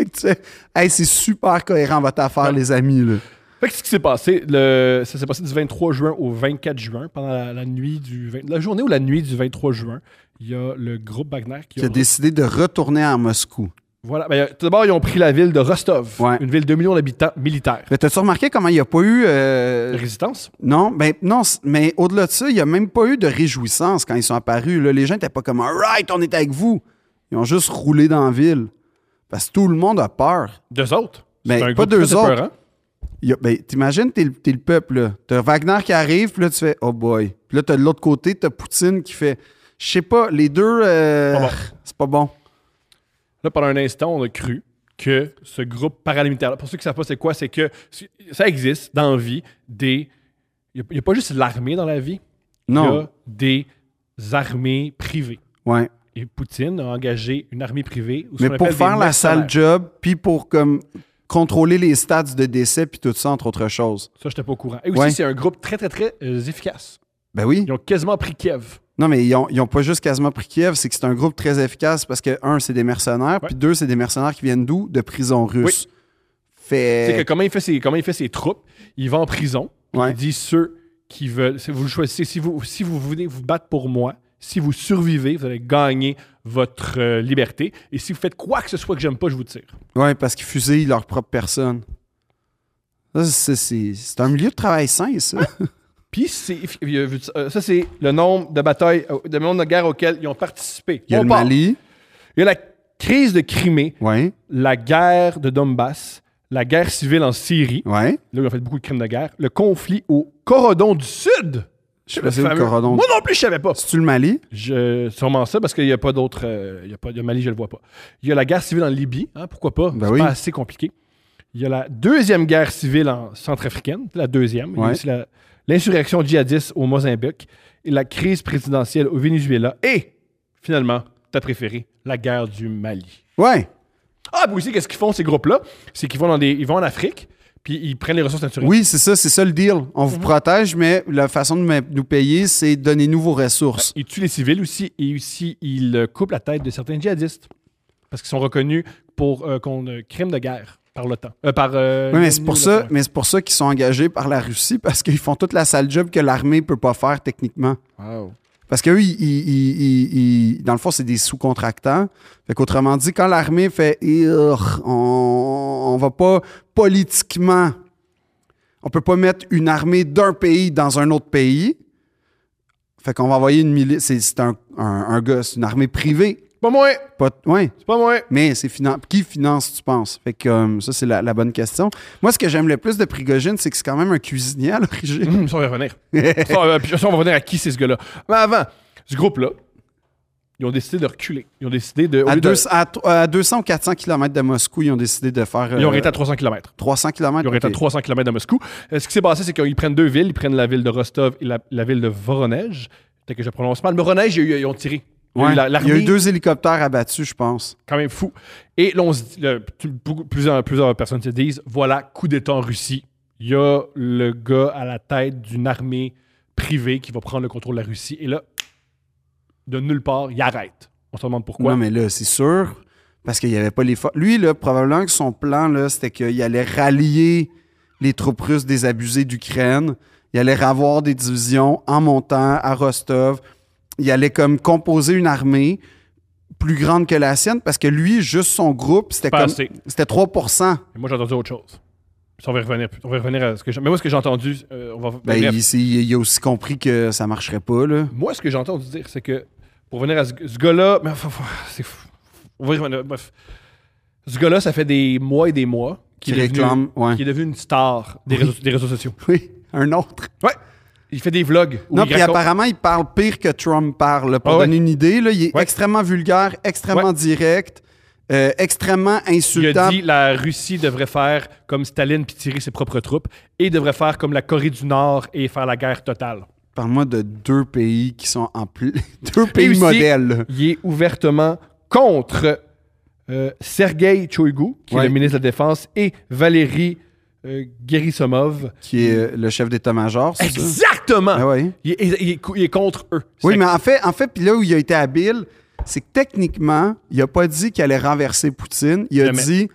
que tu fais, hey, c'est super cohérent votre affaire, les amis. Là.
Fait que ce qui s'est passé, le, ça s'est passé du 23 juin au 24 juin, pendant la, la nuit du 20 la journée ou la nuit du 23 juin, il y a le groupe Wagner qui
Qui a décidé de retourner à Moscou.
Voilà. Ben, tout d'abord, ils ont pris la ville de Rostov,
Ouais.
une ville de 2 millions d'habitants militaires.
Mais t'as-tu remarqué comment il n'y a pas eu. euh,
Résistance.
Non, ben, non, c- mais au-delà de ça, il n'y a même pas eu de réjouissance quand ils sont apparus. là. Les gens n'étaient pas comme All right, on est avec vous. Ils ont juste roulé dans la ville. Parce que tout le monde a peur.
Deux autres.
Ben,
C'est un
pas
groupe
deux
très
autres.
épeurant.
Il y a- ben, T'imagines, t'es, le- t'es le peuple. là. T'as Wagner qui arrive, puis là, tu fais Oh boy. Puis là, t'as de l'autre côté, t'as Poutine qui fait Je sais pas, les deux. euh,
Pas bon.
C'est pas bon.
Là, pendant un instant, on a cru que ce groupe paramilitaire, pour ceux qui ne savent pas c'est quoi, c'est que c- ça existe dans la vie des. Il n'y a, pas juste l'armée dans la vie, il y
Non.
a des armées privées.
Ouais.
Et Poutine a engagé une armée privée. ou ce
Mais
qu'on
pour
appelle
faire
des
la sale
mercenaires.
job, puis pour comme contrôler les stats de décès, puis tout ça, entre autres choses.
Ça, je n'étais pas au courant. Et aussi,
Ouais.
c'est un groupe très, très, très euh, efficace.
Ben oui.
Ils ont quasiment pris Kiev.
Non, mais ils n'ont pas juste quasiment pris Kiev, c'est que c'est un groupe très efficace parce que, un, c'est des mercenaires,
Ouais.
puis deux, c'est des mercenaires qui viennent d'où? De prisons russes.
C'est que
Fait.
comment il, fait ses, comment il fait ses troupes, il va en prison,
Ouais.
il dit ceux qui veulent, si vous le choisissez, si vous, si vous venez vous battre pour moi, si vous survivez, vous allez gagner votre euh, liberté, et si vous faites quoi que ce soit que j'aime pas, je vous tire.
Ouais, parce qu'ils fusillent leur propre personne. Ça, c'est- C'est c'est un milieu de travail sain, ça.
Puis c'est, euh, ça c'est le nombre de batailles, euh, le nombre de guerres auxquelles ils ont participé.
Il y a
On
le
part.
Mali.
Il y a la crise de Crimée,
Ouais,
la guerre de Donbass, la guerre civile en Syrie,
ouais.
là où ils ont fait beaucoup de crimes de guerre, le conflit au Corodon du Sud.
Je sais
Le
pas si c'est le
fameux-
Corodon.
Moi non plus, je savais pas.
C'est-tu le Mali?
Je, sûrement ça, parce qu'il n'y a pas d'autre. euh, il y a pas de Mali, je le vois pas. Il y a la guerre civile en Libye, hein, pourquoi pas?
Ben
c'est
oui.
pas assez compliqué. Il y a la deuxième guerre civile en centrafricaine, la deuxième. Il y a
Ouais.
aussi la- l'insurrection djihadiste au Mozambique et la crise présidentielle au Venezuela. Et finalement, ta préférée, la guerre du Mali.
Ouais.
Ah, puis aussi, qu'est-ce qu'ils font, ces groupes-là? C'est qu'ils vont, dans des, ils vont en Afrique, puis ils prennent les ressources naturelles.
Oui, c'est ça, c'est ça le deal. On
Mhm.
vous protège, mais la façon de me- nous payer, c'est donnez-nous vos ressources.
Ils tuent les civils aussi et aussi ils euh, coupent la tête de certains djihadistes parce qu'ils sont reconnus pour euh, qu'on, euh, crime de guerre par l'OTAN. Euh, par, euh,
Oui, mais
l'ONU,
c'est pour
là,
ça,
par-
mais c'est pour ça qu'ils sont engagés par la Russie parce qu'ils font toute la sale job que l'armée peut pas faire techniquement. Parce qu'eux, ils, ils- ils- ils- ils- dans le fond, c'est des sous-contractants. Fait qu'autrement dit, quand l'armée fait Urgh, on, on va pas politiquement, on peut pas mettre une armée d'un pays dans un autre pays. Fait qu'on va envoyer une milice. C'est, c'est un, un, un gars, c'est une armée privée.
C'est pas moi,
Pas, ouais.
c'est pas moi.
Mais c'est finan- qui finance, tu penses? Fait que euh, ça, c'est la, la bonne question. Moi, ce que j'aime le plus de Prigogine, c'est que c'est quand même un cuisinier à l'origine.
Hum, ça, on va y revenir. ça, euh, puis ça, on va revenir à qui c'est ce gars-là. Mais avant, ce groupe-là, ils ont décidé de reculer. Ils ont décidé de. au
À,
lieu de-
deux- à tro- à 200 ou 400 km de Moscou, ils ont décidé de faire
Ils ont
euh,
arrêté à 300 km.
300 km.
Ils ont été à 300 km de Moscou. Euh, ce qui s'est passé, c'est qu'ils prennent deux villes. Ils prennent la ville de Rostov et la, la ville de Voronej. Peut-être que je prononce mal. Mais Voronej, il y a eu- ils ont tiré. Il y a eu la-
Il y a eu
l'armée-
deux hélicoptères abattus, je pense.
quand même fou. Et là, on se dit- là, tu- beaucoup- plusieurs, plusieurs personnes se disent voilà, coup d'État en Russie. Il y a le gars à la tête d'une armée privée qui va prendre le contrôle de la Russie. Et là, de nulle part, il arrête. On se demande pourquoi.
Non, mais là, c'est sûr. Parce qu'il n'y avait pas les forces. Lui, là, probablement que son plan, là, c'était qu'il allait rallier les troupes russes désabusées d'Ukraine. Il allait avoir des divisions en montant à Rostov. Il allait comme composer une armée. plus grande que la sienne parce que lui, juste son groupe, c'était
Pas
comme.
assez.
C'était 3
Mais moi, j'ai entendu autre chose. Ça, on va y revenir, plus- on va y revenir à ce que j'ai... Mais moi, ce que j'ai entendu... euh, on va...
Ben,
bref.
il, s'est- il a aussi compris que ça marcherait pas, là.
Moi, ce que j'ai entendu dire, c'est que pour venir à ce, ce gars-là, mais enfin, c'est fou. On va y revenir, Bref, ce gars-là, ça fait des mois et des mois
Qui
qu'il est devenu-
réclame. Ouais.
qu'il est devenu une star des, réseaux, des réseaux sociaux.
Oui, un autre.
Ouais. Il fait des vlogs. où
non,
il
puis
raconte-
apparemment, il parle pire que Trump parle. là. Pour
Ah ouais.
donner une idée, là, il est
Ouais.
extrêmement vulgaire, extrêmement
Ouais.
direct, euh, extrêmement
il
insultant.
a dit la Russie devrait faire comme Staline puis tirer ses propres troupes et devrait faire comme la Corée du Nord et faire la guerre totale.
Parle-moi de deux pays qui sont en plus. deux pays
aussi-
modèles. là.
Il est ouvertement contre euh, Sergei Choigu, qui
Ouais.
est le ministre de la Défense, et Valérie euh, Guérissomov.
qui est euh, le chef d'état-major, c'est ça?
Exactement!
Ah ouais.
Il, est, il est- il est contre eux.
Oui,
C'est-
mais en fait, en fait, puis là où il a été habile, c'est que techniquement, il n'a pas dit qu'il allait renverser Poutine. Il a
Jamais.
dit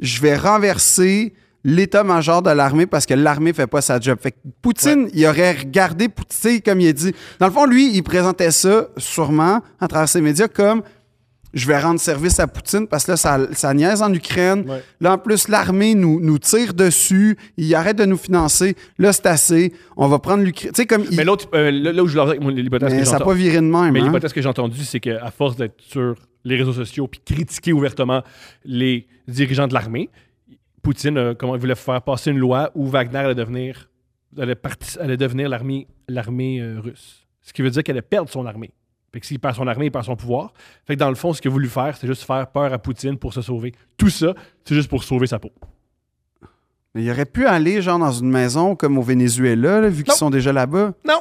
je vais renverser l'état-major de l'armée parce que l'armée fait pas sa job. Fait que Poutine, il aurait regardé Poutine comme il a dit. Dans le fond, lui, il présentait ça sûrement à travers ses médias comme je vais rendre service à Poutine parce que là, ça, ça niaise en Ukraine.
Ouais.
Là, en plus, l'armée nous, nous tire dessus. Il arrête de nous financer. Là, c'est assez. On va prendre l'Ukraine. Tu sais, comme. il-
Mais l'autre, euh, là, là où je leur dis, moi, l'hypothèse
mais
que
ça n'a
j'entends-
pas viré de même.
mais
hein?
l'hypothèse que j'ai entendue, c'est qu'à force d'être sur les réseaux sociaux puis critiquer ouvertement les dirigeants de l'armée, Poutine, euh, comment il voulait faire passer une loi où Wagner allait devenir, allait parti- allait devenir l'armée, l'armée euh, russe. Ce qui veut dire qu'elle allait perdre son armée. Fait que s'il perd son armée, il perd son pouvoir. Fait que dans le fond, ce qu'il a voulu faire, c'est juste faire peur à Poutine pour se sauver. Tout ça, c'est juste pour sauver sa peau.
Mais il aurait pu aller genre dans une maison comme au Venezuela, là, vu qu'ils
Non.
sont déjà là-bas.
Non,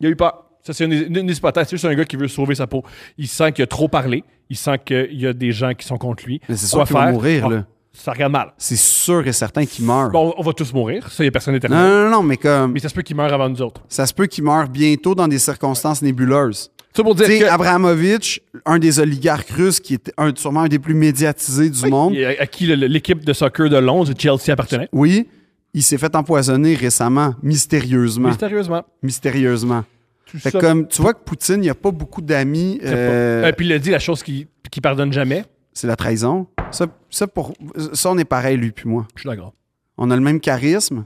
il a eu peur. Ça, c'est une, une, une hypothèse. C'est juste un gars qui veut sauver sa peau. Il sent qu'il a trop parlé. Il sent qu'il y a des gens qui sont contre lui.
Mais c'est
On
sûr qu'ils vont
faire-
mourir,
Ah,
là.
Ça regarde mal.
C'est sûr et certain qu'ils meurent.
Bon, on va tous mourir. Ça, il n'y a personne
Non,
d'éternel.
non, non, non, mais comme
Mais ça se peut qu'il meure avant nous autres.
ça se peut qu'ils meurent bientôt dans des circonstances nébuleuses.
Ça pour
Tu
dire
sais,
que...
Abramovich, un des oligarques russes qui était un, sûrement un des plus médiatisés du monde,
à, à qui le- le- l'équipe de soccer de Londres, Chelsea, appartenait.
oui, il s'est fait empoisonner récemment, mystérieusement.
Mystérieusement.
mystérieusement.
Tout
Fait
ça-
comme, tu vois que Poutine, il n'y a pas beaucoup d'amis.
Très pas-
euh,
Euh, puis il a dit la chose qu'il qu'il pardonne jamais.
c'est la trahison. Ça, ça, pour, ça, on est pareil, lui puis moi.
Je suis d'accord.
On a le même charisme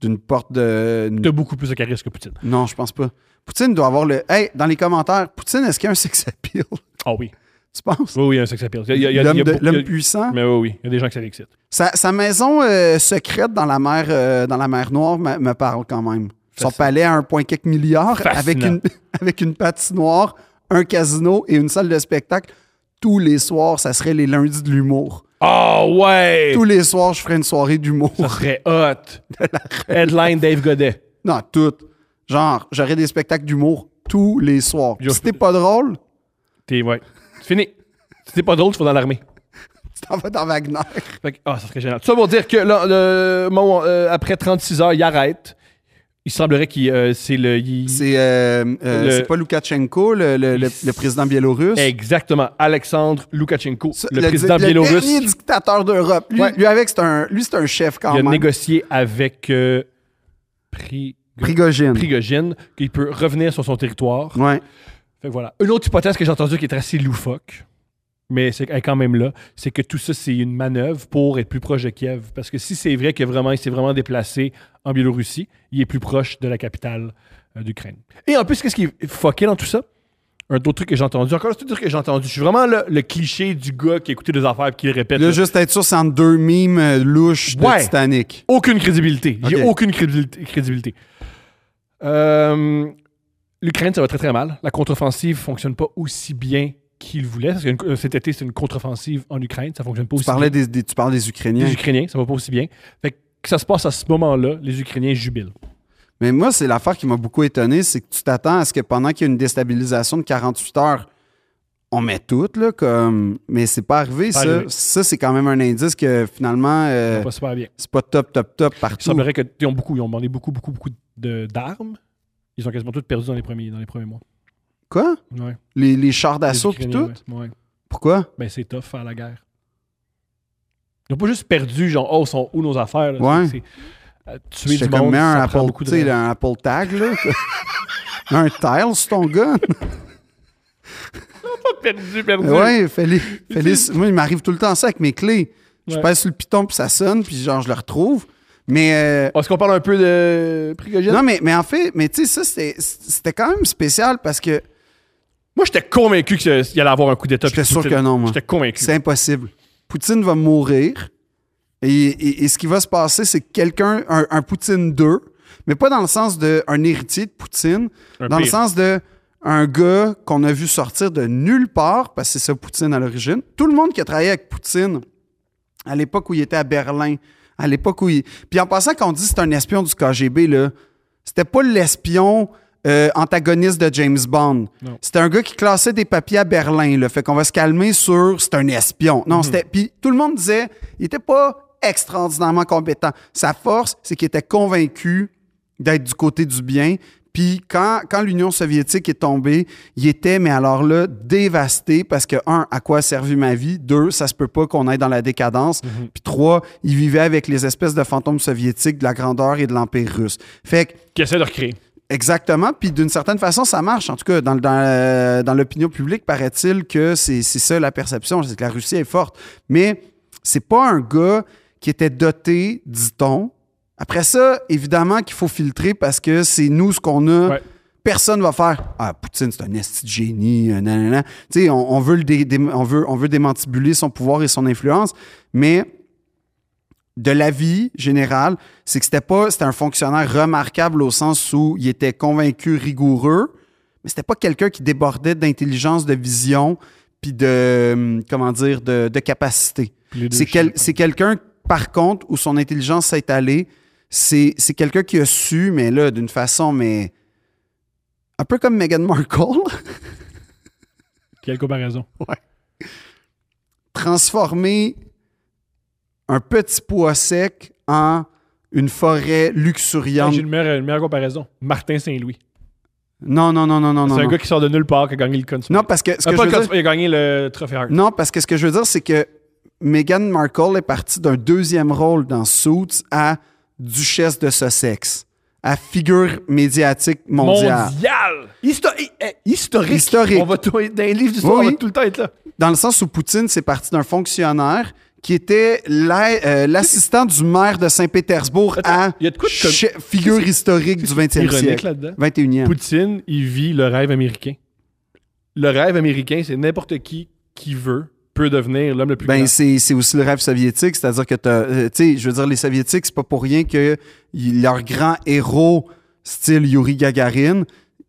d'une porte de.
T'as beaucoup plus de charisme que Poutine.
Non, je pense pas. Poutine doit avoir le. Hey, dans les commentaires, Poutine, est-ce qu'il y a un sex appeal?
Ah oui.
tu penses?
Oui, oui, il y a un sex appeal. Il y a- il y a- il y a- il
L'homme
y a
de-
beaucoup- il y
l'homme
a-
puissant.
Mais oui, oui. Il y a des gens que ça l'excite.
Sa, sa maison euh, secrète dans la mer, euh, dans la mer Noire me, me parle quand même. Son
Fascinant.
palais à un point quelques milliards
Fascinant.
avec une, avec une patinoire, un casino et une salle de spectacle. Tous les soirs, ça serait les lundis de l'humour.
Oh, ouais!
Tous les soirs, je ferais une soirée d'humour.
Ça serait hot. Headline Dave Godet.
Non, toutes. Genre, j'aurais des spectacles d'humour tous les soirs.
Yo,
Si t'es pas drôle,
T'es, ouais. C'est fini. Si t'es pas drôle, tu vas dans l'armée.
tu t'en vas dans Wagner.
Fait que- ah, ça serait génial. Ça pour dire que là, le- bon, euh, après 36 heures, il arrête. Il semblerait qu'il euh, c'est le. il-
C'est euh, euh,
Le-
c'est pas Loukachenko, le, le- le- le président biélorusse.
Exactement. Alexandre Loukachenko,
Ça,
le,
di-
président
le
biélorusse,
dernier dictateur d'Europe. Lui,
Ouais.
lui avec, c'est un, lui, c'est un chef quand
il a
même.
négocié avec euh, Pri-
Prigogine.
Prigogine qu'il peut revenir sur son territoire.
Ouais.
Fait que voilà. Une autre hypothèse que j'ai entendue qui est assez loufoque, mais c'est elle est quand même là, c'est que tout ça, c'est une manœuvre pour être plus proche de Kiev. Parce que si c'est vrai que vraiment, il s'est vraiment déplacé en Biélorussie, il est plus proche de la capitale euh, d'Ukraine. Et en plus, qu'est-ce qui est foqué dans tout ça? Un autre truc que j'ai entendu, encore un autre truc que j'ai entendu. Je suis vraiment le, le cliché du gars qui écoutait des affaires et qui le répète.
Là,
là.
juste être sûr, c'est entre deux mimes euh, louches
Ouais.
de Titanic.
Aucune crédibilité. Il n'y a
Ok.
aucune crédibilité. crédibilité. Euh, L'Ukraine, ça va très très mal. La contre-offensive ne fonctionne pas aussi bien qu'il voulait. Parce que euh, cet été, c'est une contre-offensive en Ukraine. Ça ne fonctionne pas
Tu
aussi
parlais
bien.
des, des- tu parles des Ukrainiens.
Les Ukrainiens, ça ne va pas aussi bien. Fait que ça se passe à ce moment-là, les Ukrainiens jubilent.
Mais moi, c'est l'affaire qui m'a beaucoup étonné, c'est que tu t'attends à ce que pendant qu'il y a une déstabilisation de 48 heures, on met tout, là, comme... Mais c'est pas arrivé,
Pas
ça.
arrivé.
Ça, c'est quand même un indice que, finalement, euh,
Ça va pas super bien.
c'est pas top, top, top
Il
partout.
semblerait qu'ils ont beaucoup, ils ont demandé beaucoup, beaucoup, beaucoup de- d'armes. Ils ont quasiment toutes perdu dans les premiers, dans les premiers mois.
Quoi?
Ouais.
Les, les chars
Les
d'assaut pis
Ukrainiens,
tout?
ouais. Ouais.
Pourquoi?
Ben, c'est tough faire la guerre. Ils n'ont pas juste perdu, genre, oh, sont où nos affaires? là?
Ouais.
C'est- c'est, euh, tuer
J'étais
du
comme,
monde,
mets un
ça prend
Apple,
beaucoup
tu
de...
sais, là, un Apple Tag, là. un tile sur ton gun.
perdu, perdu.
Ouais, Félix. Félix- moi, il m'arrive tout le temps ça avec mes clés. Je
Ouais.
passe sur le piton, puis ça sonne, puis genre, je le retrouve. Mais. euh,
Est-ce qu'on parle un peu de Prigogine?
non, mais, mais en fait, mais tu sais, ça, c'était- c'était quand même spécial parce que
Moi, j'étais convaincu que ce- qu'il allait avoir un coup d'État.
J'étais
puis
sûr
Poutine-
que non, moi.
J'étais convaincu.
c'est impossible. Poutine va mourir. Et, et- et ce qui va se passer, c'est que quelqu'un, un, un Poutine 2, mais pas dans le sens d'un héritier de Poutine,
Un
dans le
pire.
sens de un gars qu'on a vu sortir de nulle part, parce que c'est ça Poutine à l'origine. Tout le monde qui a travaillé avec Poutine à l'époque où il était à Berlin, à l'époque où il. Puis en passant, quand on dit c'est un espion du KGB, là, c'était pas l'espion euh, antagoniste de James Bond.
Non.
C'était un gars qui classait des papiers à Berlin, là. Fait qu'on va se calmer sur c'est un espion. Non, c'était. Puis tout le monde disait, il était pas extraordinairement compétent. Sa force, c'est qu'il était convaincu d'être du côté du bien. Puis quand, quand l'Union soviétique est tombée, il était, mais alors là, dévasté parce que, un, à quoi a servi ma vie? Deux, ça se peut pas qu'on aille dans la décadence. Puis trois, il vivait avec les espèces de fantômes soviétiques de la grandeur et de l'Empire russe. Fait que,
Qui essaie de recréer.
Exactement. Puis d'une certaine façon, ça marche. En tout cas, dans, le- dans, euh, dans l'opinion publique, paraît-il que c'est c'est ça la perception, c'est que la Russie est forte. Mais c'est pas un gars qui était doté, dit-on. Après ça, évidemment qu'il faut filtrer parce que c'est nous ce qu'on a.
Ouais.
Personne va faire Ah, Poutine, c'est un esti de génie, euh, nanana. Tu sais, on, on veut le dé- dé- on, veut, on veut démantibuler son pouvoir et son influence, mais de la vie générale, c'est que c'était pas c'était un fonctionnaire remarquable au sens où il était convaincu, rigoureux, mais c'était pas quelqu'un qui débordait d'intelligence, de vision, puis de hum, comment dire de, de capacité.
Puis les deux,
C'est
je
quel-
sais pas.
c'est quelqu'un par contre où son intelligence s'est allée, c'est c'est quelqu'un qui a su mais là d'une façon mais un peu comme Meghan Markle
Quelle comparaison.
transformer un petit pois sec en une forêt luxuriante.
J'ai une meilleure, une meilleure comparaison. Martin Saint-Louis.
Non, non, non, non, non, non.
C'est un
non.
gars qui sort de nulle part, qui a gagné le Consumer.
Non, parce que ce
Ah,
que
pas
je
le
veux dire-
Consumer, il a gagné le Trophée Hart.
Non, parce que ce que je veux dire, c'est que Meghan Markle est partie d'un deuxième rôle dans Suits à duchesse de Sussex, à figure médiatique mondiale.
Mondial! Histo- hi- eh, historique.
Historique.
On va tout, dans les livres d'histoire,
Oui,
on
oui.
va tout le temps être là.
Dans le sens où Poutine, c'est parti d'un fonctionnaire qui était l'a- euh, l'assistant du maire de Saint-Pétersbourg
Attends,
à
il y a de quoi de comme-
che- figure historique du 20e
Ironique
siècle.
là-dedans.
21e.
Poutine, il vit le rêve américain. Le rêve américain, c'est n'importe qui qui veut peut devenir l'homme le plus
Ben,
grand.
c'est c'est aussi le rêve soviétique, c'est-à-dire que t'as, euh, tu sais, je veux dire, les soviétiques, c'est pas pour rien que y- leurs grands héros, style Yuri Gagarin,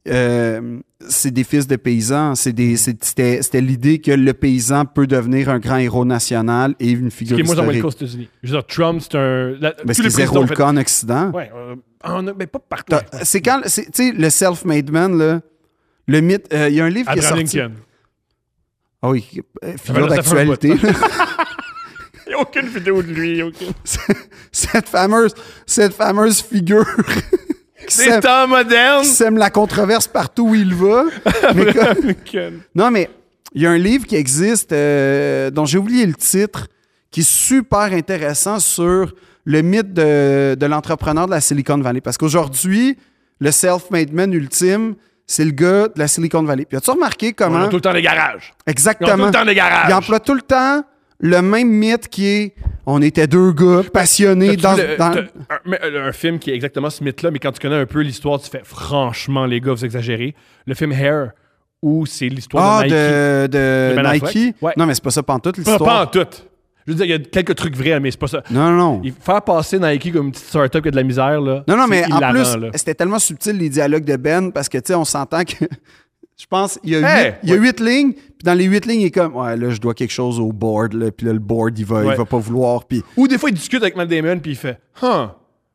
euh, c'est des fils de paysans. C'est des, c'est- c'était, c'était l'idée que le paysan peut devenir un grand héros national et une
Ce
figure
qui est moins envoyé
historique.
le cas aux États-Unis. Je veux dire, Trump, c'est un. la-
Ben,
tous
c'est
les
zéro
présidents.
le
en fait.
cas en Occident.
Ouais, euh, en- mais pas partout.
T'as- euh, C'est quand, c'est- tu sais, le self-made man, là, le mythe, euh, il y a un livre qui est
Abraham
sorti.
Lincoln.
Ah oui, euh,
fait-
figure
ça fait un bout.
d'actualité.
Il n'y a aucune vidéo de lui. Aucune...
cette fameuse, cette fameuse figure. qui s'appelle-
C'est temps moderne.
qui sème la controverse partout où il va. Mais comme-
Lincoln.
non, mais il y a un livre qui existe euh, dont j'ai oublié le titre, qui est super intéressant sur le mythe de, de l'entrepreneur de la Silicon Valley. Parce qu'aujourd'hui, le self-made man ultime, c'est le gars de la Silicon Valley. Puis as-tu remarqué
On
comment
a tout le temps les garages. On a tout
exactement
le temps les
Hein? il
garages.
emploie tout le temps le même mythe qui est on était deux gars passionnés
T'as-tu
dans,
le-
dans-
t'as un, mais, euh, un film qui est exactement ce mythe-là, mais quand tu connais un peu l'histoire, tu fais franchement, les gars, vous exagérez. Le film Hair, où c'est l'histoire
Ah,
de Nike.
de, de
De Ben Affleck.
Nike.
Ouais.
Non, mais c'est pas ça pantoute
Pas,
l'histoire.
pas en tout. Je veux dire, il y a quelques trucs vrais, mais c'est pas ça.
Non, non, non.
Il- Faire passer Nike comme une petite startup qui a de la misère, là.
Non, non,
c'est
mais en
hilarant,
plus,
là.
c'était tellement subtil les dialogues de Ben parce que, tu sais, on s'entend que. Je pense, il y a,
Hey!
huit, il y a huit lignes, puis dans les huit lignes, il est comme, ouais, là, je dois quelque chose au board, là, puis là, le board, il va, il
Ouais.
va pas vouloir, puis.
Ou des fois, il discute avec Matt Damon, puis il fait Huh,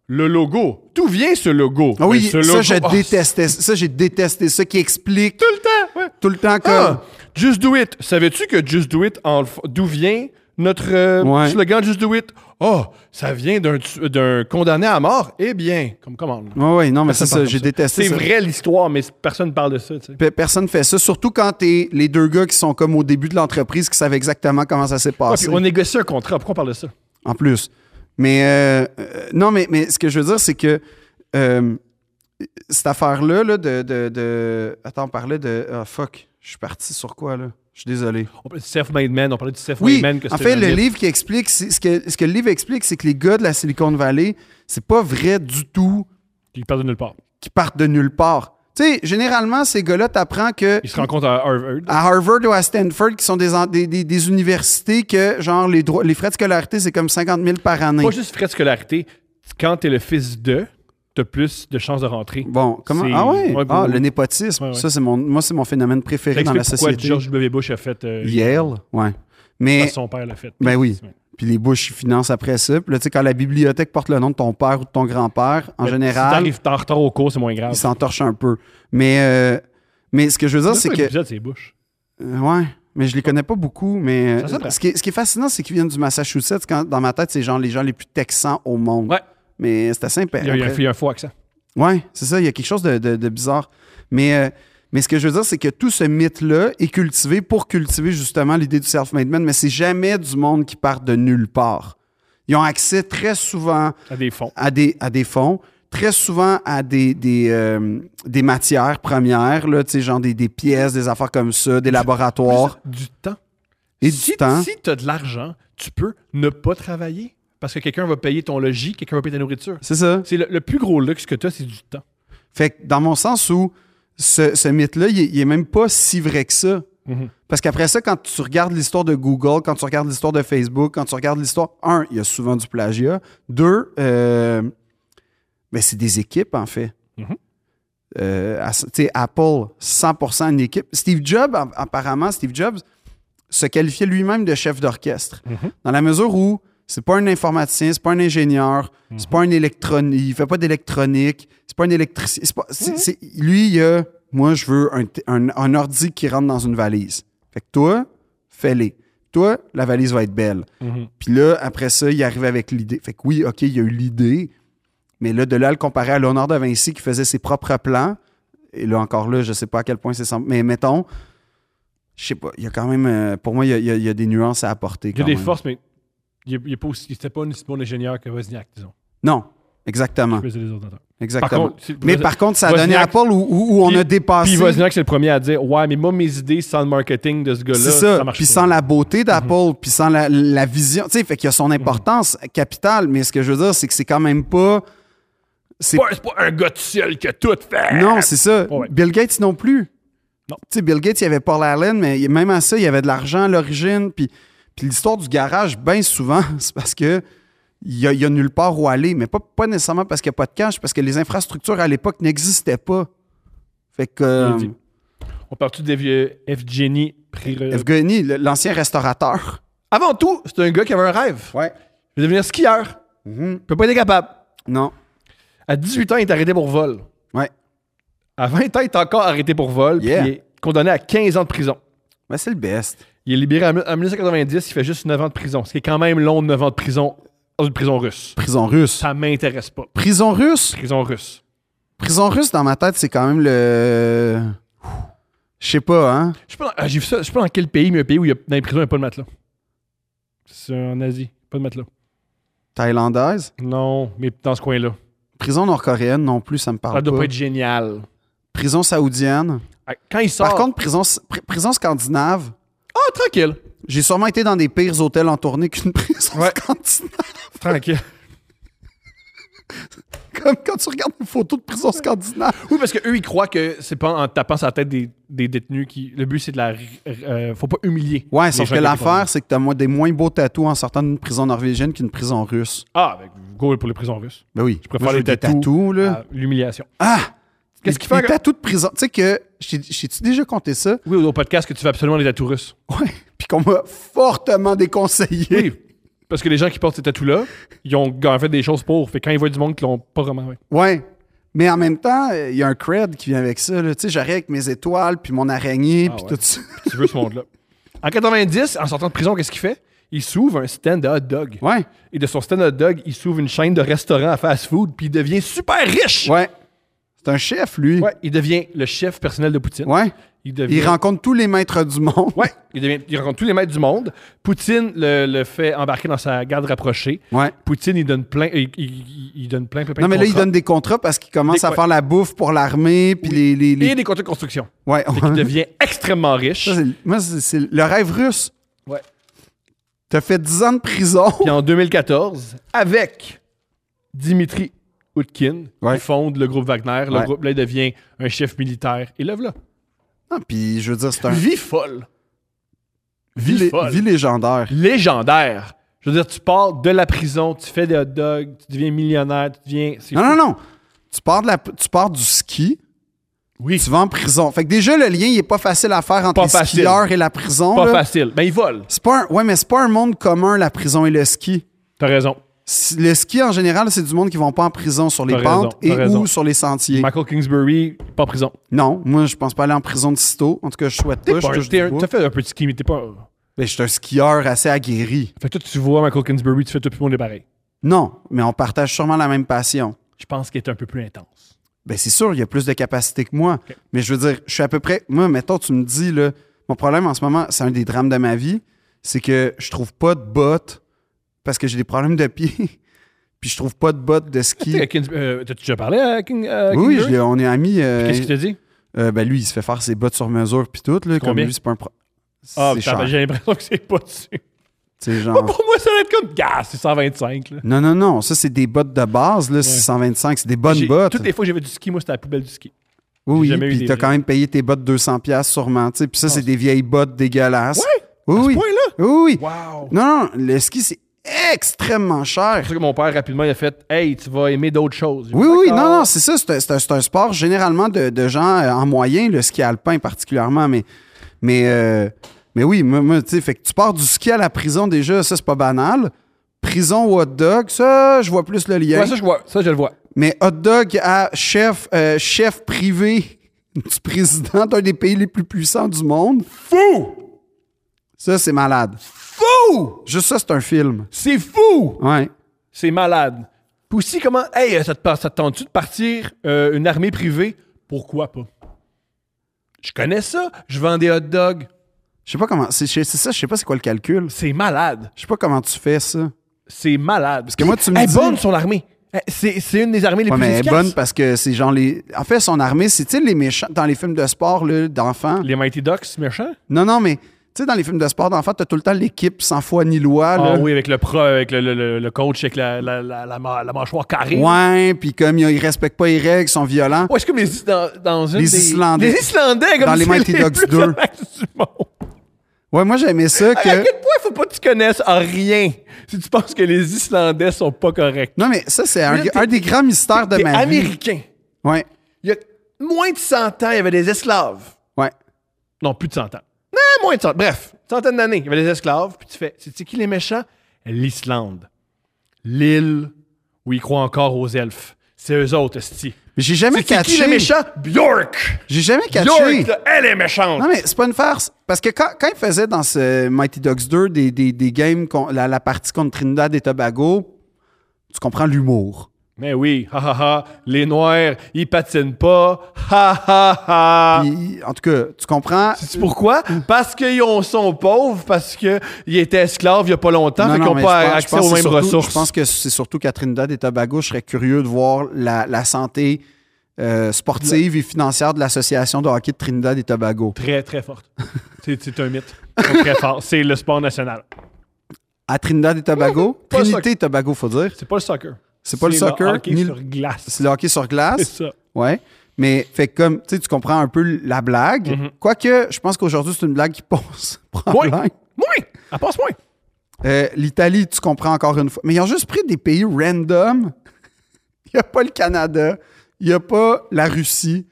le logo. D'où vient ce logo
Ah oui,
Mais ce
ça,
logo-
je
oh,
détestais, ça, j'ai détesté ça, qui explique
c'est Tout le temps, ouais.
tout le temps comme.
Ah, Just Do It. Savais-tu que Just Do It, en le f- d'où vient notre euh,
Ouais.
slogan Just Do It? Oh, ça vient d'un tu- d'un condamné à mort. Eh bien, comme comment? là.
Ouais, ouais, non, mais c'est
Personne
ça,
parle
j'ai
comme
détesté
C'est
ça.
vrai l'histoire, mais personne ne parle de ça. tu sais.
Pe- Personne fait ça, surtout quand t'es les deux gars qui sont comme au début de l'entreprise, qui savent exactement comment ça s'est
Ouais,
passé.
puis on négocie un contrat. Pourquoi on parle de ça?
en plus. Mais euh, euh, non, mais, mais ce que je veux dire, c'est que euh, cette affaire-là, là, de, de, de- Attends, on parlait de. Ah, fuck, je suis parti sur quoi, là? Je suis désolé.
On parlait du self-made man, on parlait du self-made
Oui,
man que
en
c'était
fait,
un
le
mythe.
livre qui explique, c'est- ce que, ce que le livre explique, c'est que les gars de la Silicon Valley, c'est pas vrai du tout
Ils partent de nulle part.
qu'ils partent de nulle part. Tu sais, généralement, ces gars-là, t'apprends que
Ils se rencontrent à Harvard.
à Harvard ou à Stanford, qui sont des, en- des, des- des universités que, genre, les, droits, les frais de scolarité, c'est comme 50 000 par année.
Pas juste frais de scolarité. Quand t'es le fils de, t'as plus de chances de rentrer.
Bon, comment?
C'est-
Ah ouais?
Ouais,
ah,
bon.
le népotisme.
Ouais, ouais.
Ça, c'est mon, moi, c'est mon phénomène
Ça
préféré dans
explique
la
pourquoi
société.
George W. Bush a fait. euh,
Yale, ouais.
parce
Mais,
que Son père l'a fait.
ben oui. Puis les Bush, ils financent après ça. Puis là, tu sais, quand la bibliothèque porte le nom de ton père ou de ton grand-père, en
Mais Si
général,
t'arrives en retard au cours, c'est moins grave.
ils s'entorchent un peu. Mais, euh, mais ce que je veux dire, c'est que.
L'épisode, c'est Bush.
Euh, Ouais, mais je les connais pas beaucoup. Mais
Ça
euh,
s'apprend.
ce, qui est, ce qui est fascinant, c'est qu'ils viennent du Massachusetts. Quand, dans ma tête, c'est genre les gens les plus texans au monde.
Ouais.
Mais c'est assez sympa.
Il y a, il y a- il y a un faux accent.
Ouais, c'est ça. Il y a quelque chose de, de- de bizarre. Mais, euh, mais ce que je veux dire, c'est que tout ce mythe-là est cultivé pour cultiver justement l'idée du self-made man. Mais c'est jamais du monde qui part de nulle part. Ils ont accès très souvent
à des fonds.
à des, à des fonds, très souvent à des, des, euh, des matières premières, là, tu sais, genre des, des pièces, des affaires comme ça, des laboratoires
Du temps.
et
si,
du temps.
Si t'as de l'argent, tu peux ne pas travailler parce que quelqu'un va payer ton logis, quelqu'un va payer ta nourriture.
C'est ça.
C'est le, le plus gros luxe que t'as, c'est du temps.
Fait que dans mon sens où ce, ce mythe-là, il, est- il est même pas si vrai que ça.
Mhm.
Parce qu'après ça, quand tu regardes l'histoire de Google, quand tu regardes l'histoire de Facebook, quand tu regardes l'histoire, un, il y a souvent du plagiat. Deux, euh, ben, c'est des équipes, en fait.
Mhm.
Euh, à- tu sais, Apple, 100% une équipe. Steve Jobs, a- apparemment, Steve Jobs se qualifiait lui-même de chef d'orchestre.
Mhm.
Dans la mesure où c'est pas un informaticien, c'est pas un ingénieur, c'est pas un électronique, il fait pas d'électronique, c'est pas un électricien. c'est pas- c'est- c'est- lui, il a, moi, je veux un, t- un- un ordi qui rentre dans une valise. Fait que toi, fais-les. Toi, la valise va être belle.
Mhm.
Puis là, après ça, il arrive avec l'idée. Fait que oui, OK, il y a eu l'idée, mais là, de là, à le comparer à Léonard de Vinci qui faisait ses propres plans, et là, encore là, je sais pas à quel point c'est simple, mais mettons, je sais pas, il y a quand même, euh, pour moi, il y a, il y a- il y a des nuances à apporter.
Il y a
quand
des
même.
forces, mais il n'est pas aussi. C'était pas un aussi bon ingénieur que Wozniak, disons.
Non, exactement,
Plus des ordinateurs. Par
Ah. exactement.
contre, c'est-
mais par contre, ça a
Wozniak-
donné Apple où, où- où on
Puis-
a dépassé...
Puis Wozniak, c'est le premier à dire Ouais, mais moi, mes idées sans le marketing de ce gars-là,
C'est
ça,
ça.
marche
puis
pas. Mhm.
sans la beauté d'Apple, puis sans la, la vision. Tu sais, fait qu'il y a son importance capitale, mais ce que je veux dire, c'est que c'est quand même pas. C'est
C'est pas, c'est pas un gars tout seul qui a tout fait.
Non, c'est ça.
Ouais.
Bill Gates non plus.
Non.
Tu sais, Bill Gates, il y avait Paul Allen, mais il- même à ça, il y avait de l'argent à l'origine. Puis, puis l'histoire du garage, bien souvent, c'est parce que il y, a, il y a nulle part où aller, mais pas, pas nécessairement parce qu'il n'y a pas de cash, parce que les infrastructures à l'époque n'existaient pas. Fait que euh,
Bien dit. On parle-tu des vieux Evgeny Prire-
Evgeny, le- l'ancien restaurateur.
Avant tout, c'est un gars qui avait un rêve.
Ouais.
Je vais devenir skieur.
Mhm.
Il peut pas être capable.
Non.
À 18 ans, il est arrêté pour vol.
Ouais.
À 20 ans, il est encore arrêté pour vol. puis
Yeah.
il est condamné à 15 ans de prison.
Ben, c'est le best.
Il est libéré en mille- en 1990, il fait juste 9 ans de prison, ce qui est quand même long, 9 ans de prison dans une prison russe.
Prison russe.
Ça m'intéresse pas.
Prison russe?
Prison russe.
Prison russe, dans ma tête, c'est quand même le. Je sais pas, hein?
Je sais pas, dans- ah, j'ai vu ça, je sais pas dans quel pays, mais un pays où il y a, dans les prisons, il n'y a pas de matelas. C'est en Asie, pas de matelas.
Thaïlandaise?
Non, mais dans ce coin-là.
Prison nord-coréenne non plus, ça me parle
Ça doit
pas.
pas être génial.
Prison saoudienne.
Ah, Quand il sort.
Par contre, prison, pr- prison scandinave,
ah, tranquille.
j'ai sûrement été dans des pires hôtels en tournée qu'une prison
Ouais.
scandinave.
Tranquille.
Comme quand tu regardes des photos de prison scandinave.
Oui, parce qu'eux, ils croient que c'est pas en tapant sur la tête des, des détenus qui. Le but, c'est de la. ri- euh, faut pas humilier.
Ouais,
les
sauf
gens
que
qui ont été
l'affaire, c'est que t'as mo- des moins beaux tatous en sortant d'une prison norvégienne qu'une prison russe.
condamnés. Ah, ben, go pour les prisons russes.
Ben oui.
Je préfère
veux
les
des
tatous
là.
Ah, L'humiliation.
Ah!
Qu'est-ce
Les-
qu'il fait
Les
que-
tatous de prison. Tu sais que, j'ai-tu déjà compté ça?
Oui, au podcast, que tu fais absolument des tatous russes.
Ouais. Puis qu'on m'a fortement déconseillé.
Oui. Parce que les gens qui portent ces tatous-là, ils ont en fait des choses pour. Fait que quand ils voient du monde qui l'ont pas vraiment. ouais.
Ouais. Mais en même temps, euh, il y a un cred qui vient avec ça. là. Tu sais, j'arrive avec mes étoiles, puis mon araignée,
Ah
puis
ouais.
tout ça.
Tu veux ce monde-là. En 90, en sortant de prison, qu'est-ce qu'il fait? Il s'ouvre un stand de hot dog.
Ouais.
Et de son stand hot dog, il s'ouvre une chaîne de restaurants à fast food, puis il devient super riche.
Ouais. C'est un chef, lui.
Ouais, il devient le chef personnel de Poutine.
Ouais.
Il devient.
Il rencontre tous les maîtres du monde.
Ouais, il, devient- il rencontre tous les maîtres du monde. Poutine le, le fait embarquer dans sa garde rapprochée.
Ouais.
Poutine, il donne plein, il, il- il- il donne plein, plein, plein
Non, mais
de
là, il
contrats.
donne des contrats parce qu'il commence
Des-
à faire la bouffe pour l'armée, puis les, les, les-
Et des contrats de construction.
Ouais.
Fait qu'il devient extrêmement riche.
Ça, c'est- moi, c'est c'est le rêve russe.
Ouais.
T'as fait 10 ans de prison.
Puis en 2014, avec Dimitri Utkin,
Ouais.
il fonde le groupe Wagner. Le
Ouais.
groupe, là, il devient un chef militaire. Et là, voilà.
Non, Ah, puis je veux dire, c'est un.
Vie folle. Vie
lé-
folle.
vie légendaire.
Légendaire. Je veux dire, tu pars de la prison, tu fais des hot dogs, tu deviens millionnaire, tu deviens. c'est
Non,
fou.
non, non. Tu pars, de la, tu pars du ski,
Oui.
tu vas en prison. Fait que déjà, le lien, il est pas facile à faire entre
Pas
les
facile.
skieurs et la prison.
Pas
là.
facile. Ben, ils volent.
C'est pas un- ouais, mais c'est pas un monde commun, la prison et le ski.
T'as raison.
Si- Le ski, en général, c'est du monde qui vont pas en prison sur les
T'as raison,
pentes
t'as
et
raison.
ou sur les sentiers.
Michael Kingsbury, pas en prison.
Non, moi, je pense pas aller en prison de sitôt. En tout cas, je souhaite
T'es
pas.
pas
je
un-
touche
t'es
du
un-
bois.
T'as fait un petit ski, mais t'es pas.
Mais je suis un skieur assez aguerri.
Fait que toi, tu vois Michael Kingsbury, tu fais tout le monde est pareil.
Non, mais on partage sûrement la même passion.
Je pense qu'il est un peu plus intense.
Ben, c'est sûr, il y a plus de capacité que moi. Mais je veux dire, je suis à peu près. Moi, mettons, tu me dis, là, mon problème en ce moment, c'est un des drames de ma vie, c'est que je trouve pas de bottes parce que j'ai des problèmes de pieds. Puis je trouve pas de bottes de ski.
Tu sais, Kings- euh, T'as-tu déjà parlé à King, à
Oui, oui, je
Kingsbury?
l'ai- on est amis. euh,
Qu'est-ce qu'il t'a dit?
euh, ben, lui, il se fait faire ses bottes sur mesure, puis tout, là. Comme
combien?
lui, c'est pas un problème.
Ah, putain,
c'est cher. Ah.
ben, j'ai l'impression que c'est pas dessus.
C'est
Pour
genre.
moi, ça va être comme. Gars, c'est 125. Là.
Non, non, non. Ça, c'est des bottes de base, là. C'est 125. C'est des bonnes
J'ai-
bottes.
Toutes les fois que j'avais du ski, moi, c'était à la poubelle du ski.
Oui,
j'ai
oui.
jamais eu
Puis
des
t'as
vrais.
quand même payé tes bottes 200$ sûrement, tu sais. Puis ça, c'est des vieilles bottes dégueulasses.
Ouais,
Oui,
à ce
oui.
point-là?
Oui, oui.
Wow!
Non, non, le ski, c'est extrêmement cher.
C'est pour ça que mon père, rapidement, il a fait Hey, tu vas aimer d'autres choses. J'ai
Oui,
fait,
oui,
D'accord.
non, non, c'est ça. C'est un, c'est un- c'est un sport généralement de, de gens euh, en moyen, le ski alpin particulièrement. Mais, mais, euh, mais oui, moi, moi, tu sais, fait que tu pars du ski à la prison déjà, ça, c'est pas banal. Prison au hot dog, ça, je vois plus le lien.
Ouais, ça, je vois. Ça, je le vois.
Mais hot dog à chef, euh, chef privé du président d'un des pays les plus puissants du monde,
Fou!
ça, c'est malade.
Fou!
Juste ça, c'est un film.
C'est fou!
Ouais.
C'est malade. Puis aussi, comment. Hey, ça te, par- ça te tente-tu de partir euh, une armée privée? Pourquoi pas? Je connais ça. Je vends des hot dogs.
Je sais pas comment. C'est c'est ça, je sais pas c'est quoi le calcul.
C'est malade.
Je sais pas comment tu fais ça.
C'est malade. Parce
que moi, tu me
Elle est
dis-
bonne, son armée. Elle- C'est c'est une des armées les
Ouais,
plus
mais elle est
efficaces.
bonne parce que c'est genre les. En fait, son armée, c'est tu sais, les méchants dans les films de sport là, d'enfants.
Les Mighty Ducks, méchants?
Non, non, mais tu sais, dans les films de sport d'enfants, t'as tout le temps l'équipe sans foi ni loi.
Ah
Là.
oui, avec le pro, avec le, le- le- le coach, avec la, la, la, la, ma- la mâchoire carrée.
Ouais, puis comme ils respectent pas les règles, ils sont violents.
Ouais, c'est comme les, Is- dans, dans une
Les
des-
Islandais.
Les Islandais, comme
Dans les
c'est
Mighty Ducks
plus
2.
relax du monde.
Ouais, moi j'aimais ça
Hey, à
que.
quel point faut pas que tu connaisses en rien si tu penses que les Islandais sont pas corrects.
Non, mais ça, c'est un,
Là, t'es-
un des grands mystères de
T'es
ma vie.
américain.
Ouais,
Il y a moins de 100 ans, il y avait des esclaves.
ouais.
Non, plus de 100 ans. Non, moins de 100 Bref, centaines d'années, il y avait des esclaves. Puis tu fais, c'est qui les méchants? L'Islande. L'île où ils croient encore aux elfes. C'est eux autres, esti.
Mais J'ai jamais
C'est qui les
catché.
méchants? Bjork!
J'ai jamais catché.
Bjork, là, elle est méchante!
Non, mais c'est pas une farce. Parce que quand, quand ils faisaient dans ce Mighty Dogs 2 des, des, des games, con- la, la partie contre Trinidad et Tobago, tu comprends l'humour.
Mais oui, ha ha ha, les noirs, ils patinent pas, ha ha ha.
Puis, En tout cas, tu comprends.
Sais-tu pourquoi? Parce qu'ils ont- sont pauvres, parce qu'ils étaient esclaves il y a pas longtemps, fait
Non,
qu'ils
non,
n'ont
mais
pas
je pense- je
accès
pense
aux
que
mêmes
c'est surtout-
ressources.
Je pense que c'est surtout qu'à Trinidad et Tobago, je serais curieux de voir la, la santé euh, sportive et financière de l'association de hockey de Trinidad et Tobago.
Très, très forte. C'est c'est un mythe. Ils sont très fort. C'est le sport national.
À Trinidad et Tobago,
pas le
Trinité et Tobago, faut dire.
C'est pas le soccer.
C'est pas le soccer,
hockey
ni le-
sur glace.
C'est le hockey sur
C'est
glace.
ça.
Ouais. Mais fait que comme tu sais, tu comprends un peu la blague. Quoique, je pense qu'aujourd'hui, c'est une blague qui pose
Moins.
problème.
Moins. Elle passe moins.
Euh, L'Italie, tu comprends encore une fois. Mais ils ont juste pris des pays random. Il n'y a pas le Canada. Il n'y a pas la Russie.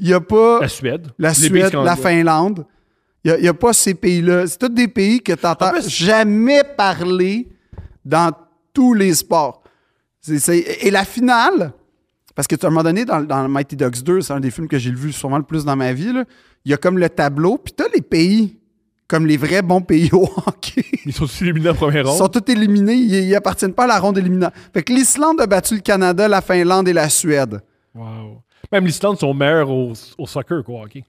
Il n'y a pas
La Suède.
Ah. la
Les pays
Suède, la
scandinaves.
Finlande. Il n'y a, pas ces pays-là. C'est tous des pays que tu
En
n'entends
plus-
jamais parler dans tous les sports. C'est- c'est- et la finale, parce que tu as un moment donné, dans, dans Mighty Ducks 2, c'est un des films que j'ai vu sûrement le plus dans ma vie, là, il y a comme le tableau, puis tu as les pays, comme les vrais bons pays au hockey.
Ils sont tous éliminés en première
Ils
ronde.
sont tous éliminés, ils, ils appartiennent pas à la ronde éliminante. Fait que l'Islande a battu le Canada, la Finlande et la Suède.
Wow. Même l'Islande sont meilleurs au, au soccer qu'au hockey.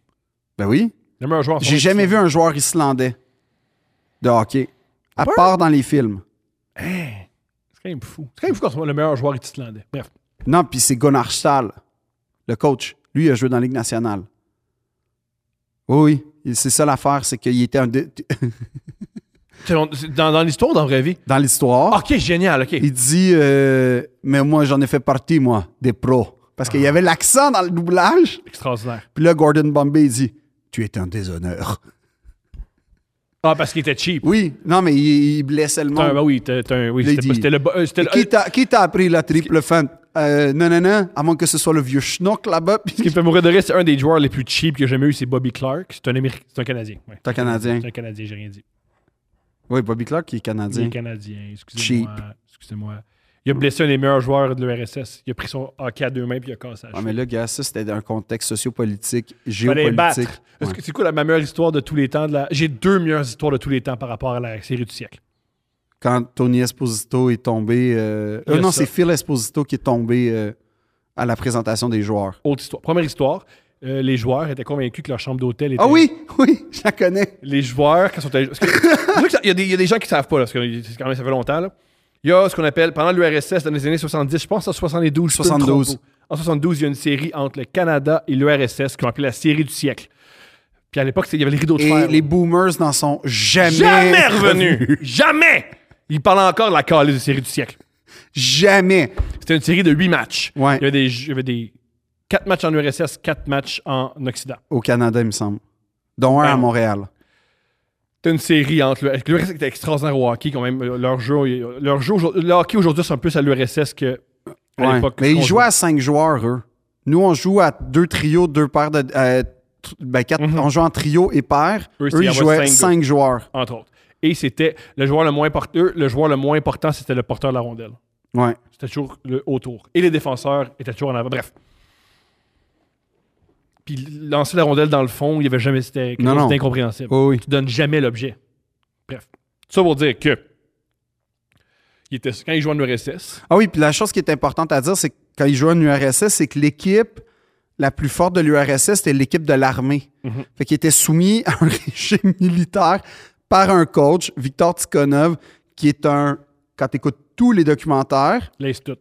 Ben oui.
Le meilleur joueur en
J'ai
France,
jamais
c'est-
vu un joueur islandais de hockey, à
Ouais.
part dans les films.
C'est quand même fou. C'est quand même fou qu'on soit le meilleur joueur est islandais. Bref.
Non, puis c'est Gunnar Stahl, le coach. Lui, il a joué dans la Ligue nationale. Oui, oui. C'est ça l'affaire, c'est qu'il était un dé-
C'est- on- c'est Dans, dans l'histoire, dans la vraie vie.
dans l'histoire.
Ok, génial, ok.
Ah. Il dit euh, Mais moi, j'en ai fait partie, moi, des pros. Parce qu'il y avait l'accent dans le doublage.
Extraordinaire.
Puis là, Gordon Bombay il dit Tu es un déshonneur.
Ah, parce qu'il était cheap.
Oui, non, mais il, il blessait le
T'as un-
monde.
bah oui, t'as- t'as un- oui,
Il
c'était
dit-
pas- c'était le. bo- euh, c'était le-
Qui t'a- qui t'a appris la triple fin? Euh, non, non, non, à moins que ce soit le vieux schnock là-bas.
Ce qui me fait mourir de rire, c'est un des joueurs les plus cheap que j'ai jamais eu, c'est Bobby Clark. C'est un, Américain, c'est un Canadien. ouais.
T'es Canadien.
C'est un Canadien, j'ai rien dit.
Oui, Bobby Clark qui est
Il
Canadien.
est Canadien, excusez-moi. Excusez-moi. Il a blessé un des meilleurs joueurs de l'URSS. Il a pris son hockey à deux mains puis il a cassé la
Ah,
cheville.
mais là, gars, ça, c'était dans un contexte sociopolitique,
Fallait les battre.
géopolitique.
Est-ce
Ouais.
que- C'est quoi la ma meilleure histoire de tous les temps? de la- J'ai deux meilleures histoires de tous les temps par rapport à la série du siècle.
Quand Tony Esposito est tombé. euh,
Il y a
euh, non,
ça.
c'est Phil Esposito qui est tombé euh, à la présentation des joueurs.
Autre histoire. Première histoire, euh, les joueurs étaient convaincus que leur chambre d'hôtel était.
Ah oui, oui, je la connais.
les joueurs qui sont allés- parce que- c'est sûr que ça- il, y a des, il y a des gens qui ne savent pas, là, parce que c'est quand même, ça fait longtemps. là. Il y a ce qu'on appelle, pendant l'URSS dans les années 70, je pense en 72, je peux me
72.
tromper. En 72, il y a une série entre le Canada et l'URSS qu'on appelait la série du siècle. Puis à l'époque, c'est- il y avait les rideaux de
Et
fer.
les boomers n'en sont jamais,
Jamais revenus! Jamais! Ils parlaient encore de la calice de série du siècle.
Jamais.
C'était une série de 8 matchs.
Ouais.
Il y avait des, il y avait des 4 matchs en URSS, 4 matchs en Occident.
Au Canada, il me semble. Dont un à
Ouais.
Montréal.
T'as une série entre le- l'URSS était extraordinaire au hockey quand même. euh, Leur jeu, leur jeu aujourd'hui- le hockey aujourd'hui c'est un peu à l'URSS que à
Ouais.
l'époque.
Mais ils
qu'on
jouaient à cinq joueurs, eux. Nous, on joue à deux trios, deux paires de. euh, tr- ben, quatre- On joue en trio et paire.
Mm-hmm. Eux,
Eux,
c'est- ils
ils
envoient
jouaient
cinq
cinq joueurs.
entre autres. Et c'était le joueur le moins important. Le joueur le moins important c'était le porteur de la rondelle.
Ouais.
C'était toujours le haut tour. Et les défenseurs étaient toujours en avant. Bref. Puis lancer la rondelle dans le fond, il y avait jamais c'était quelque
Non,
chose
non.
d'incompréhensible.
Oh oui.
Tu donnes jamais l'objet. Bref. Ça pour dire que il était, quand ils jouaient en URSS,
Ah oui, puis la chose qui est importante à dire, c'est que quand ils jouaient en URSS, c'est que l'équipe la plus forte de l'URSS, c'était l'équipe de l'armée.
Mm-hmm.
Fait qu'ils étaient soumis à un régime militaire par un coach, Victor Tikhonov, qui est un. Quand tu écoutes tous les documentaires,
là, c'est tout.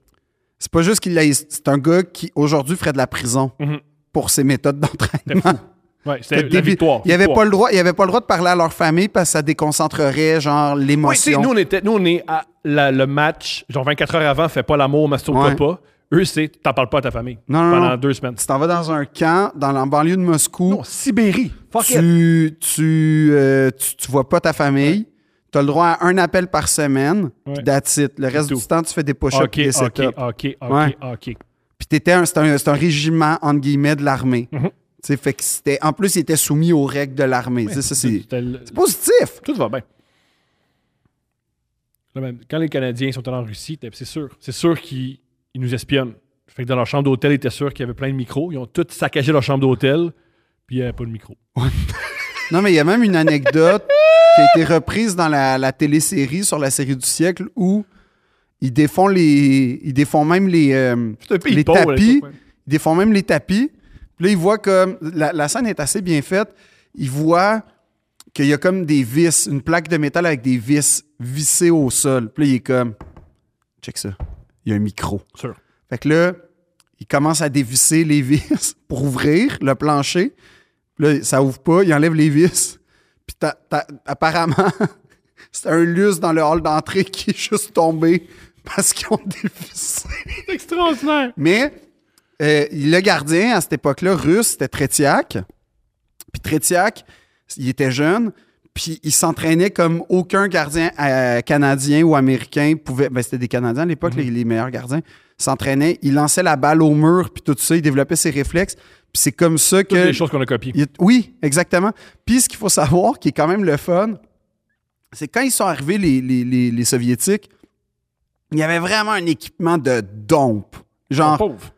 c'est pas juste qu'il a. C'est un gars qui, aujourd'hui, ferait de la prison
Mhm.
pour ses méthodes d'entraînement.
Ouais, c'était la
Début-
victoire.
Il n'y avait,
victoire.
pas le droit- il y avait pas le droit de parler à leur famille parce que ça déconcentrerait, genre,
Oui, tu sais,
l'émotion.
nous, on était, nous, on est à la- le match, genre 24 heures avant, fais pas l'amour, masturbe-toi
Ouais.
pas. Eux, c'est t'en parles pas à ta famille
Non, non,
pendant
non.
deux semaines.
tu t'en vas dans un camp, dans la banlieue de Moscou.
Non, Sibérie. Fuck it.
tu, tu, euh, tu, tu vois pas ta famille. Tu as le droit à un appel par semaine.
Ouais.
Puis that's it. Le reste
tout.
du temps, tu fais des push-ups
Ok,
et des
ok,
sit-ups.
ok, ok,
Ouais.
ok.
Puis t'étais un- c'est un, c'est un régiment, entre guillemets, de l'armée.
Mhm.
Tu sais, fait que c'était- en plus, il était soumis aux règles de l'armée. Tu sais, ça, c'est
C'était le-
c'est positif.
Tout va bien. Là, même, quand les Canadiens sont allés en Russie, t'es- c'est sûr. C'est sûr qu'ils ils nous espionnent. Fait que dans leur chambre d'hôtel, ils étaient sûrs qu'il y avait plein de micros. Ils ont tous saccagé leur chambre d'hôtel, puis il n'y avait pas de micro.
Non, mais il y a même une anecdote qui a été reprise dans la, la télésérie sur la série du siècle où ils défont les. Ils défont même les. euh,
C'est un pays
les
pauvre, à
tapis.
l'époque, ouais.
Ils défont même les tapis. Puis là, ils voient comme. La, la scène est assez bien faite. Ils voient qu'il y a comme des vis, une plaque de métal avec des vis vissées au sol. Puis là, il est comme. Check ça. Il y a un micro.
Sûr.
Fait que là, il commence à dévisser les vis pour ouvrir le plancher. Là, ça ouvre pas, il enlève les vis. Puis t'as- t'as- apparemment, c'est un lustre dans le hall d'entrée qui est juste tombé parce qu'ils ont dévissé.
C'est extraordinaire.
Mais euh, le gardien, à cette époque-là, russe, c'était Tretiak. Puis Tretiak, il était jeune, puis il s'entraînait comme aucun gardien euh, canadien ou américain pouvait. Ben, c'était des Canadiens à l'époque,
Mhm.
les, les meilleurs gardiens. S'entraînait, il lançait la balle au mur, puis tout ça, il développait ses réflexes. Puis c'est comme ça
Toutes
que.
les choses qu'on a copiées.
Il est- Oui, exactement. Puis ce qu'il faut savoir, qui est quand même le fun, c'est quand ils sont arrivés, les, les- les- les Soviétiques, il y avait vraiment un équipement de dompe. Genre,
Pauvre.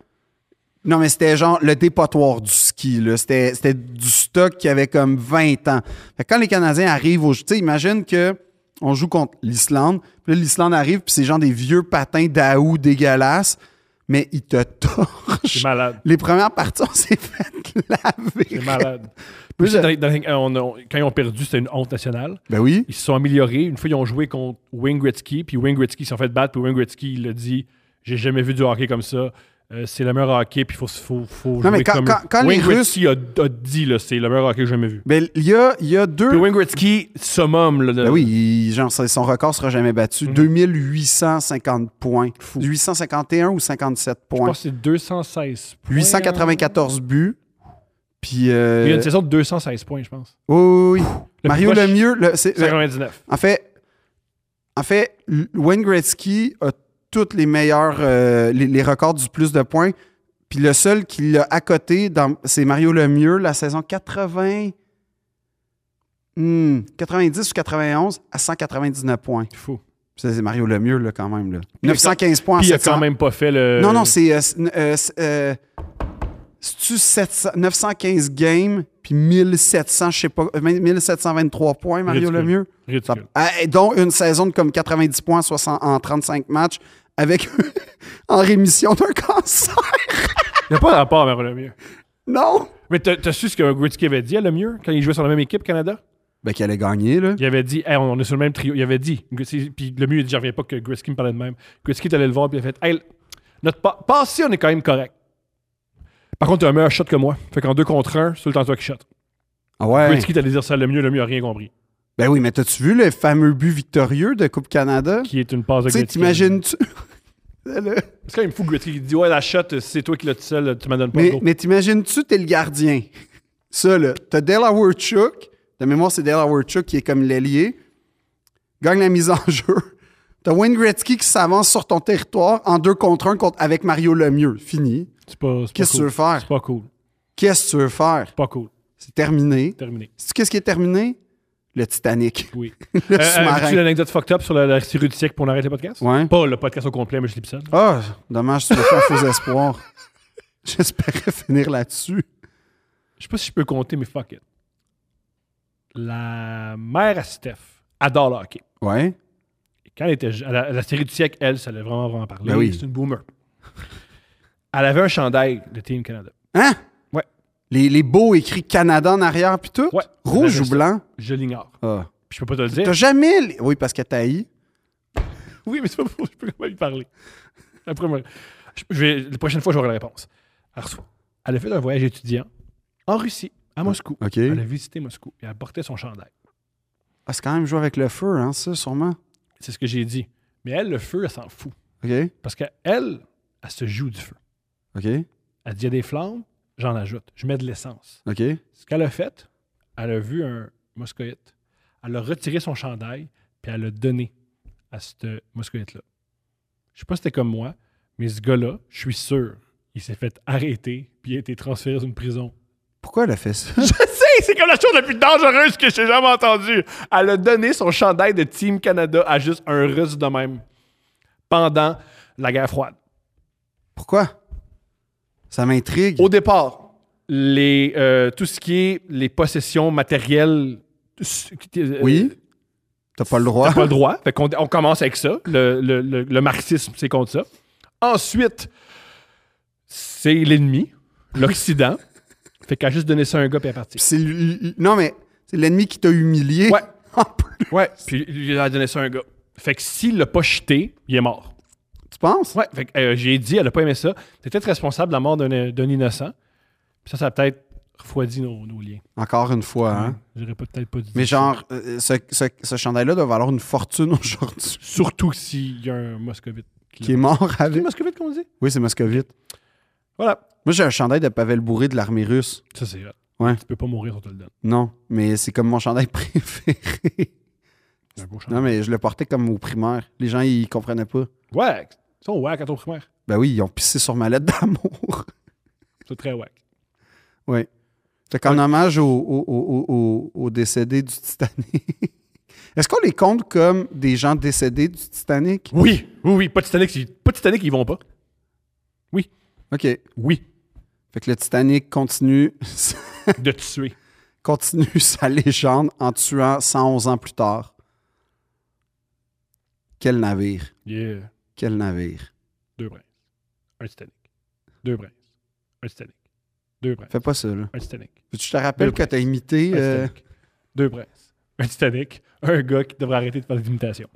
non, mais c'était genre le dépotoir du ski. là. C'était c'était du stock qui avait comme 20 ans. Fait que quand les Canadiens arrivent au. Tu sais, imagine que on joue contre l'Islande. Puis là, l'Islande arrive, puis c'est genre des vieux patins d'aou dégueulasses. mais il te torche.
C'est malade.
Les premières parties, on s'est fait laver.
C'est malade.
Moi, je-
Dans- dans- euh, on- on- quand ils ont perdu, c'était une honte nationale.
Ben oui.
Ils se sont améliorés. Une fois, ils ont joué contre Wayne Gretzky, puis Wayne Gretzky ils se sont fait battre, puis Wayne Gretzky, il a dit J'ai jamais vu du hockey comme ça. Euh, c'est le meilleur hockey, puis il faut, faut, faut jouer
mais quand-
comme...
quand- quand les
Wayne
Russes-
Gretzky a, a dit là, C'est le meilleur hockey que j'ai jamais vu.
Ben, il y a, il y a deux.
Puis Wayne Gretzky, summum. Là, de-
Ben oui, il- genre, ça- son record sera jamais battu.
Mhm.
2850 points. 851 ou 57
Je
points.
pense que c'est 216 points. hein.
894 buts. Puis. euh,
Il y a une saison de 216 points, je pense.
oui, oui, oui.
Le
Mario
plus proche,
Lemieux, le, c'est- le-
199.
en fait, en fait, L- Wayne Gretzky a tous les meilleurs, euh, les, les records du plus de points. Puis le seul qui l'a à côté, dans- c'est Mario Lemieux, la saison 80, hmm, 90 ou 91 à 199 points.
Fou.
Ça, c'est Mario Lemieux, là, quand même. Là. 915 points en
Puis il a
700.
quand même pas fait le.
Ah, Non, non, c'est. euh, c'est- euh, c'est, euh, c'est-tu 700 915 games, puis 1700, je sais pas, euh, 1723 points, Mario
Ridicule.
Lemieux. Ça-
Ridicule.
Ah, et dont une saison de comme 90 points en 60 en 35 matchs, avec en rémission d'un cancer.
Il n'y a pas de rapport avec Lemieux.
Non!
Mais t'as t'as su ce que Gretzky avait dit à Lemieux quand il jouait sur la même équipe, Canada?
Ben, qu'elle allait gagner, là.
Il avait dit, Hey, on est sur le même trio. Il avait dit, Gretzky- puis le mieux, il dit, je reviens pas que Gretzky me parlait de même. Gretzky est allé le voir, puis il a fait, hey, notre pa- passé, on est quand même correct. Par contre, tu as un meilleur shot que moi. Fait qu'en deux contre un, c'est le temps toi qui shot.
Ah ouais.
Gretzky est allé dire ça le mieux, le mieux a rien compris.
Ben oui, mais t'as-tu vu le fameux but victorieux de Coupe Canada?
Qui est une passe de
Tu sais,
Gretzky.
t'imagines-tu. Le-
C'est quand même fou, Gretzky, qui dit, ouais, la shot, c'est toi qui l'as tout seul, tu m'en donnes pas
Mais,
go.
mais t'imagines-tu, t'es le gardien. Ça, là. T'as Delaware Chuck. De mémoire, c'est Delaware Chuck qui est comme l'ailier. Gagne la mise en jeu. T'as Wayne Gretzky qui s'avance sur ton territoire en deux contre un contre, avec Mario Lemieux. Fini.
C'est pas, c'est pas
Qu'est-ce que tu
cool.
veux faire?
C'est pas cool.
Qu'est-ce que tu veux faire?
C'est pas cool.
C'est terminé.
Terminé.
Sais-tu qu'est-ce qui est terminé? Le Titanic.
Oui.
Le
Euh,
sous-marin.
As-tu l'anecdote fucked up sur la, la série du siècle pour on arrête le podcast?
Ouais.
Pas le podcast au complet, mais juste l'épisode.
Ah, dommage, tu me fais un faux espoir. J'espérais finir là-dessus.
Je sais pas si je peux compter, mais fuck it. La mère à Steph adore le hockey.
Ouais.
Et quand elle était je- à la, à la série du siècle, elle, ça l'a vraiment, vraiment parlé.
Ben oui.
C'est une boomer. Elle avait un chandail de Team Canada.
Hein?
Ouais.
Les, les beaux écrits Canada en arrière puis tout?
Ouais.
Rouge ou
Ça.
blanc?
Je l'ignore.
Ah.
Puis Je peux pas te le
T'as
dire.
jamais... li- Oui, parce que t'as haï.
Oui, mais c'est pas pour. Je peux quand même lui parler. La première- je- je vais- la prochaine fois, j'aurai la réponse. Elle reçoit. Elle a fait un voyage étudiant en Russie, à Moscou.
OK.
Elle a visité Moscou et elle portait son chandail.
Ah, c'est quand même jouer avec le feu, hein, ça, sûrement.
C'est ce que j'ai dit. Mais elle, le feu, elle s'en fout.
OK.
Parce qu'elle, elle se joue du feu.
OK.
Elle dit, il y a des flammes, j'en ajoute. Je mets de l'essence.
OK.
Ce qu'elle a fait, elle a vu un moscoïte. Elle a retiré son chandail, puis elle l'a donné à ce moscoïte-là. Je sais pas si c'était comme moi, mais ce gars-là, je suis sûr, il s'est fait arrêter, puis il a été transféré dans une prison.
Pourquoi elle a fait ça?
Je sais, c'est comme la chose la plus dangereuse que j'ai jamais entendue. Elle a donné son chandail de Team Canada à juste un russe de même pendant la guerre froide.
Pourquoi? Ça m'intrigue.
Au départ, les, euh, tout ce qui est les possessions matérielles. s- qui- euh,
Oui? T'as pas le droit.
T'as pas le droit. Fait qu'on on commence avec ça. Le, le- le- le marxisme, c'est contre ça. Ensuite, c'est l'ennemi, l'Occident. fait qu'à juste donner ça à un gars puis à partir.
C'est lui- lui- Non, mais c'est l'ennemi qui t'a humilié.
Ouais.
En plus.
Ouais. Puis il a donné ça à un gars. Fait que s'il l'a pas jeté, il est mort.
Tu penses?
Ouais. Fait que euh, j'ai dit, elle a pas aimé ça. T'es peut-être responsable de la mort d'un d'un innocent. Puis ça, ça a peut-être refroidi nos, nos liens.
Encore une fois, hein?
J'aurais pas- peut-être pas dit
Mais
ça.
genre, euh, ce, ce- ce chandail-là doit valoir une fortune aujourd'hui.
Surtout s'il y a un moscovite.
Qui est mort
C'est
avec.
moscovite qu'on dit?
Oui, c'est Moscovite.
Voilà.
Moi, j'ai un chandail de Pavel Bourré de l'armée russe.
Ça, c'est hot.
Ouais.
Tu peux pas mourir, on te le donne.
Non, mais c'est comme mon chandail préféré.
C'est un beau chandail.
non, mais je le portais comme au primaire. Les gens, ils comprenaient pas.
Wack! Ils sont wack à ton primaire.
Ben oui, ils ont pissé sur ma lettre d'amour.
C'est très wack.
oui. Fait qu'en hommage au- au- au- au- au- aux décédés du Titanic. Est-ce qu'on les compte comme des gens décédés du Titanic?
Oui! Oui, oui. Pas de Titanic, ils- pas de Titanic, ils vont pas. Oui.
OK. Fait
Oui.
que le Titanic continue,
De tuer.
continue sa légende en tuant 111 ans plus tard. Quel navire.
Yeah.
Quel navire.
Deux bras. un Titanic. Deux brins. Un Titanic. Deux brins.
Fais pas ça, là.
Un Titanic.
Veux-tu que Je te rappelle
Deux
que t'as imité.
Un
euh,
Titanic. Deux brins. Un Titanic. Un gars qui devrait arrêter de faire des imitations.